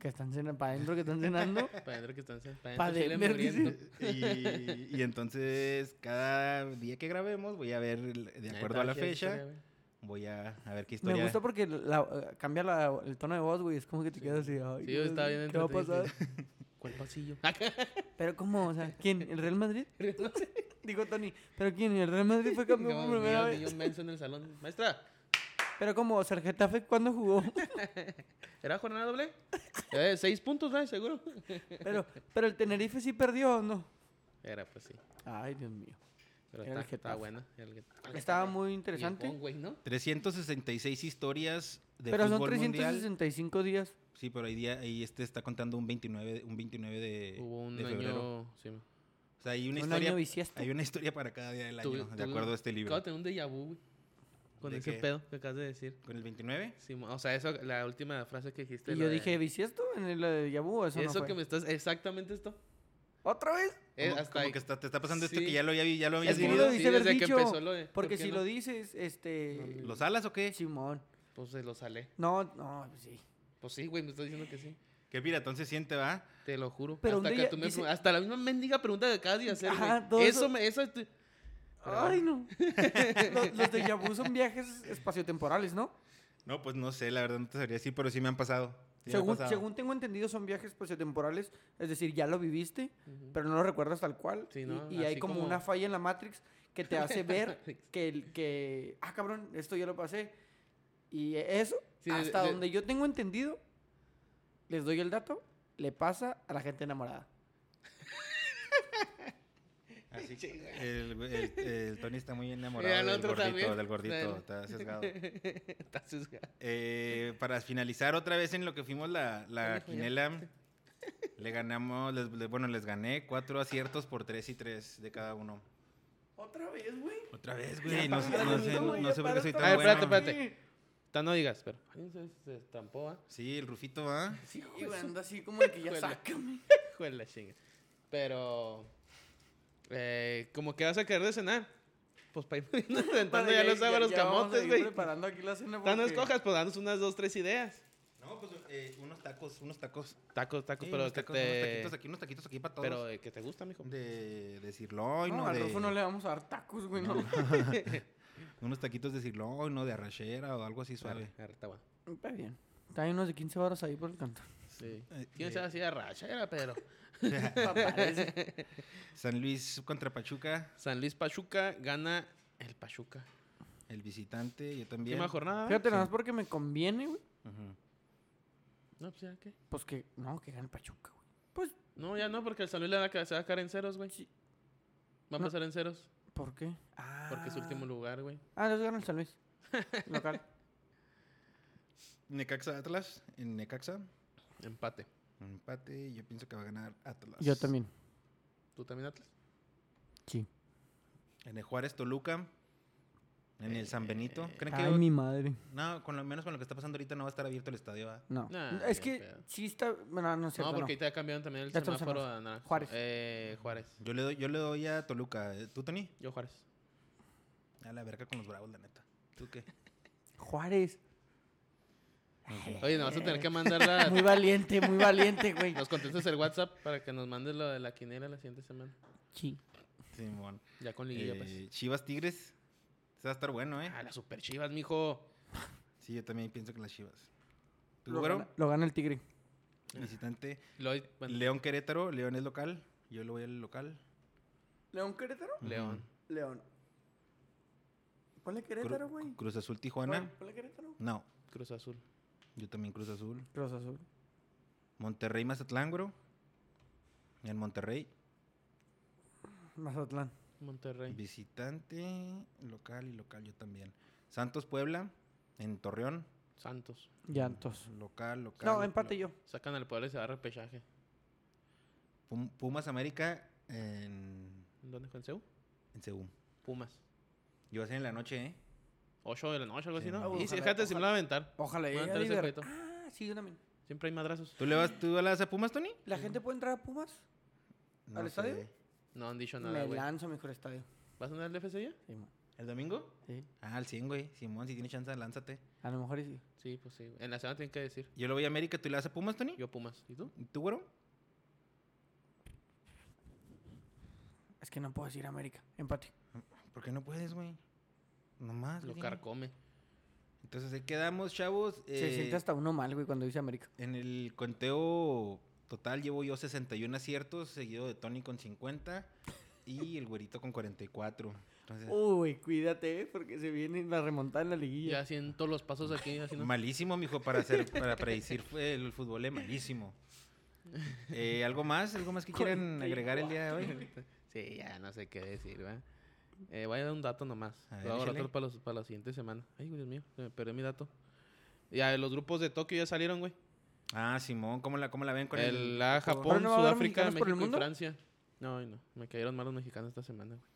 C: que están cenando, para adentro que están cenando.
B: Para adentro que están... Para
C: Pa'
B: adentro Chile
C: Denver, dice.
B: muriendo.
A: Y, y entonces, cada día que grabemos, voy a ver, el- de
B: Ahí
A: acuerdo
B: está,
A: a la
B: aquí hay
A: fecha,
B: historia, güey.
A: voy a, a ver qué historia...
C: Me gusta porque la- eh, cambia la- el tono de voz, güey. Es como que te quedas así. Ay,
B: Sí, yo estaba bien
C: ¿Qué va a
B: entretenido.
C: pasar?
B: ¿Cuál
C: [laughs]
B: pasillo? [laughs]
C: Pero ¿cómo? O sea, ¿quién? ¿El Real Madrid? Digo Tony, ¿pero quién? ¿El Real Madrid fue campeón por primera
B: Yo
C: vez?
B: menso en el salón. Maestra,
C: Pero ¿cómo? O sea, ¿el Getafe cuándo jugó?
B: ¿era jornada doble? Eh, seis puntos, ¿verdad?
C: [laughs]
B: Seguro.
C: Pero, pero el Tenerife sí perdió, ¿o no?
B: Era, pues sí.
C: Ay, Dios mío.
B: Pero
C: Era el
B: está, está
C: Getafe.
B: buena. Era el Getafe.
C: Estaba
B: Y el
C: muy
B: Pong,
C: interesante.
B: güey, ¿no?
A: 366 historias de
C: Pero son
A: fútbol mundial.
C: 365 días.
A: Sí, pero ahí, día- ahí este está contando un 29, de- un 29 de,
B: Hubo un
A: de febrero.
B: año... Sí.
A: O sea, hay una
C: Un
A: historia.
C: año bisiesto.
A: Hay una historia para cada día del año,
B: Tuve-
A: de
B: tuve-
A: acuerdo a este libro.
B: Acabo de tener un déjà vu, güey. Con
A: ¿De
B: ese
A: qué?
B: pedo que acabas de decir.
A: Con el 29.
B: Sí, mo- o sea, eso, la última frase que dijiste.
C: Y
B: la
C: yo
B: de-
C: dije, ¿bisiesto en el de Yabu? Eso,
B: Eso,
C: no fue?
B: que me estás... Exactamente esto.
C: ¿Otra vez?
B: Eh,
A: como,
B: hasta
A: como
B: ahí.
A: que está- te está pasando esto
B: Sí.
A: que ya lo, había vi- ya lo habías
C: Es que no
A: vivido.
C: lo debiste haber
B: desde que
C: dicho,
B: empezó lo de- ¿por
C: Porque
B: qué
C: si
B: no?
C: lo dices, este...
B: No,
A: ¿Los alas o qué?
C: Simón.
B: Pues se lo salé.
C: No, no, pues sí.
B: Pues sí, güey, me estás diciendo que sí.
A: ¿Qué piratón se siente, va?
B: Te lo juro.
C: Pero
B: hasta,
C: un
B: que
C: día
B: tú me
C: dice-
B: pregun- hasta la misma mendiga pregunta que acabas de hacer, güey.
C: Ajá, todo
B: eso,
C: eso-
B: me... Eso es tu- Pero
C: Ay, no.
A: [laughs]
C: los, los de Yabu son viajes espaciotemporales, ¿no?
A: No, pues no sé, la verdad no te sabría decir, pero sí me han pasado. Sí me ha
C: Según,
A: pasado.
C: según tengo entendido, son viajes espaciotemporales. Es decir, ya lo viviste,
B: [laughs]
C: pero no lo recuerdas tal cual.
B: Sí,
C: y-
B: ¿no?
C: Y, hay
B: Así
C: como,
B: como-
C: una falla en la Matrix que te
B: [laughs]
C: hace ver
B: Matrix.
C: que, el- que. Ah, cabrón, esto ya lo pasé. Y eso,
B: Sí, de-
C: hasta
B: de-
C: donde yo tengo entendido, les doy el dato, le pasa a la gente enamorada.
A: Así que el, el- el Tony está muy enamorado
B: Y al
A: del
B: otro
A: gordito,
B: también.
A: del gordito,
B: Del- [laughs]
A: está sesgado.
B: Está sesgado.
A: Eh, para finalizar otra vez en lo que fuimos la, la
B: Pendejo, ya.
A: quinela, le ganamos, les- les- bueno, les gané cuatro aciertos por tres y tres de cada uno.
C: Otra vez, güey.
A: Otra vez, güey, no, sé- no sé, no sé por qué soy tan
B: A ver,
A: bueno.
B: espérate, espérate. Ta- no digas, pero. Ay, Se, se estampó, ¿ah?
A: Sí, el Rufito, ¿ah?
C: Sí, güey, anda así como de que ya
B: Híjole.
C: sácame.
B: Hijo de la chinga. Pero. Eh, como que vas a querer de cenar. Pues para ir [laughs] rentando ya los sábados los camotes, güey.
C: preparando aquí la cena.
B: No nos
C: porque-
B: cojas, pues danos unas dos, tres ideas.
A: No, pues eh, unos tacos, unos tacos.
B: Tacos, tacos,
A: Sí,
B: pero
A: unos
B: que
A: tacos, unos
B: te.
A: taquitos aquí, unos taquitos aquí para todos.
B: Pero eh, que te gusta, mijo.
A: de, de sirloin,
C: No,
A: ¿no?
C: al
A: de,
C: Rufo no le vamos a dar tacos, güey. No.
A: Unos taquitos de sirloin, ¿no? De arrachera o algo así suave.
B: Arre, arre, está bueno.
C: Está bien. Está unos de 15 horas ahí por el cantón.
B: Sí.
A: Eh,
B: ¿Quién
A: eh.
B: se hacía rachera, pero?
C: Parece.
A: San Luis contra Pachuca,
B: San Luis Pachuca gana el Pachuca.
A: el visitante, yo también.
B: Última jornada.
C: Fíjate, nada más porque me conviene, güey.
A: Ujú.
B: No, pues ya qué.
C: Pues que, no, que gane Pachuca, güey. Pues,
B: No, ya no, porque el San Luis le va a ca- se va a caer en ceros, güey.
C: Sí.
B: Va a
C: No.
B: pasar en ceros.
C: ¿por qué?
B: Porque es último Pues lugar, güey.
C: Ah, entonces gana el
B: [laughs]
C: San Luis. Local.
A: Necaxa Atlas, en Necaxa,
B: Empate.
A: empate, yo pienso que va a ganar Atlas.
C: Yo también.
B: ¿Tú también, Atlas?
C: Sí.
A: En el Juárez Toluca, en el San Benito. ¿Creen que
C: Ay, mi madre.
A: No, con lo menos con lo que está pasando ahorita no va a estar abierto el estadio, ¿va?
C: No.
B: Nah,
C: es
B: ni
C: que
B: pedo.
C: sí está. Bueno, no es cierto.
B: no,
C: No,
B: porque ahorita cambiaron también el
C: Ya estamos
B: semáforo
C: enojados.
B: a naranja.
C: Juárez.
B: Eh, Juárez.
A: Yo le doy, yo le doy a Toluca. ¿Eh, ¿Tú, Tony?
B: Yo Juárez.
A: A la verga con los bravos, la neta. ¿Tú qué?
C: Juárez.
B: Oye, nos vas a tener que mandar
C: [laughs]
B: la...
C: Eh, Muy valiente, muy valiente, güey.
B: Nos contestas el WhatsApp para que nos mandes lo de la quinera la siguiente semana.
C: Sí.
A: Simón.
C: Eh.
B: Ya con [laughs] liguilla, pues.
A: Eh, Chivas Tigres. Ese va a estar bueno, ¿eh?
B: Ah, las super chivas, mijo.
A: Sí, yo también pienso que las chivas. ¿Tú,
C: Lo
A: güero?
C: gana, lo gana el Tigre.
B: [laughs]
A: Visitante.
B: Lo- bueno,
A: León Querétaro. León es local. Yo lo voy al local.
C: ¿León Querétaro?
B: León.
C: León. Ponle
A: Cru-
C: Querétaro, güey.
A: Cruz Azul Tijuana.
C: Ponle Querétaro.
A: No.
B: Cruz Azul.
A: Yo también Cruz Azul.
C: Cruz Azul.
A: Monterrey Mazatlán, güero. En Monterrey.
C: Mazatlán.
B: Monterrey.
A: Visitante. Local y local, yo también. Santos Puebla. En Torreón.
B: Santos.
C: Llantos.
A: Local, local.
C: No, empate
A: lo-
C: yo.
B: Sacan al pueblo y se da repechaje.
A: Pum- Pumas América. En,
B: ¿Dónde fue en Seúl?
A: en Seúl.
B: Pumas.
A: Yo voy a hacer en la noche, ¿eh?
B: 8 de la noche, algo así,
A: Sí,
B: ¿no?
A: no.
B: Y si,
C: Ojalá,
B: fíjate, si me
C: ojalá.
B: la van a aventar.
C: Ojalá
B: Bueno,
C: llegue a
B: entonces
C: Liver.
B: reto.
C: Ah, sí, yo también.
B: Siempre hay madrazos.
A: ¿Tú le vas, tú le vas a Pumas, Tony?
C: ¿La gente puede entrar a Pumas?
A: No
C: ¿Al estadio?
A: sé.
B: No han dicho nada,
C: Me
B: güey.
C: lanzo mejor estadio.
B: ¿Vas a andar al FC ya?
C: Sí, mo-
A: ¿El domingo?
C: sí.
A: Ah, al 100, güey. Simón, si tienes chance, lánzate.
C: A lo mejor y sí.
B: Sí, pues sí. güey. En la semana tienen que decir.
A: Yo lo voy a América, ¿tú le vas a Pumas, Tony?
B: Yo Pumas. ¿Y tú?
A: ¿Y ¿Tú, güero?
C: Es que no puedo decir América. Empate.
A: ¿Por qué no puedes, güey? Nomás.
B: Lo
A: güey.
B: carcome.
A: Entonces ahí quedamos, chavos.
C: Se
A: Eh,
C: siente hasta uno mal, güey, cuando dice América.
A: En el conteo total llevo yo 61 aciertos, seguido de Tony con 50 y el güerito con 44. Entonces,
C: Uy, cuídate, eh, porque se viene la remontada en la liguilla.
B: Ya siento los pasos aquí haciendo.
A: malísimo, mijo, para hacer, para predecir fue- el fútbol, eh, malísimo. Eh, ¿Algo más? ¿Algo más que quieran agregar el día de hoy?
B: Sí, ya no sé qué decir, ¿verdad? Eh, voy a dar un dato nomás.
A: A
B: Lo
A: ver,
B: hago al
A: échale.
B: rato para, los- para la siguiente semana. Ay, güey, Dios mío, se me perdió mi dato. Ya, los grupos de Tokio ya salieron, güey.
A: Ah, Simón, ¿cómo la, cómo la ven con el,
B: El, la
C: ¿Ahora
B: Japón,
C: no va a haber
B: Sudáfrica,
C: mexicanos por el
B: México y
C: mundo?
B: Francia. No, ay, no. Me cayeron mal los mexicanos esta semana, güey.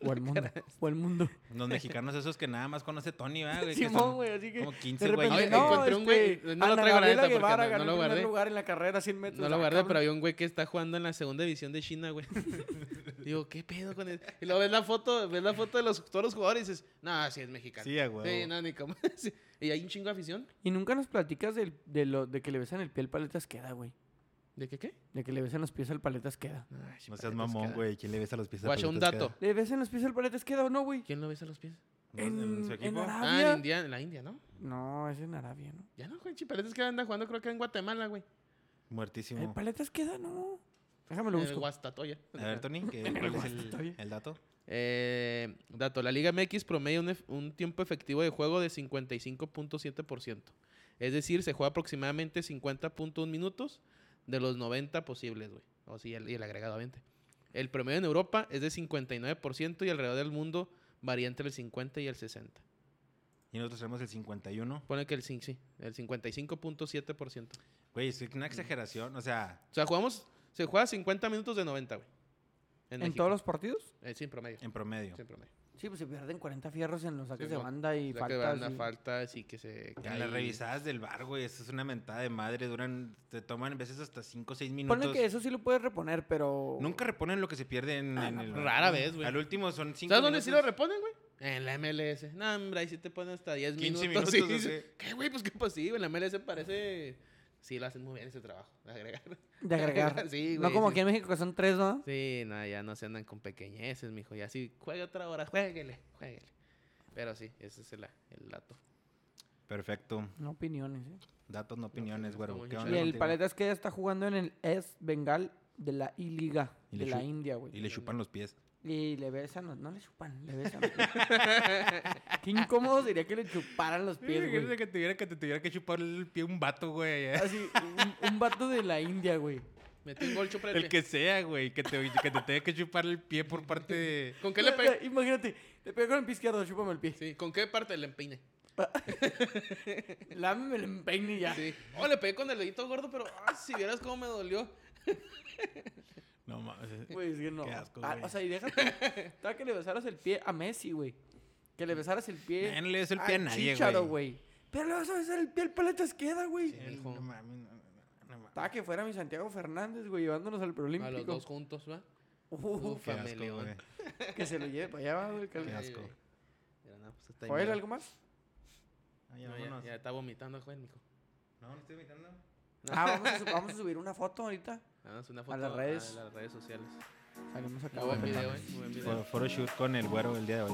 C: O el
B: [laughs]
C: mundo. O el mundo.
A: Los mexicanos esos que nada más conoce Tony, ¿verdad?
C: [laughs]
A: güey? Que
C: Simón,
A: son
C: güey, así que.
A: Como
C: De
A: 15, güey.
C: repente,
B: Oye,
C: no,
B: encontré un güey, no
C: este,
B: lo
C: Ana
B: traigo, la neta,
C: Gabriela
B: porque
C: Guevara
B: no- no
C: ganó
B: lo
C: el primer
B: guardé.
C: lugar en la carrera 100 metros.
B: No lo
C: Ah,
B: guardé, pero
C: cabrón.
B: había un güey que está jugando en la segunda división de China, güey. Digo, ¿qué pedo con él? Y luego ves la foto, ves la foto de los, todos los jugadores y dices, no, sí es mexicano.
A: Sí, a huevo.
B: Sí, no, ni cómo. [laughs] Sí. Y hay un chingo de afición.
C: Y nunca nos platicas del- de, lo, de que le besan el pie al paletas queda, güey.
B: ¿De qué qué?
C: De que le besan los pies al paletas queda.
B: Ay,
A: No
B: paletas
A: seas mamón,
B: queda.
A: güey. ¿Quién le besa los pies a
B: Guacha, un
A: Paletas
B: dato.
A: Queda?
C: ¿Le besan los pies al paletas queda o no, güey?
B: ¿Quién lo besa los pies?
A: ¿En, en su equipo?
B: Ah,
C: Arabia.
B: en India, en la India, ¿no?
C: no, es en Arabia, ¿no?
B: Ya no, güey. Chipaletes que anda jugando, creo que en Guatemala, güey.
C: El
A: Muertísimo.
C: paletas queda, no. Déjame lo
B: En el
C: busco.
B: Guastatoya.
A: A ver, Tony, ¿qué- ¿cuál es el,
C: Estoy-
A: el dato?
B: Eh, dato, la Liga MX promedia un, ef- un tiempo efectivo de juego de 55.7%. Es decir, se juega aproximadamente 50.1 minutos de los 90 posibles, güey. O sí, el- y el agregado a 20. El promedio en Europa es de 59% y alrededor del mundo varía entre el 50 y el 60.
A: Y nosotros tenemos el 51.
B: Pone que el, cin- sí, el 55.7%.
A: Güey, es una exageración. O sea,
B: O sea, jugamos, se juega 50 minutos de 90, güey.
C: ¿En,
B: México.
C: todos los partidos?
B: Eh, sin promedio.
A: en promedio.
B: Sin promedio.
C: Sí, pues se pierden 40 fierros en los saques
B: Sí,
C: de
B: no.
C: banda y
B: La que
C: faltas.
B: banda
C: y-
B: falta, sí que se
A: En las
B: cae.
A: revisadas del bar, güey, eso es una mentada de madre. Duran, te toman a veces hasta 5 o 6 minutos.
C: Ponle que eso sí lo puedes reponer, pero.
A: Nunca reponen lo que se pierde en, en el.
B: Ah, pues, Rara vez, güey.
A: Al último son 5
B: ¿Sabes dónde sí lo reponen, güey? En la MLS. No, hombre, ahí sí te ponen hasta 10
A: 15
B: minutos. y
A: minutos,
B: dices, [laughs] ¿Qué, güey? Pues qué posible. En la MLS parece. Sí, lo hacen muy bien ese trabajo. De agregar. [laughs]
C: De agregar.
B: sí, güey.
C: no como
B: sí.
C: aquí en México que son tres, ¿no?
B: Sí, no, ya no se andan con pequeñeces, mijo. Ya sí, juega otra hora, juéguele, juéguele. Pero sí, ese es el, el dato.
A: Perfecto.
C: No opiniones, ¿eh?
A: Datos, Ah, no opiniones,
B: opiniones,
A: güero.
B: como
A: ¿Qué
B: yo.
A: onda
C: Y el
A: contigo?
C: paletas que está jugando en el Es Bengal de la I-Liga,
A: Y
C: de
A: le
C: la
A: chu-
C: India,
A: Y
C: güey.
A: le chupan los pies.
C: Y le besan, los- no le chupan, le besan. los
B: [laughs]
C: pies. Qué incómodo sería que le chuparan los pies, güey.
A: que tuviera que te tuviera que chupar el pie un vato,
C: [laughs]
A: güey.
C: Así, un, un vato de la India, güey.
B: Metí
A: [laughs]
B: un gol, chúpale el
A: El
B: pie.
A: que sea, güey, que te, que te tenga que chupar el pie por parte de...
B: ¿Con qué le
C: O
B: pegué?
C: sea, Imagínate, le pego con el pie izquierdo, chúpame el pie.
B: Sí, ¿con qué parte le empeine?
C: Lámeme el empeine y ya.
B: Sí. Oh, le pegué con el dedito gordo, pero ah, si vieras cómo me dolió.
A: No mames.
C: Güey, es que no.
A: Qué asco,
C: Ah,
A: güey.
C: o sea, y
B: [laughs]
C: déjate. Estaba que le besaras el pie a Messi, güey. Que le besaras el pie.
A: Ya no le besó el pie a nadie,
C: Chicharo,
A: güey.
C: güey. Pero le vas a besar el pie al paletas queda, güey.
B: Sí.
A: El-
B: Hijo.
A: No mames, no, no, no, no mames.
C: Estaba que fuera mi Santiago Fernández, güey, llevándonos al
B: A los
C: Prolímpico.
B: dos juntos, ¿va?
C: Uh,
B: Uf,
A: Qué asco,
B: Fameleón.
A: güey.
C: que se lo lleve para allá, va, güey.
A: Qué
C: que-
B: Ay,
A: asco.
B: güey. Pero no, pues está
C: Joel,
B: bien.
C: ¿algo más?
A: Ah, ya,
B: No, ya,
A: vámonos.
B: ya está vomitando, Joel, mijo.
A: No, no estoy imitando.
C: Ah, vamos a, su- vamos a subir una foto ahorita.
B: Nada más una foto
C: las redes.
B: las redes sociales.
C: Salimos acá.
B: Muy buen
C: güey.
B: video, eh. Muy buen video.
A: Fue photoshoot con el güero el día de hoy.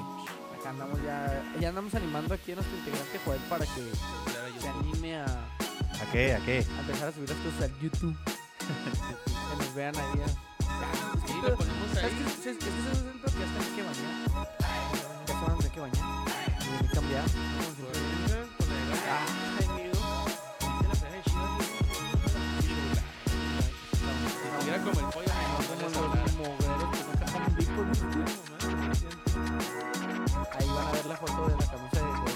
C: Acá andamos ya. Ya andamos animando aquí a nuestro integrante Joel para que
B: Claro, yo-
C: se anime a, a
A: ¿A qué? ¿A qué?
C: empezar a subir las cosas a YouTube. que nos vean ahí. a-
B: Sí, lo ponemos
C: ¿Sabes
B: ahí.
C: qué? ¿Sabes qué? Ese es el que ya se tiene que bañar. Ya se van a tener que bañar. Y ni cambiar.
B: Ay, mi Dios. Ya la traje de Chivas, güey. Era como el pollo, me
C: Como
B: mandó
C: los
B: esa volada.
C: mogreros que no cajan bico, ¿no? Ahí van a ver la foto de la camisa de Joel.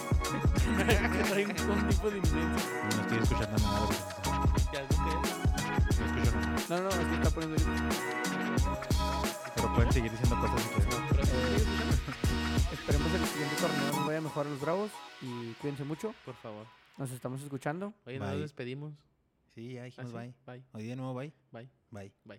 C: Que trae un- un tipo de
A: No
C: inglés.
A: estoy escuchando nada. güey.
B: Ya, ¿tú qué?
A: No escucho nada.
C: No, no, es que está poniendo
A: Pero pueden seguir diciendo cosas si quieren.
B: Pero sí, escúchame.
C: Esperemos el siguiente torneo nos vaya mejor a los Bravos y cuídense mucho.
B: Por favor.
C: Nos estamos escuchando.
B: Oye, no nos
A: Bye.
B: despedimos.
A: Sí, ya dijimos
B: Así,
A: bye.
B: Bye.
A: Hoy de nuevo bye.
B: Bye.
A: Bye.
B: Bye.